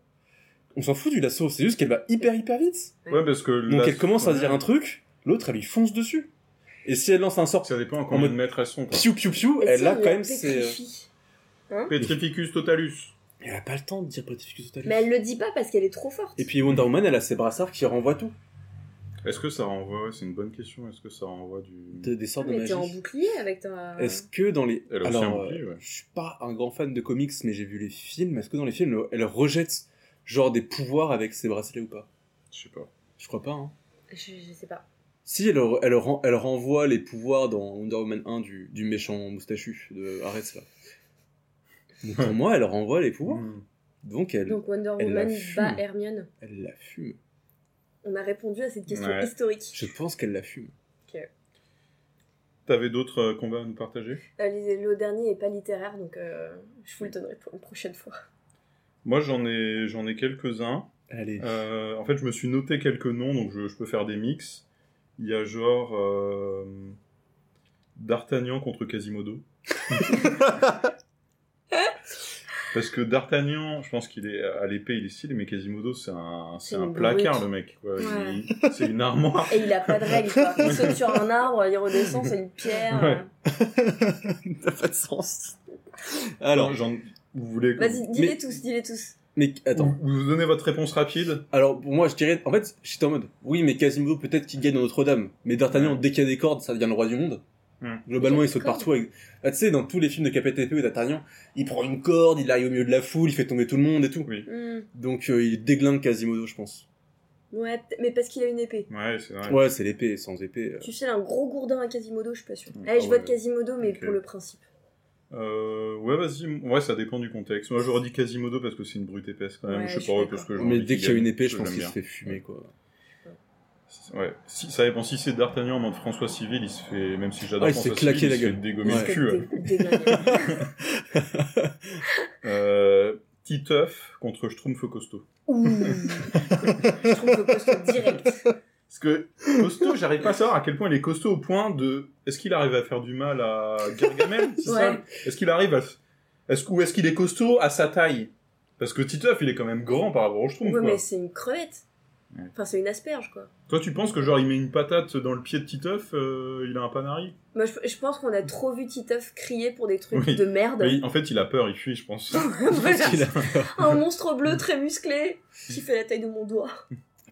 S3: On s'en fout du lasso, c'est juste qu'elle va hyper hyper vite.
S1: Ouais, parce que.
S3: Donc
S1: là,
S3: elle commence à
S1: ouais,
S3: dire un truc, l'autre elle lui fonce dessus. Et si elle lance un sort
S1: Ça dépend en
S3: En
S1: combien
S3: mode-
S1: de mètres elles sont, quoi.
S3: piou piou piou,
S2: Et
S3: elle
S2: si
S3: a
S2: on
S3: quand
S2: la
S3: même euh, ses.
S2: pétrifie.
S1: Petrificus totalus.
S3: Elle a pas le temps de dire Petrificus Totalus.
S2: Mais elle le dit pas parce qu'elle est trop forte.
S3: Et puis Wonder Woman elle a ses brassards qui renvoient tout.
S1: Est-ce que ça renvoie ouais, C'est une bonne question. Est-ce que ça renvoie du.
S3: De- des sorts de
S2: mais t'es en
S3: magie.
S2: bouclier avec ta.
S3: Est-ce que dans les.
S1: Elle a aussi un
S3: Alors,
S1: bouclier,
S3: euh,
S1: ouais.
S3: je suis pas un grand fan de comics, mais j'ai vu les films. Est-ce que dans les films, elle rejette genre des pouvoirs avec ses bracelets ou pas
S1: Je sais pas.
S3: Je crois pas, hein.
S2: Je, je sais pas.
S3: Si, elle, elle, ren- elle renvoie les pouvoirs dans Wonder Woman 1 du, du méchant moustachu de Arrête là. Donc, pour moi, elle renvoie les pouvoirs.
S1: Hmm.
S3: Donc elle,
S2: Donc Wonder
S3: elle la
S2: Woman bat
S3: fume.
S2: Hermione.
S3: elle la fume.
S2: On a répondu à cette question
S1: Ouais.
S2: historique.
S3: Je pense qu'elle la fume.
S1: T'avais d'autres euh, combats à nous partager
S2: Euh, les- le dernier est pas littéraire, donc euh, je vous le donnerai pour une prochaine fois.
S1: Moi, j'en ai, j'en ai quelques-uns.
S3: Allez.
S1: Euh, en fait, je me suis noté quelques noms, donc je, je peux faire des mix. Il y a genre euh, D'Artagnan contre Quasimodo. Parce que D'Artagnan, je pense qu'il est à l'épée, il est stylé, mais Quasimodo, c'est un, c'est
S2: C'est
S1: un
S2: une
S1: placard,
S2: brute.
S1: le mec. quoi.
S2: Ouais.
S1: Il- C'est une armoire.
S2: Et il a pas de règles, quoi. Il saute sur un arbre, il redescend, c'est une pierre.
S1: Ouais.
S3: T'as pas de sens.
S1: Alors,
S3: Alors,
S1: j'en- vous voulez. que-
S2: Vas-y, dis-les
S3: Mais-
S2: tous, dis-les tous.
S3: mais attends.
S1: Vous, vous donnez votre réponse rapide.
S3: Alors pour moi, je dirais, en fait, j'étais en mode, oui, mais Quasimodo peut-être qu'il gagne à Notre-Dame, mais D'Artagnan, dès qu'il y a des cordes, ça devient le roi du monde.
S1: Hmm.
S3: Globalement,
S2: Il y a
S3: il
S2: des
S3: saute
S2: cordes.
S3: partout. Avec... Ah, tu sais, dans tous les films de KPTP, D'Artagnan, il prend une corde, il arrive au milieu de la foule, il fait tomber tout le monde et tout.
S1: Oui.
S2: Hmm.
S3: Donc euh, il déglingue Quasimodo, je pense.
S2: Ouais, peut- mais parce qu'il a une épée.
S1: Ouais, c'est vrai.
S3: Ouais, c'est l'épée, sans épée. euh.
S2: Tu fais un gros gourdin à Quasimodo, je suis pas sûre.
S1: Ah
S2: Allez, je vote
S1: ouais.
S2: Quasimodo, mais
S1: Ok.
S2: pour le principe.
S1: Euh, ouais, vas-y. Ouais, ça dépend du contexte. Moi, j'aurais dit Quasimodo parce que c'est une brute épaisse quand même.
S2: Ouais,
S1: je
S2: je
S1: sais
S2: suis
S1: pas, ouais,
S2: d'accord.
S1: parce que j'ai
S3: Mais
S1: envie
S3: dès
S1: qu'il
S3: qu'il y a une
S1: gagne.
S3: épée, je pense
S1: l'aime
S3: qu'il
S1: bien.
S3: se fait fumer, quoi.
S1: Ouais, si, ça dépend. Si c'est D'Artagnan en mode François Civil, il se fait, même si j'adore
S3: Ah, il se
S1: François
S3: fait claquer la
S1: Civil, il se fait
S3: gueule.
S1: dégommer
S3: Ouais.
S1: le cul. hein.
S2: Dé- déglinguer.
S1: Euh, Titeuf contre Schtroumpf costaud.
S2: Ouh. Je trouve le poste direct.
S1: Parce que costaud, j'arrive pas à savoir à quel point il est costaud au point de. Est-ce qu'il arrive à faire du mal à Gargamel c'est ça
S2: Ouais.
S1: Est-ce qu'il arrive à. Est-ce... Ou est-ce qu'il est costaud à sa taille Parce que Titeuf, il est quand même grand par rapport au Schtroumpf.
S2: Ouais,
S1: quoi.
S2: mais c'est une crevette.
S1: Ouais.
S2: Enfin, c'est une asperge, quoi.
S1: Toi, tu penses que genre il met une patate dans le pied de Titeuf, euh, il a un panari
S2: Moi, je, je pense qu'on a trop vu Titeuf crier pour des trucs
S1: Oui.
S2: de merde.
S1: Oui, en fait, il a peur, il fuit, je pense.
S2: Voilà.
S3: Parce qu'il a-
S2: Un monstre bleu très musclé qui fait la taille de mon doigt.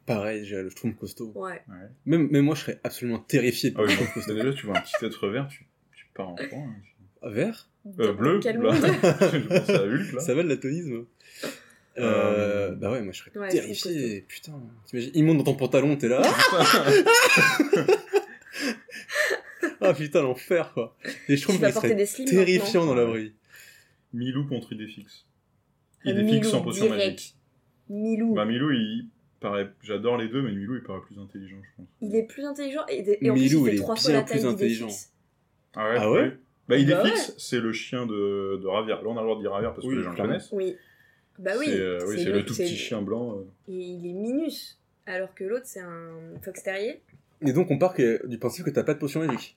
S3: Pareil, j'ai le trouve costaud.
S2: Ouais.
S3: Même, même moi, je serais absolument terrifié
S1: Ah
S3: par
S1: oui,
S3: le
S1: donc,
S3: Schtroumpf costaud.
S1: déjà, tu vois un petit être vert, tu, tu pars en coin. hein.
S3: Vert
S1: Euh, bleu,
S2: Quel
S1: là.
S2: monde
S1: je pense à Hulk, là.
S3: Ça va le latonisme
S1: Euh,
S3: euh, bah ouais, moi je serais
S2: Ouais,
S3: terrifié, putain. T'imagines, il monte dans ton pantalon, t'es là. Ah putain, l'enfer quoi. Et je
S2: Tu
S3: trouve
S2: vas
S3: qu'il
S2: porter
S3: serait
S2: des slips
S3: terrifiant dans la vraie vie.
S1: Milou contre Idéfix.
S2: Ah,
S1: Idéfix
S2: Milou,
S1: sans potion
S2: direct.
S1: magique.
S2: maintenant. Milou,
S1: Bah, Milou, il paraît. J'adore les deux, mais Milou, il paraît plus intelligent, je pense.
S2: il est plus intelligent et, et en
S3: Milou,
S2: plus il
S3: il
S2: fait
S3: est
S2: trois fois
S3: bien
S2: la taille
S3: plus
S2: d'Idéfix.
S3: intelligent.
S1: Ah ouais,
S3: Ah ouais
S1: Bah, Idéfix,
S2: Bah ouais.
S1: c'est le chien de, de Ravière. Là, on a le droit de dire Ravière parce que
S3: Oui,
S1: les gens le
S3: clairement.
S1: connaissent.
S2: Oui. Bah oui.
S1: C'est, euh, oui, c'est le tout
S2: c'est-
S1: petit chien blanc. euh.
S2: Et il est minus. Alors que l'autre, c'est un fox terrier.
S3: Et donc on part que- du principe que t'as pas de potion magique.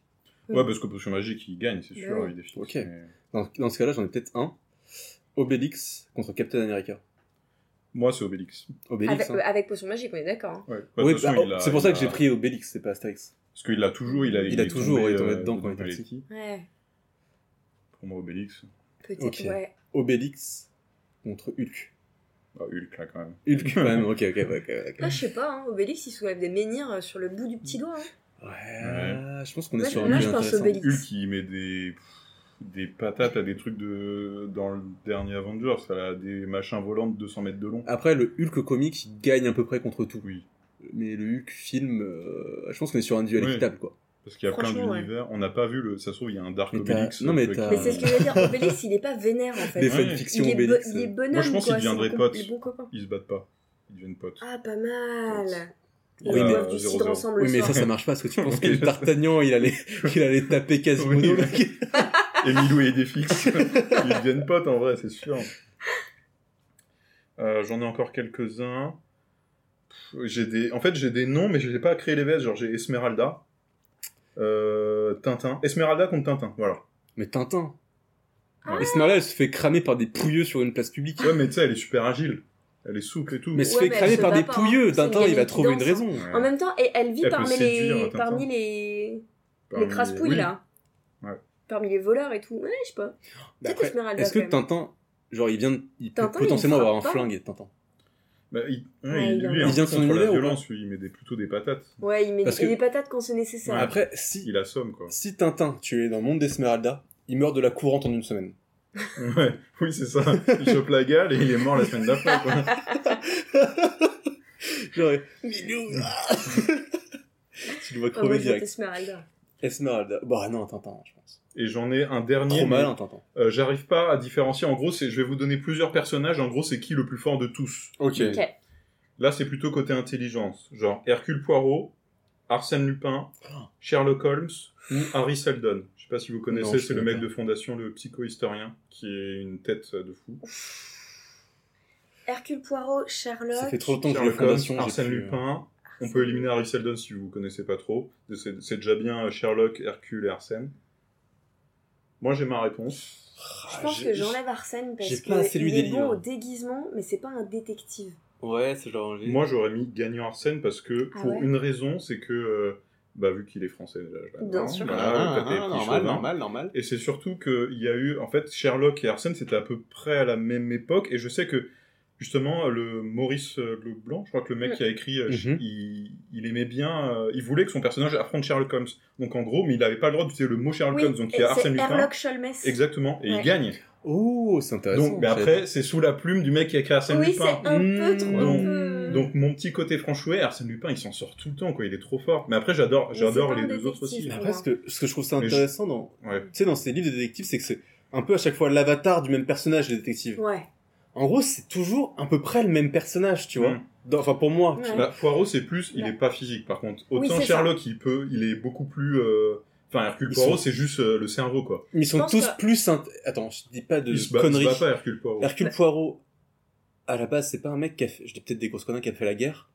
S2: Oui.
S1: Ouais, parce que Potion Magique, il gagne, c'est sûr,
S2: Mm. Bah Ouais.
S1: Idéfix.
S3: Ok.
S1: mais-
S3: Dans, dans ce cas-là, j'en ai peut-être un. Obélix contre Captain America.
S1: Moi, c'est Obélix.
S3: Obélix.
S2: Avec,
S3: hein.
S2: euh, avec potion magique, on est d'accord. hein.
S1: Ouais. Bah, de
S3: Ouais,
S1: toute façon,
S3: bah, oh,
S1: il a-
S3: c'est pour ça
S1: il
S3: que
S1: a-
S3: j'ai pris Obélix, c'est pas Astérix.
S1: Parce qu'il a toujours, il a,
S3: Il a
S1: est
S3: toujours,
S1: tombé,
S3: il est tombé
S1: euh,
S3: dedans quand il était
S1: il est
S3: petit.
S2: Ouais.
S1: Pour moi, Obélix.
S2: Peut-être,
S3: Ok.
S2: ouais.
S3: Obélix contre Hulk.
S1: Bah, Hulk, là, quand même.
S3: Hulk quand même, ok, ok, ok. ok.
S2: Là, je sais pas, hein, Obélix, il soulève des menhirs euh, sur le bout du petit doigt. hein.
S3: Ouais, je pense qu'on est
S2: Là,
S3: sur un
S2: là,
S3: plus
S2: je pense
S3: intéressant.
S2: Obélix.
S1: Hulk, il met des, des patates à des trucs de, dans le dernier Avengers. Ça a des machins volants de 200 mètres de long.
S3: Après, le Hulk comique il gagne à peu près contre tout.
S1: Oui.
S3: Mais le Hulk film, euh, je pense qu'on est sur un duel
S1: Ouais.
S3: équitable, quoi.
S1: Parce qu'il y a plein
S2: Franchement, ouais.
S1: d'univers. On n'a pas vu le. Ça se trouve, il y a un Dark
S3: Mais t'as-
S1: Obélix.
S3: non,
S1: euh,
S3: mais
S1: qui-
S3: t'as-
S2: Mais c'est ce que je veux dire, Obélix, il est pas vénère en fait.
S3: Des
S1: Ouais.
S3: fanfictions
S2: Il est, bo-
S3: Obélix.
S2: il est
S3: euh.
S2: bonhomme.
S1: Moi, je pense
S2: quoi,
S1: qu'il
S2: c'est
S1: deviendrait
S2: bon-
S1: pote.
S2: les bons copains.
S1: Ils se battent pas. Ils deviennent potes.
S2: Ah, pas mal.
S1: Il
S2: Ils
S3: Oui, mais-
S2: doivent du
S1: zéro,
S2: cidre
S1: zéro.
S2: ensemble le
S3: Oui, mais ça,
S2: soir.
S3: ça marche pas parce que tu penses que
S1: Oui, je
S3: D'Artagnan, il allait, il allait taper Quasimodo.
S1: Oui, Et Milou et Défix. Ils deviennent potes en vrai, c'est sûr. Euh, J'en ai encore quelques-uns. Pff, J'ai des... En fait, j'ai des noms, mais je n'ai pas créé les vestes. Genre, j'ai Esmeralda, euh, Tintin. Esmeralda contre Tintin, voilà.
S3: Mais Tintin.
S2: Ah.
S3: Et Esmeralda, elle se fait cramer par des pouilleux sur une place publique.
S1: Ouais, mais tu sais, elle est super agile. Elle est souple et tout.
S3: Mais elle se
S2: Ouais,
S3: fait
S2: mais elle
S3: cramer
S2: se
S3: par
S2: bat
S3: des
S2: pas, hein.
S3: pouilleux.
S2: C'est une
S3: Tintin, il va
S2: gamine qui
S3: trouver une
S2: danse,
S3: raison.
S1: Ouais.
S2: En même temps, elle, elle vit
S1: Elle peut
S2: parmi
S1: séduire,
S2: les,
S1: Tintin.
S2: parmi les,
S1: Parmi-
S2: les craspouilles,
S1: oui.
S2: là.
S1: Ouais.
S2: Parmi les voleurs et tout. Ouais, je sais pas.
S3: Mais
S2: Peut-être
S3: après,
S2: Esmeralda,
S3: Est-ce que
S2: quand même.
S3: Tintin, genre, il vient, de- il peut
S2: Tintin, il
S3: potentiellement avoir un
S2: frappe pas
S3: flingue, Tintin.
S1: Bah, il... ouais,
S2: Ouais,
S1: il-
S2: il a-
S1: lui,
S2: Il
S1: hein,
S3: vient de son
S1: contre la
S3: univers ou pas
S1: violence, lui, il met des- plutôt des patates.
S2: Ouais, il met
S3: Parce
S2: des-
S3: que-
S2: des patates quand c'est nécessaire.
S3: Après, si,
S1: Il assomme, quoi.
S3: si Tintin, tu es dans le monde d'Esmeralda, il meurt de la courante en une semaine.
S1: Ouais, oui, c'est ça. Il chope la gale et il est mort la semaine d'après, quoi.
S3: Genre, Milou, ah Tu le vois
S2: Ah, moi,
S3: crever
S2: je vote
S3: direct.
S2: Esmeralda.
S3: Esmeralda. Bah non, Tintin, je pense.
S1: Et j'en ai un dernier.
S3: Trop
S1: mais,
S3: malin, Tintin.
S1: euh, J'arrive pas à différencier. En gros, c'est, je vais vous donner plusieurs personnages. En gros, c'est qui le plus fort de tous.
S3: Ok.
S2: Ok.
S1: Là, c'est plutôt côté intelligence. Genre Hercule Poirot, Arsène Lupin, Sherlock Holmes ou Harry Seldon. Je sais pas si vous connaissez,
S3: Non, je
S1: c'est le
S3: connais
S1: mec
S3: pas.
S1: de Fondation, le psychohistorien, qui est une tête de fou.
S2: Hercule Poirot, Charlotte.
S3: Ça fait trop longtemps que j'ai les
S1: Sherlock Holmes,
S3: fondations. j'ai
S1: Arsène
S3: plus, euh,
S1: Lupin. On
S2: Arsène.
S1: peut éliminer Harry Seldon si vous connaissez pas trop. C'est c'est déjà bien euh, Sherlock, Hercule et Arsène. Moi, j'ai ma réponse.
S2: Je
S3: ah,
S2: pense
S3: j'ai-
S2: que j'enlève Arsène parce
S3: j'ai
S2: que
S3: pas assez lu
S2: il
S3: des
S2: est bon
S3: livres.
S2: au déguisement, mais c'est pas un détective.
S3: Ouais, c'est genre. j'ai-
S1: Moi, j'aurais mis gagnant Arsène parce que
S2: Ah
S1: pour
S2: ouais
S1: une raison, c'est que euh, bah vu qu'il est français déjà. je vais
S2: Bien
S1: le dire.
S2: sûr.
S1: Voilà,
S3: Ah,
S1: le côté
S3: ah,
S1: petit hein.
S3: normal,
S1: chauvin.
S3: normal, normal.
S1: Et c'est surtout qu'il y a eu, en fait, Sherlock et Arsène, c'était à peu près à la même époque. Et je sais que, justement, le Maurice euh, Leblanc, je crois que le
S2: Mm.
S1: mec qui a écrit, euh,
S3: Mhm.
S1: il, il aimait bien, euh, il voulait que son personnage affronte Sherlock Holmes. Donc en gros, mais il n'avait pas le droit d'utiliser le mot Sherlock
S2: Oui,
S1: Holmes. Donc
S2: et
S1: il y a Arsène
S2: c'est
S1: Lupin.
S2: Herlock Sholmes.
S1: Exactement, et il
S2: Ouais.
S1: gagne.
S3: Oh, c'est Hmm. intéressant.
S1: Donc, mais après, c'est sous la plume du mec qui a écrit Arsène
S2: Oui, c'est
S1: Lupin.
S2: un peu trop.
S1: Mmh.
S2: un peu-
S1: Donc mon petit côté franchouet, Arsène Lupin, il s'en sort tout le temps, quoi. Il est trop fort. Mais après, j'adore,
S2: Mais
S1: j'adore
S2: c'est pas
S1: les
S2: un
S1: deux autres aussi.
S2: détective.
S3: Mais après, ce que, ce que je trouve ça
S1: Mais je-
S3: intéressant dans,
S1: Ouais.
S3: tu sais, dans ces livres de détectives, c'est que c'est un peu à chaque fois l'avatar du même personnage, les détectives.
S2: Ouais.
S3: En gros, c'est toujours à peu près le même personnage, tu vois.
S1: Mm.
S3: Dans- Enfin, pour moi.
S2: Ouais.
S1: Bah, Poirot, c'est plus, il
S2: Ouais.
S1: est pas physique par contre.
S2: Oui,
S1: Autant
S2: c'est
S1: Sherlock, il peut, il est beaucoup plus. euh, Enfin, Hercule
S3: Ils
S1: Poirot,
S3: sont-
S1: c'est juste euh, le cerveau quoi.
S3: Ils sont
S2: pense
S3: tous
S2: que-
S3: plus. int- Attends, je dis pas de
S1: Il se bat, il se
S3: conneries.
S1: bat pas Hercule Poirot.
S3: Hercule
S2: Ouais.
S3: Poirot, à la base, c'est pas un mec qui a fait. Je dis peut-être des grosses conneries qui a fait la guerre.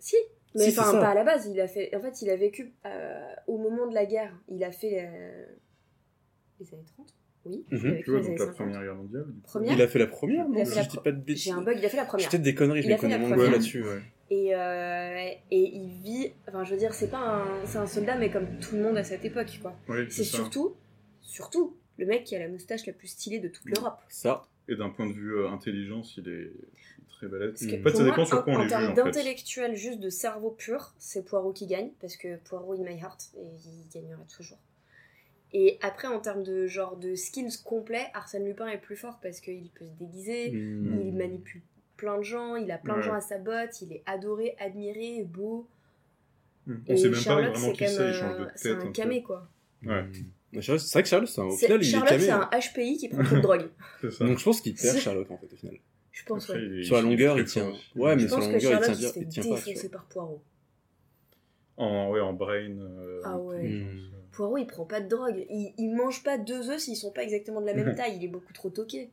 S2: Si. Mais
S3: Si, c'est
S2: enfin,
S3: ça.
S2: pas à la base. Il a fait. En fait, il a vécu euh, au moment de la guerre. Il a fait euh, les années 30. Oui. il a
S3: Mhm.
S2: vécu
S1: Tu vois,
S2: les
S1: donc
S2: années
S1: la
S2: 50.
S1: Première Guerre mondiale. du coup.
S2: Première
S3: Il a fait la première,
S2: Il
S3: non
S2: a fait
S3: Je
S2: la
S3: dis
S2: pro-
S3: pas de bêtises.
S2: J'ai un bug. Il a fait la
S3: Je dis
S2: première.
S3: peut-être des conneries, je
S2: Il a
S3: les
S2: fait la
S3: connais moins
S2: première.
S3: là-dessus. ouais.
S2: Et, euh, et il vit. Enfin, je veux dire, c'est pas un. C'est un soldat, mais comme tout le monde à cette époque, quoi.
S1: Oui,
S2: C'est
S1: c'est ça.
S2: surtout, surtout, le mec qui a la moustache la plus stylée de toute l'Europe.
S3: Ça.
S1: Et d'un point de vue euh, intelligence, il est il est très balèze.
S2: Parce que
S3: Mm. En
S1: fait,
S2: pour
S1: ça
S2: moi,
S1: dépend sur quoi
S2: en,
S1: on
S2: en
S1: les juge,
S2: termes
S1: en fait.
S2: d'intellectuel, juste de cerveau pur, c'est Poirot qui gagne, parce que Poirot in my heart, et il gagnera toujours. Et après, en termes de genre de skills complets, Arsène Lupin est plus fort parce qu'il peut se déguiser,
S3: hmm.
S2: il manipule plein de gens, il a plein de
S1: Mm. Ouais.
S2: gens à sa botte, il est adoré, admiré, beau.
S1: Mm.
S2: et
S1: On sait même pas
S2: Sherlock,
S1: vraiment
S2: c'est
S1: qui
S2: quand
S1: c'est, il
S2: même
S1: change de
S2: un- c'est
S1: tête. un
S2: un
S1: peu.
S2: camé quoi.
S1: Ouais.
S3: Mais Sherlock- C'est vrai que Sherlock, c'est un- au
S2: C'est-
S3: final, il est
S2: Sherlock,
S3: camé.
S2: c'est un
S3: hein.
S2: HPI qui prend trop de drogue.
S1: C'est ça.
S3: Donc je pense qu'il perd
S2: C'est-
S3: Sherlock en fait au final.
S2: Je pense,
S1: Après,
S2: ouais.
S1: il est-
S3: Sur la
S1: il est
S3: longueur,
S1: très
S3: il tient.
S1: fort.
S3: Ouais, mais
S2: Je
S3: sur
S2: pense
S3: la
S2: que
S3: longueur, il
S2: Sherlock
S3: tient
S2: il
S3: bien.
S2: se fait
S3: Il tient pas. tu
S2: défoncer par Poirot.
S1: En, ouais, en brain. euh,
S2: Ah ouais.
S1: intelligence, euh.
S2: Poirot, il prend pas de drogue. Il, il mange pas deux œufs s'ils sont pas exactement de la
S3: Mhm.
S2: même taille. Il est beaucoup trop toqué.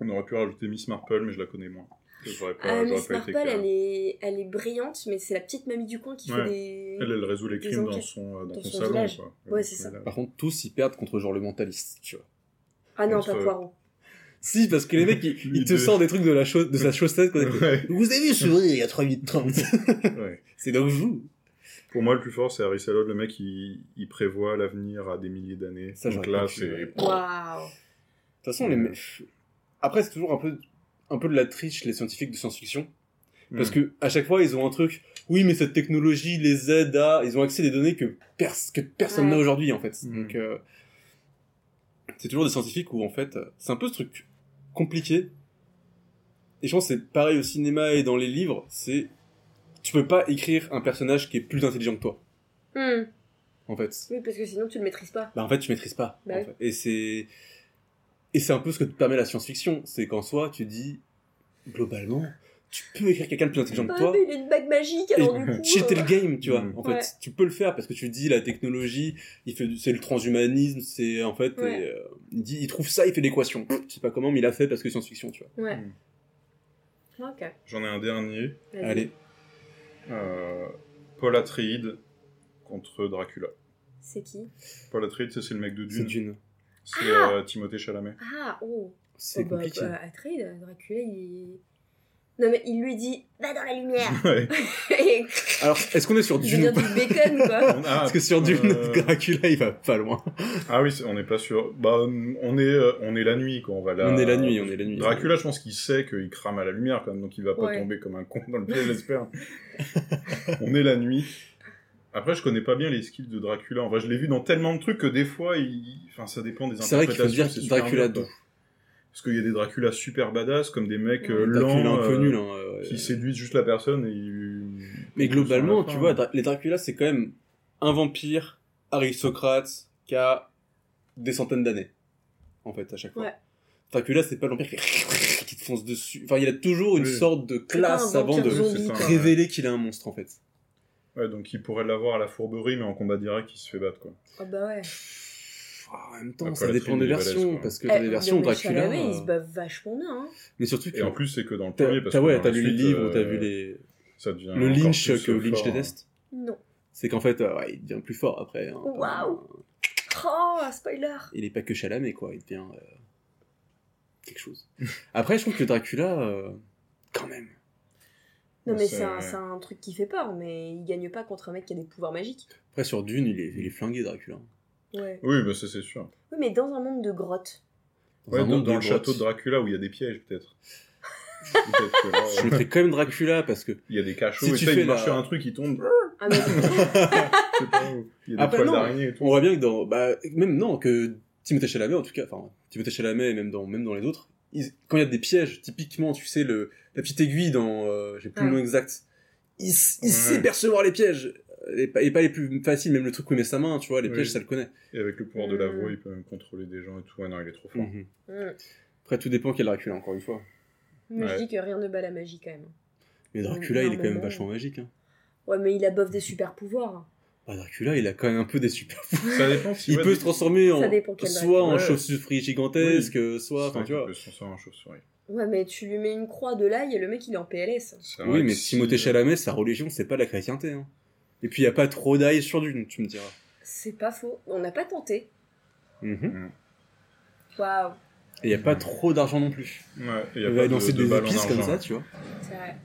S1: On aurait pu rajouter Miss Marple, mais je la connais moins. J'aurais pas,
S2: Ah,
S1: j'aurais
S2: Miss
S1: pas été
S2: Marple,
S1: clair.
S2: elle est, elle est brillante, mais c'est la petite mamie du coin qui
S1: Ouais.
S2: fait des.
S1: Elle, elle résout les
S2: Des
S1: crimes dans
S2: enquêtes.
S1: son, euh, dans
S2: Dans
S1: son
S2: son
S1: salon.
S2: village.
S1: Quoi.
S2: Ouais, c'est ça.
S3: vois. Par contre, tous ils perdent contre genre le mentaliste, tu vois.
S2: Ah non,
S1: Entre-
S3: euh,
S2: pas Poirot.
S3: Si, parce que les mecs, ils,
S1: Lui
S3: ils te
S1: deux.
S3: sortent des trucs de, la chausse- de sa chaussette. Quand t'es-
S1: Ouais,
S3: vous avez vu ce sourire il y a 3 minutes 30
S1: ouais.
S3: C'est donc vous.
S1: Pour moi, le plus fort, c'est Harry Salod. Le mec, il, il prévoit l'avenir à des milliers d'années.
S3: Ça,
S1: Donc
S3: j'aurais
S1: là,
S3: pas pu,
S1: c'est.
S3: ouais.
S2: Waouh.
S3: De toute façon, les mecs- Après, c'est toujours un peu, un peu de la triche, les scientifiques de science-fiction. Parce
S1: Mm.
S3: que, à chaque fois, ils ont un truc. Oui, mais cette technologie les aide à. Ils ont accès à des données que, pers- que personne
S2: Ouais.
S3: n'a aujourd'hui, en fait.
S1: Mm.
S3: Donc, euh, c'est toujours des scientifiques où, en fait, euh, c'est un peu ce truc compliqué. Et je pense que c'est pareil au cinéma et dans les livres. C'est. Tu peux pas écrire un personnage qui est plus intelligent que toi,
S2: Hmm.
S3: en fait.
S2: Oui, parce que sinon tu le maîtrises pas.
S3: bah en fait tu maîtrises pas
S2: Bah
S3: en
S2: oui.
S3: fait. et c'est et c'est un peu ce que te permet la science-fiction c'est qu'en soi tu dis globalement tu peux écrire quelqu'un de plus intelligent que
S2: Ah,
S3: toi.
S2: mais il a une bague magique, alors du coup.
S3: Et cheater
S2: euh,
S3: le game, tu vois.
S1: Mm.
S3: En fait,
S2: Ouais.
S3: tu peux le faire parce que tu dis la technologie, il fait, du- c'est le transhumanisme, c'est en fait,
S2: Ouais.
S3: et, euh, il dit, il trouve ça, il fait l'équation. Je sais pas comment, mais il a fait parce que science-fiction, tu vois.
S2: euh, Ouais.
S1: Hmm.
S2: Ok.
S1: J'en ai un dernier.
S2: vas-y.
S3: Hmm. Allez,
S1: Euh, Paul Atreides contre Dracula.
S2: C'est qui
S1: Paul Atreides, ça, c'est le mec de
S3: c'est
S1: Dune.
S3: Dune.
S1: C'est
S2: Ah
S1: euh, Timothée Chalamet.
S2: Ah, oh.
S3: C'est
S2: Oh, bah,
S3: compliqué.
S2: bah, Atreides, Dracula, il. Non, mais il lui dit Va dans la lumière
S1: Ouais.
S2: Et
S3: Alors, est-ce qu'on est sur
S2: je
S3: Dune
S2: veux
S3: ou pas
S2: dire du bacon, quoi.
S1: On a-
S3: Parce que sur Dune,
S1: Ah, euh,
S3: Dracula, il va pas loin.
S1: Ah oui, c'est- on n'est pas sûr. Bah, hum, on est, euh, on est la nuit, quoi. On va là.
S3: On est la nuit, on est la nuit.
S1: bah, Dracula, je pense qu'il sait qu'il crame à la lumière, quand même, donc il va pas
S2: Ouais.
S1: tomber comme un con dans le piège, j'espère. on est la nuit. Après, je connais pas bien les skills de Dracula. En vrai, je l'ai vu dans tellement de trucs que des fois, il... enfin, ça dépend des
S3: C'est vrai qu'il faut
S1: interprétations.
S3: dire
S1: c'est super
S3: Dracula
S1: dur,
S3: doux.
S1: quoi. Parce qu'il y a des Dracula super badass, comme des mecs
S2: Ouais.
S1: euh,
S3: Dracula
S1: lents,
S3: un
S1: euh,
S3: peu nul. hein, ouais.
S1: qui séduisent juste la personne et ils-
S3: Mais
S1: ils sont à la
S3: globalement,
S1: fin,
S3: tu vois,
S1: hein.
S3: Dra- les Dracula, c'est quand même un vampire aristocrate qui a des centaines d'années, en fait, à chaque fois.
S2: Ouais.
S3: Dracula, c'est pas le vampire qui... qui te fonce dessus. Enfin, il a toujours une
S1: Oui.
S3: sorte de
S2: C'est pas un
S3: classe avant
S2: vampire
S3: de
S2: zombie,
S1: C'est ça,
S2: quoi.
S1: ouais.
S3: révéler qu'il est un monstre, en fait.
S1: Ouais, donc il pourrait l'avoir à la fourberie, mais en combat direct, il se fait battre, quoi.
S2: Ah, bah ouais.
S3: Ah, en même temps,
S1: Après,
S3: ça
S1: la
S3: dépend
S1: tribu
S3: des
S1: des Valaises,
S3: versions,
S1: quoi.
S3: parce que t'as
S2: Eh,
S3: des versions
S2: Guillaume
S3: Dracula.
S2: Chalamet, il se
S3: euh,
S2: bat vachement bien, hein.
S3: Mais surtout
S1: Et
S3: que.
S1: en plus, c'est que dans le
S3: t'as-
S1: premier, parce
S3: t'as-
S1: que
S3: ouais,
S1: dans
S3: t'as
S1: la
S3: lu le
S1: suite,
S3: livre, t'as
S1: euh,
S3: vu les...
S1: ça devient
S3: le
S1: encore
S3: Lynch
S1: plus,
S3: que
S1: euh,
S3: Lynch
S1: fort, hein.
S3: déteste.
S2: Non.
S3: C'est qu'en fait, euh, ouais, il devient plus fort après. hein, par-
S2: Waouh. Oh, spoiler
S3: il est pas que Chalamet, quoi, il devient euh, quelque chose. Après, je trouve que Dracula, euh, quand même.
S2: Non, mais
S1: Mais
S2: c'est
S1: c'est-
S2: un, c'est un truc qui fait peur, mais il gagne pas contre un mec qui a des pouvoirs magiques.
S3: Après, sur Dune, il est, il est flingué, Dracula.
S2: Ouais.
S1: Oui, bah ça c'est sûr.
S2: Oui, mais dans un monde de grottes.
S3: Dans
S1: Ouais,
S3: un
S1: dans,
S3: monde
S1: dans le
S3: grottes.
S1: château de Dracula où il y a des pièges peut-être. Peut-être que là,
S3: Je mettrais quand même Dracula parce que.
S1: il y a des cachots,
S3: Si
S1: et
S3: tu
S1: ça,
S3: fais
S1: il marche
S3: la-
S1: sur un truc, il tombe.
S2: Ah, mais
S1: je sais pas où. Il y a des
S3: Après,
S1: toiles
S3: non.
S1: d'araignée et tout.
S3: On voit bien que dans. Bah, même non, que Timothée Chalamet, en tout cas, enfin, Timothée Chalamet et même dans, même dans les autres, ils- quand il y a des pièges, typiquement, tu sais, le, la petite aiguille dans. euh, J'ai plus le
S2: Ouais.
S3: nom exact. Il, s- il
S1: Ouais.
S3: sait percevoir les pièges. Et pas, et pas les plus faciles, même le truc où il met sa main, tu vois, les
S1: Oui.
S3: pièges, ça le connaît.
S1: Et avec le pouvoir de la voix,
S2: Mm.
S1: il peut même contrôler des gens et tout. Ah non, il est trop fort.
S3: Mhm.
S2: Mm.
S3: Après, tout dépend quel Dracula, encore une fois.
S2: mais je
S1: Ouais.
S2: dis que rien ne bat la magie quand même.
S3: Mais
S2: Ah,
S3: Dracula, il est quand même
S2: Normalement.
S3: vachement magique. Hein.
S2: Ouais, mais il a bof des super pouvoirs.
S3: Bah, Dracula, il a quand même un peu des super.
S1: Ça dépend si.
S3: Mm. Il
S1: ouais,
S3: peut
S1: des-
S3: se transformer en
S2: Ça dépend quel
S3: soit en
S1: Dracula.
S3: chauve-souris gigantesque, euh, soit,
S1: Ouais,
S3: enfin tu
S1: il
S3: vois.
S1: peut se transformer en chauve-souris.
S2: Ouais, mais tu lui mets une croix de l'ail et le mec il est en PLS.
S1: C'est vrai
S3: Oui,
S1: que
S3: mais
S1: si- euh,
S3: Timothée Chalamet, sa religion, c'est pas la chrétienté. Hein. Et puis il y a pas trop d'ail sur Dune, tu me diras.
S2: C'est pas faux. On n'a pas tenté.
S3: Mhm.
S2: Waouh,
S3: Et il y a pas trop d'argent non plus.
S1: Ouais, et il y a
S3: Il
S1: pas
S3: va
S1: de,
S3: lancer
S1: de
S3: des
S1: ballon
S3: épices comme
S1: d'argent.
S3: ça, tu vois.
S2: c'est vrai.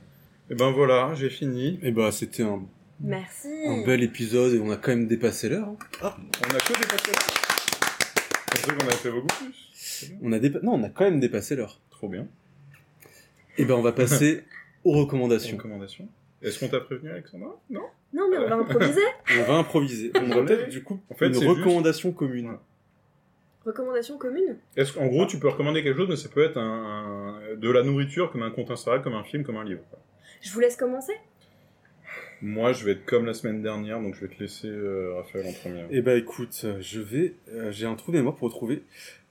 S1: Et ben voilà, j'ai fini.
S3: Et bah c'était un,
S2: Merci.
S3: un bel épisode et on a quand même dépassé l'heure. hein.
S1: On a que des podcasts. Je pensais qu'on a fait beaucoup plus. C'est bien.
S3: On a dépa- non, on a quand même dépassé l'heure.
S1: Trop bien.
S3: Et ben on va passer aux recommandations.
S1: Recommandation. Est-ce qu'on t'a prévenu, Alexandra Non
S2: Non, mais on va improviser.
S3: On va improviser. On va peut-être du coup
S1: En fait, c'est
S3: une
S1: juste-
S3: recommandation commune.
S2: Recommandation commune
S1: Est-ce qu'en gros, tu peux recommander quelque chose, mais ça peut être un, un- de la nourriture, comme un conte Instagram, comme un film, comme un livre. quoi.
S2: Je vous laisse commencer.
S1: Moi, je vais être comme la semaine dernière, donc je vais te laisser euh, Raphaël en première.
S3: Eh ben écoute, euh, je vais, euh, j'ai un trou de mémoire pour retrouver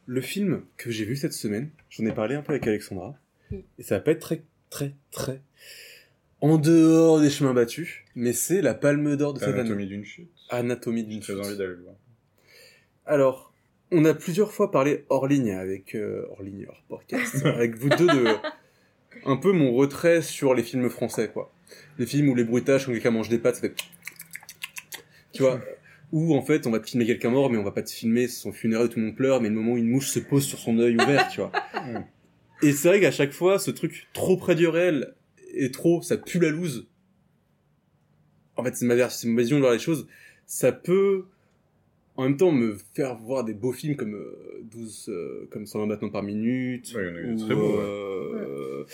S3: le film que j'ai vu cette semaine. J'en ai parlé un peu avec Alexandra.
S2: Oui.
S3: Et ça va pas être très, très, très en dehors des chemins battus, mais c'est la Palme d'Or de cette année.
S1: Anatomie d'une chute.
S3: Anatomie d'une
S1: J'ai très
S3: chute.
S1: envie d'aller le voir.
S3: Alors, on a plusieurs fois parlé hors ligne avec euh, hors ligne, hors podcast, avec vous deux de un peu mon retrait sur les films français, quoi. Les films où les bruitages quand quelqu'un mange des pâtes, ça fait tu vois. Où en fait on va te filmer quelqu'un mort, mais on va pas te filmer son funérail où tout le monde pleure, mais le moment où une mouche se pose sur son œil ouvert, tu vois.
S1: Mm.
S3: Et c'est vrai qu'à chaque fois, ce truc trop près du réel et trop, ça pue la loose. En fait, c'est ma, vers- c'est ma vision de voir les choses. Ça peut, en même temps, me faire voir des beaux films comme euh, 12, euh, comme 120 battements par minute,
S1: Ouais, il y en a eu
S3: ou
S1: des très beaux, ouais.
S3: euh,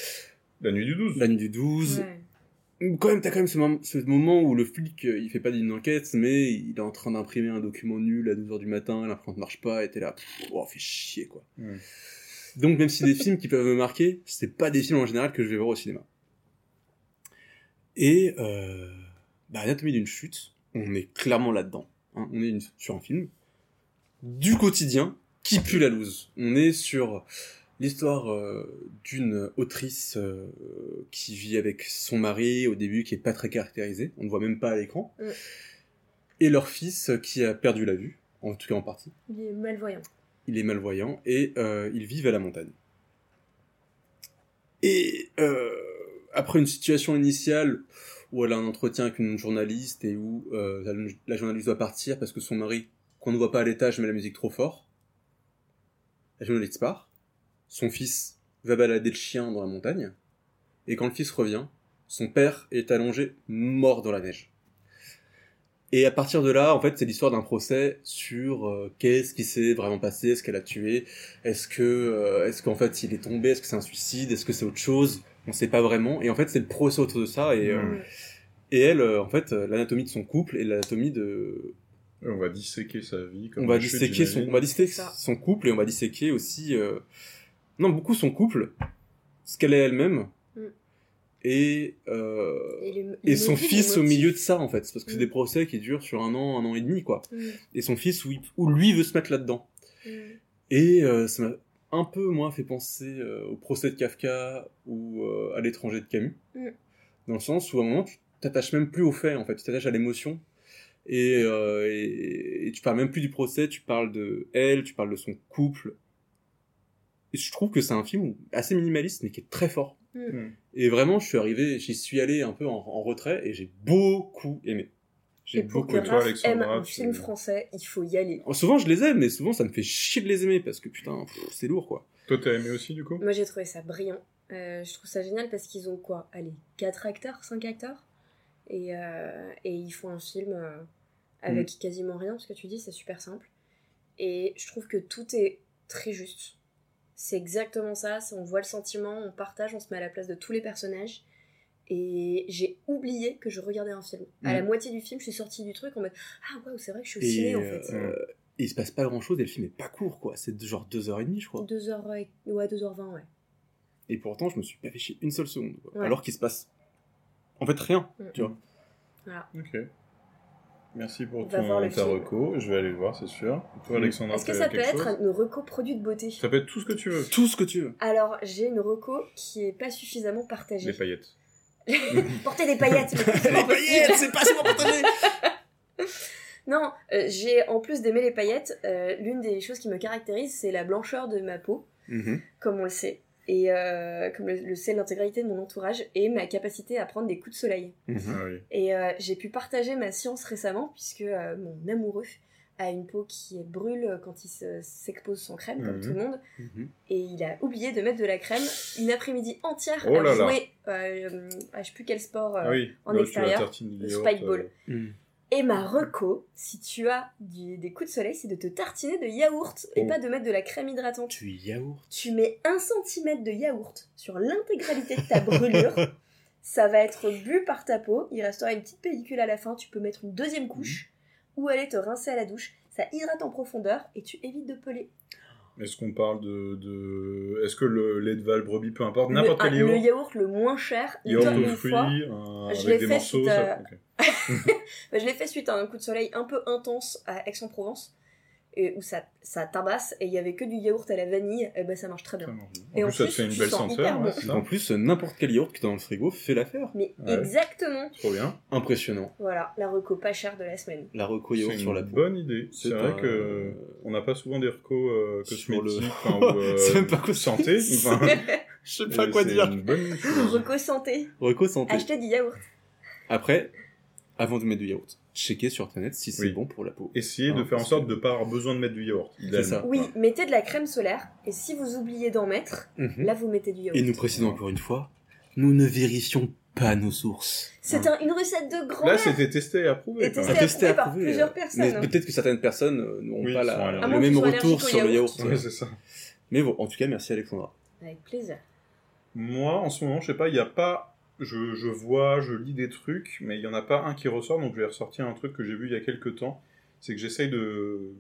S1: La nuit du 12.
S3: La nuit du 12.
S2: Ouais.
S3: Ou Quand même, t'as quand même ce, mom- ce moment où le flic, euh, il fait pas d'une enquête, mais il est en train d'imprimer un document nul à 12h du matin, l'imprinte marche pas, et t'es là, pff, oh, fait chier, quoi.
S1: Mm.
S3: Donc, même si des films qui peuvent me marquer, c'est pas des films en général que je vais voir au cinéma. Et, euh, bah, Anatomie d'une chute, on est clairement là-dedans. hein. On est une- sur un film du quotidien qui pue la loose. On est sur l'histoire euh, d'une autrice euh, qui vit avec son mari au début qui est pas très caractérisé, on ne voit même pas à l'écran,
S2: Mm.
S3: et leur fils euh, qui a perdu la vue, en tout cas en partie.
S2: Il est malvoyant.
S3: Il est malvoyant et euh, ils vivent à la montagne. Et euh, après une situation initiale où elle a un entretien avec une journaliste et où euh, la- la journaliste doit partir parce que son mari, qu'on ne voit pas à l'étage, met la musique trop fort, la journaliste part, son fils va balader le chien dans la montagne, et quand le fils revient, son père est allongé mort dans la neige. Et à partir de là, en fait, c'est l'histoire d'un procès sur euh, qu'est-ce qui s'est vraiment passé, est-ce qu'elle a tué, est-ce que, euh, est-ce qu'en fait il est tombé, est-ce que c'est un suicide, est-ce que c'est autre chose, on sait pas vraiment. Et en fait, c'est le procès autour de ça. Et, euh,
S1: Mm.
S3: et elle, euh, en fait, euh, l'anatomie de son couple et l'anatomie de,
S1: On va disséquer sa vie. Comme
S3: on va
S1: une chute,
S3: disséquer son, on
S1: j'imagine.
S3: va disséquer
S2: Ça.
S3: son couple et on va disséquer aussi, euh, non, beaucoup son couple, ce qu'elle est elle-même
S2: Mm.
S3: et euh,
S2: Et, le-
S3: et
S2: le
S3: son
S2: motif,
S3: fils
S2: le
S3: au
S2: motif.
S3: milieu de ça en fait, C'est parce que c'est
S2: Mm.
S3: des procès qui durent sur un an, un an et demi quoi
S2: Mm,
S3: et son fils où, il- où lui veut se mettre là-dedans.
S2: mm.
S3: Et euh, ça m'a un peu, moi, fait penser euh, au procès de Kafka ou euh, à l'étranger de Camus,
S2: Mm.
S3: dans le sens où à un moment, tu t'attaches même plus aux faits, en fait, tu t'attaches à l'émotion, et, euh, et, et tu parles même plus du procès, tu parles de elle, tu parles de son couple. Et je trouve que c'est un film assez minimaliste, mais qui est très fort.
S2: Mm.
S1: Hmm.
S3: Et vraiment, je suis arrivé, j'y suis allé un peu en, en retrait, et j'ai beaucoup aimé. J'ai
S2: Et pour
S3: beaucoup
S2: que
S1: aimé. Toi,
S2: Raph aime
S1: Alexandra,
S2: un
S1: tu-
S2: film français, il faut y aller.
S3: Oh, Souvent je les aime, mais souvent ça me fait chier de les aimer parce que putain, pff, c'est lourd quoi.
S1: Toi, t'as aimé aussi, du coup
S2: Moi j'ai trouvé ça brillant. Euh, je trouve ça génial parce qu'ils ont quoi Allez, 4 acteurs, 5 acteurs et, euh, et ils font un film euh, avec quasiment rien, ce que tu dis, c'est super simple. Et je trouve que tout est très juste. C'est exactement ça, c'est- on voit le sentiment, on partage, on se met à la place de tous les personnages. Et j'ai oublié que je regardais un film.
S1: Mm.
S2: À la moitié du film, je suis sortie du truc en mode Ah waouh, c'est vrai que je suis au
S3: Et
S2: ciné en
S3: euh,
S2: fait.
S3: euh, il se passe pas grand chose et le film est pas court quoi, c'est de- genre 2h30 je crois.
S2: 2h... Ouais, 2h20, ouais.
S3: Et pourtant je me suis pas fait chier une seule seconde quoi.
S2: Ouais.
S3: alors qu'il se passe en fait rien.
S2: Mm.
S3: Tu vois.
S2: Voilà.
S1: Ok. Merci
S2: On
S1: pour
S2: va voir
S1: ton,
S2: le
S1: ta
S2: film.
S1: reco. Je vais aller le voir, c'est sûr. Et Toi,
S3: Mm.
S1: Alexandra,
S2: Est-ce que
S1: t'as
S2: ça peut
S1: quelque
S2: être
S1: chose
S2: une reco produit de beauté
S1: Ça peut être tout ce que tu veux.
S3: Tout ce que tu veux.
S2: Alors, j'ai une reco qui est pas suffisamment partagée.
S1: Les paillettes.
S2: Porter des paillettes, mais c'est pas possible.
S3: c'est pas spontané.
S2: Non, euh, j'ai en plus d'aimer les paillettes, euh, l'une des choses qui me caractérise, c'est la blancheur de ma peau,
S1: Mm-hmm.
S2: comme on le sait, et euh, comme le, le sait l'intégralité de mon entourage, et ma capacité à prendre des coups de soleil.
S1: Ah oui.
S2: Et euh, j'ai pu partager ma science récemment, puisque euh, mon amoureux a une peau qui brûle quand il se- s'expose sans crème, comme
S1: Mhm.
S2: tout le monde,
S3: Mm-hmm.
S2: et il a oublié de mettre de la crême une après-midi entière
S1: Oh là
S2: à
S1: là.
S2: jouer euh, à je sais plus quel sport, euh,
S1: Ah oui.
S2: en
S1: Là, tu
S2: extérieur,
S1: la tartine
S2: le
S1: idiote,
S2: spike
S1: euh,
S2: ball. Et ma reco, si tu as du- des coups de soleil, c'est de te tartiner de yaourt et
S1: Oh.
S2: pas de mettre de la crème hydratante.
S3: Tu yaourt.
S2: Tu mets un centimètre de yaourt sur l'intégralité de ta brûlure, ça va être bu par ta peau, il restera une petite pellicule à la fin, tu peux mettre une deuxième couche ou aller te rincer à la douche, ça hydrate en profondeur et tu évites de peler.
S1: Est-ce qu'on parle de, de... Est-ce que le lait de Valbrebis, peu importe,
S2: Le-
S1: n'importe
S2: un-
S1: quel
S2: le,
S1: yaourt,
S2: yaourt le moins cher, une
S1: yaourt
S2: tonne
S1: aux
S2: une
S1: fruits,
S2: fois.
S1: un-
S2: Je l'ai
S1: avec des
S2: fait
S1: morceaux,
S2: suite euh,
S1: ça...
S2: à-
S1: ok.
S2: Bah, Je l'ai fait suite à un coup de soleil un peu intense à Aix-en-Provence, et où ça, ça tabasse, et il y avait que du yaourt à la vanille, et ben ça marche très
S1: Ça
S2: bien.
S1: marche bien.
S2: Et
S1: En
S2: en
S1: plus, ça te
S2: plus,
S1: fait une
S2: tu
S1: belle
S2: sens
S1: senteur,
S2: hyper
S1: ouais,
S2: bon.
S1: c'est
S3: En
S1: ça.
S3: plus, euh, n'importe quel yaourt que t'as dans le frigo fait l'affaire.
S2: Mais
S1: Ouais.
S2: exactement,
S1: Trop bien.
S3: Impressionnant.
S2: voilà, la reco pas chère de la semaine.
S3: La reco
S1: C'est
S3: yaourt sur la
S1: une
S3: peau.
S1: bonne idée. C'est
S3: un-
S1: vrai que... On n'a pas souvent des recos euh,
S3: Sur le-
S1: cosmétiques, enfin, ou, euh,
S3: C'est même pas quoi-
S1: santé. enfin,
S3: Je sais
S1: euh, c'est une bonne chose.
S2: reco santé,
S3: Reco santé.
S2: acheter du yaourt.
S3: Après, avant de mettre du yaourt, checker sur internet si c'est
S1: Oui.
S3: bon pour la peau.
S1: Essayer de
S3: Ah,
S1: faire en
S3: parce
S1: sorte
S3: que-
S1: de pas avoir besoin de mettre du yaourt. idéalement.
S3: ça.
S2: Oui, mettez de la crème solaire, et si vous oubliez d'en mettre, là vous mettez du yaourt.
S3: Et nous précisons encore une fois, nous ne vérifions pas nos sources.
S2: C'est un- une recette de
S1: Là,
S2: grand-mère
S1: c'était testé et approuvé.
S2: Et
S1: quand même.
S2: testé. approuvé par plusieurs personnes,
S3: euh. Mais
S2: hein.
S3: peut-être que certaines personnes euh, n'auront
S1: Oui,
S3: pas
S1: ils
S3: la-
S1: sont allergiques.
S2: À
S3: le
S2: moins
S3: même
S2: qu'ils soient
S3: retour
S2: allergiques au
S3: sur le
S2: yaourt.
S3: yaourt.
S1: Ouais, c'est ça.
S3: Mais bon, en tout cas, merci Alexandra.
S2: Avec plaisir.
S1: Moi, en ce moment, je sais pas, il n'y a pas. Je, je vois, je lis des trucs, mais il n'y en a pas un qui ressort, donc je vais ressortir un truc que j'ai vu il y a quelques temps. C'est que j'essaye de,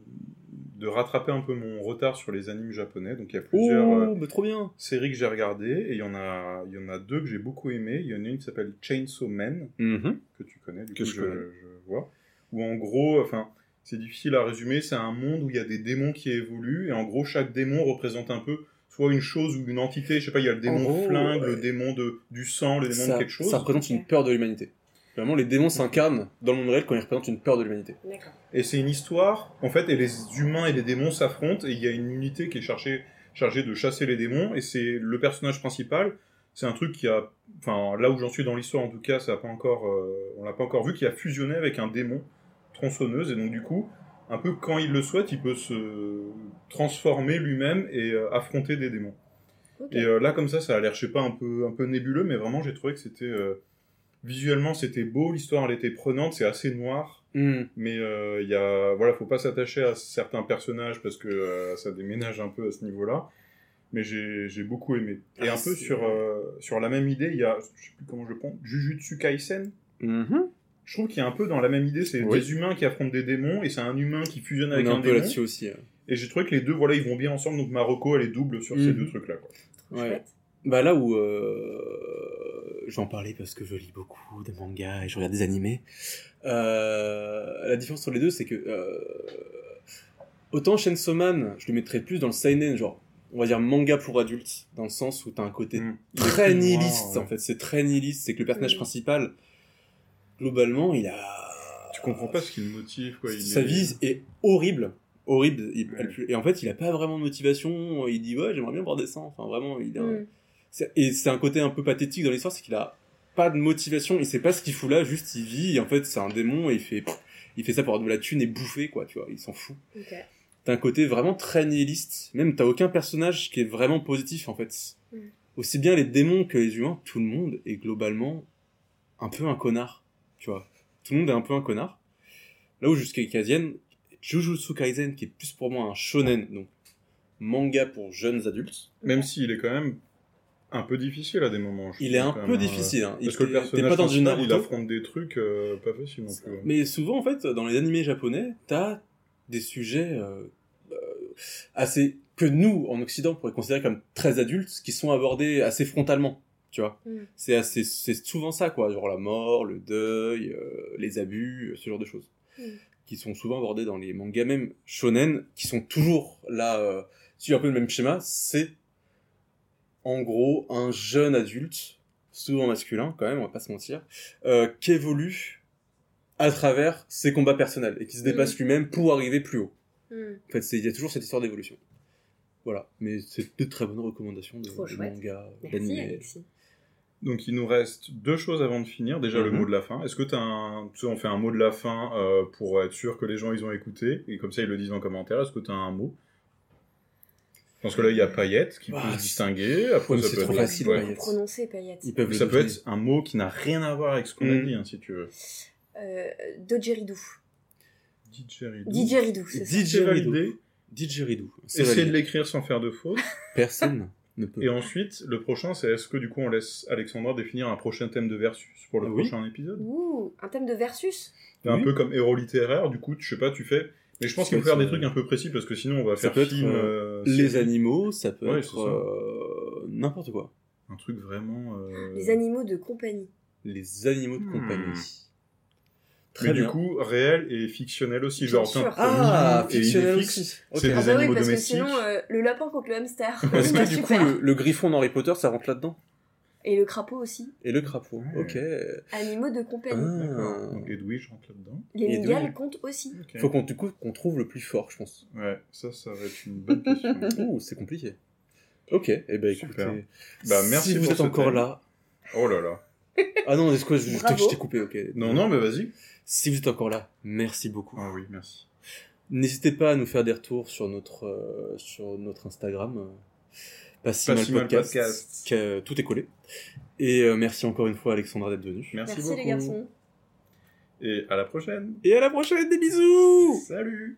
S1: de rattraper un peu mon retard sur les animes japonais. Donc il y a plusieurs euh,
S3: Oh, mais trop bien
S1: séries que j'ai regardées, et il y, en a- il y en a deux que j'ai beaucoup aimées. Il y en a une qui s'appelle Chainsaw Man, que tu connais, du
S3: Que
S1: coup,
S3: je
S1: je,
S3: connais.
S1: je vois. Où en gros, enfin, c'est difficile à résumer, c'est un monde où il y a des démons qui évoluent, et en gros, chaque démon représente un peu soit une chose ou une entité, je sais pas, il y a le démon
S3: gros,
S1: flingue, le
S3: ouais.
S1: démon de, du sang, le démon
S3: ça,
S1: de quelque chose.
S3: ça représente une peur de l'humanité. Vraiment, les démons s'incarnent dans le monde réel quand ils représentent une peur de l'humanité.
S2: D'accord.
S1: Et c'est une histoire, en fait, et les humains et les démons s'affrontent, et il y a une unité qui est chargée, chargée de chasser les démons, et c'est le personnage principal. C'est un truc qui a, enfin, là où j'en suis dans l'histoire, en tout cas, ça a pas encore, euh, on l'a pas encore vu, qui a fusionné avec un démon tronçonneuse, et donc du coup, un peu quand il le souhaite, il peut se transformer lui-même et euh, affronter des démons.
S2: Ok.
S1: Et euh, là, comme ça, ça a l'air, je sais pas, un peu, un peu nébuleux, mais vraiment, j'ai trouvé que c'était, euh, visuellement, c'était beau, l'histoire, elle était prenante, c'est assez noir mais euh, il y a voilà faut pas s'attacher à certains personnages parce que euh, ça déménage un peu à ce niveau là mais j'ai j'ai beaucoup aimé et
S3: Ah,
S1: un peu
S3: c'est-
S1: sur euh, sur la même idée il y a je sais plus comment je le prends Jujutsu Kaisen
S3: Mhm.
S1: je trouve qu'il y a un peu dans la même idée c'est
S3: Oui.
S1: des humains qui affrontent des démons et c'est un humain qui fusionne
S3: On est
S1: avec un,
S3: un peu
S1: démon
S3: là-dessus aussi. euh.
S1: et j'ai trouvé que les deux voilà ils vont bien ensemble donc Marocco elle est double sur ces
S3: Mhm.
S1: deux trucs là
S3: Ouais.
S2: Chouette.
S3: Bah là où euh, je vais en parler parce que je lis beaucoup des mangas et je regarde des animés. Euh, la différence entre les deux, c'est que euh, autant Chainsaw Man, je le mettrais plus dans le seinen, genre on va dire manga pour adultes, dans le sens où t'as un côté
S1: Mm.
S3: très nihiliste en fait. C'est très nihiliste, c'est que le personnage
S2: Mhm.
S3: principal, globalement, il a
S1: tu comprends pas ce qui le motive quoi il
S3: sa
S1: est-
S3: vie est horrible. Horrible. Il-
S1: Ouais.
S3: elle- et en fait, il a pas vraiment de motivation. Il dit, ouais, j'aimerais bien boire des sangs. Enfin, vraiment, il a...
S1: euh,
S2: Mm.
S3: C'est- Et c'est un côté un peu pathétique dans l'histoire, c'est qu'il a pas de motivation. Il sait pas ce qu'il fout là, juste il vit. Et en fait, c'est un démon et il fait, il fait ça pour avoir de la thune et bouffer, quoi, tu vois. Il s'en fout.
S2: Ok.
S3: T'as un côté vraiment très nihiliste. Même t'as aucun personnage qui est vraiment positif, en fait.
S2: Mm.
S3: Aussi bien les démons que les humains, tout le monde est globalement un peu un connard, tu vois. Tout le monde est un peu un connard. Là où jusqu'à Kaisen, Jujutsu Kaisen, qui est plus pour moi un shonen, donc manga pour jeunes adultes,
S1: même s'il est quand même un peu difficile à des moments je
S3: il est
S1: trouve,
S3: un
S1: quand
S3: peu
S1: même, hein.
S3: difficile. Hein.
S1: Parce
S3: Il-
S1: que le
S3: t'es- t'es
S1: personnage
S3: pas dans une
S1: principal, il
S3: Naruto.
S1: affronte des trucs euh, pas faciles non plus.
S3: Mais souvent, en fait, dans les animés japonais, t'as des sujets euh, euh, assez que nous, en Occident, pourrait considérer comme très adultes, qui sont abordés assez frontalement. Tu vois,
S2: Mm.
S3: c'est assez, c'est souvent ça quoi, genre la mort, le deuil, euh, les abus, ce genre de choses,
S2: Mm.
S3: qui sont souvent abordés dans les mangas même shonen, qui sont toujours là, euh, suivent un peu le même schéma. C'est en gros un jeune adulte, souvent masculin quand même, on va pas se mentir, euh, qui évolue à travers ses combats personnels et qui se
S2: Mhm.
S3: dépasse lui-même pour arriver plus haut.
S2: Mm.
S3: En fait, c'est- il y a toujours cette histoire d'évolution. Voilà, mais c'est de très bonnes recommandations de,
S2: Trop
S3: de
S2: chouette.
S3: manga,
S2: Merci
S3: d'animé.
S2: Alexis.
S1: Donc il nous reste deux choses avant de finir. Déjà le
S3: Mhm.
S1: mot de la fin. Est-ce que t'as un... tu sais, on fait un mot de la fin euh, pour être sûr que les gens ils ont écouté et comme ça ils le disent en commentaire. Est-ce que t'as un mot Je pense que là il y a paillettes qui
S3: Bah,
S1: peut se
S3: c'est-
S1: distinguer. Après,
S3: Ouais, mais
S1: ça
S3: c'est
S1: peut
S3: trop
S1: être-
S3: facile,
S1: ouais.
S3: paillettes.
S2: Prononcer paillettes.
S3: Ils peuvent
S1: Mais
S3: le
S1: Ça peut
S3: deviner.
S1: être un mot qui n'a rien à voir avec ce qu'on a
S3: Mhm.
S1: dit, hein, si tu veux.
S2: Euh, Didgeridoo.
S1: Didgeridoo.
S2: Didgeridoo, c'est ça.
S1: C'est
S3: Didgeridoo.
S1: validé.
S3: Didgeridoo. C'est
S1: Essayez de
S3: validé.
S1: l'écrire sans faire de faute.
S3: Personne ne peut.
S1: Et ensuite, le prochain, c'est est-ce que du coup on laisse Alexandra définir un prochain thème de versus pour le
S3: Oui.
S1: prochain épisode
S2: Ouh, un thème de versus.
S1: Un
S3: Oui.
S1: peu comme héros littéraire, du coup, tu- je sais pas, tu fais. Mais je pense
S3: Ça
S1: qu'il faut
S3: peut
S1: faire des
S3: être,
S1: trucs
S3: euh,
S1: un peu précis parce que sinon on va
S3: ça
S1: faire
S3: peut être,
S1: film,
S3: euh,
S1: euh,
S3: Les
S1: série.
S3: animaux, ça peut
S1: Ouais, c'est
S3: être
S1: ça.
S3: euh, n'importe quoi.
S1: Un truc vraiment. euh,
S2: Les animaux de compagnie.
S3: Les animaux de
S1: Hmm.
S3: compagnie. Très
S1: Mais
S3: bien.
S1: du coup, réel et fictionnel aussi. Genre,
S2: Bien sûr.
S1: t'as un
S3: ah,
S1: premier et il est
S3: fictionnel
S1: fixe.
S3: aussi. Ok.
S1: C'est des
S2: Ah bah oui,
S1: animaux
S2: parce que
S1: domestiques.
S2: sinon, euh, le lapin contre le hamster.
S3: Est-ce
S2: Bah,
S3: que du coup,
S2: super.
S3: le, le griffon dans Harry Potter, ça rentre là-dedans
S2: Et le crapaud aussi.
S3: Et le crapaud.
S1: Ouais.
S3: Ok.
S2: Animaux de compagnie.
S1: D'accord.
S3: Ah.
S1: Donc Edwige rentre là-dedans.
S2: Les
S3: Et
S2: migales
S3: donc-
S2: comptent aussi.
S1: Ok.
S3: Faut qu'on du coup qu'on trouve le plus fort, je pense.
S1: Ouais, ça, ça va être une bonne question.
S3: Ouh, c'est compliqué. Ok, et eh ben
S1: Super.
S3: écoutez,
S1: Bah, merci
S3: si vous
S1: pour
S3: êtes
S1: ce
S3: encore
S1: thème.
S3: là.
S1: Oh là là.
S3: Ah non, est-ce que je, je t'ai-
S2: Bravo.
S3: je t'ai coupé, ok.
S1: Non, non, mais vas-y.
S3: Si vous êtes encore là, merci beaucoup.
S1: Ah oui, merci.
S3: N'hésitez pas à nous faire des retours sur notre, euh, sur notre Instagram, euh, pas si
S1: Pas
S3: mal
S1: si mal
S3: podcast,
S1: podcast.
S3: que- euh, tout est collé. Et euh, merci encore une fois Alexandra d'être venue.
S1: Merci,
S2: Merci
S1: beaucoup.
S2: les garçons.
S1: Et à la prochaine.
S3: Et à la prochaine, des bisous
S1: Salut.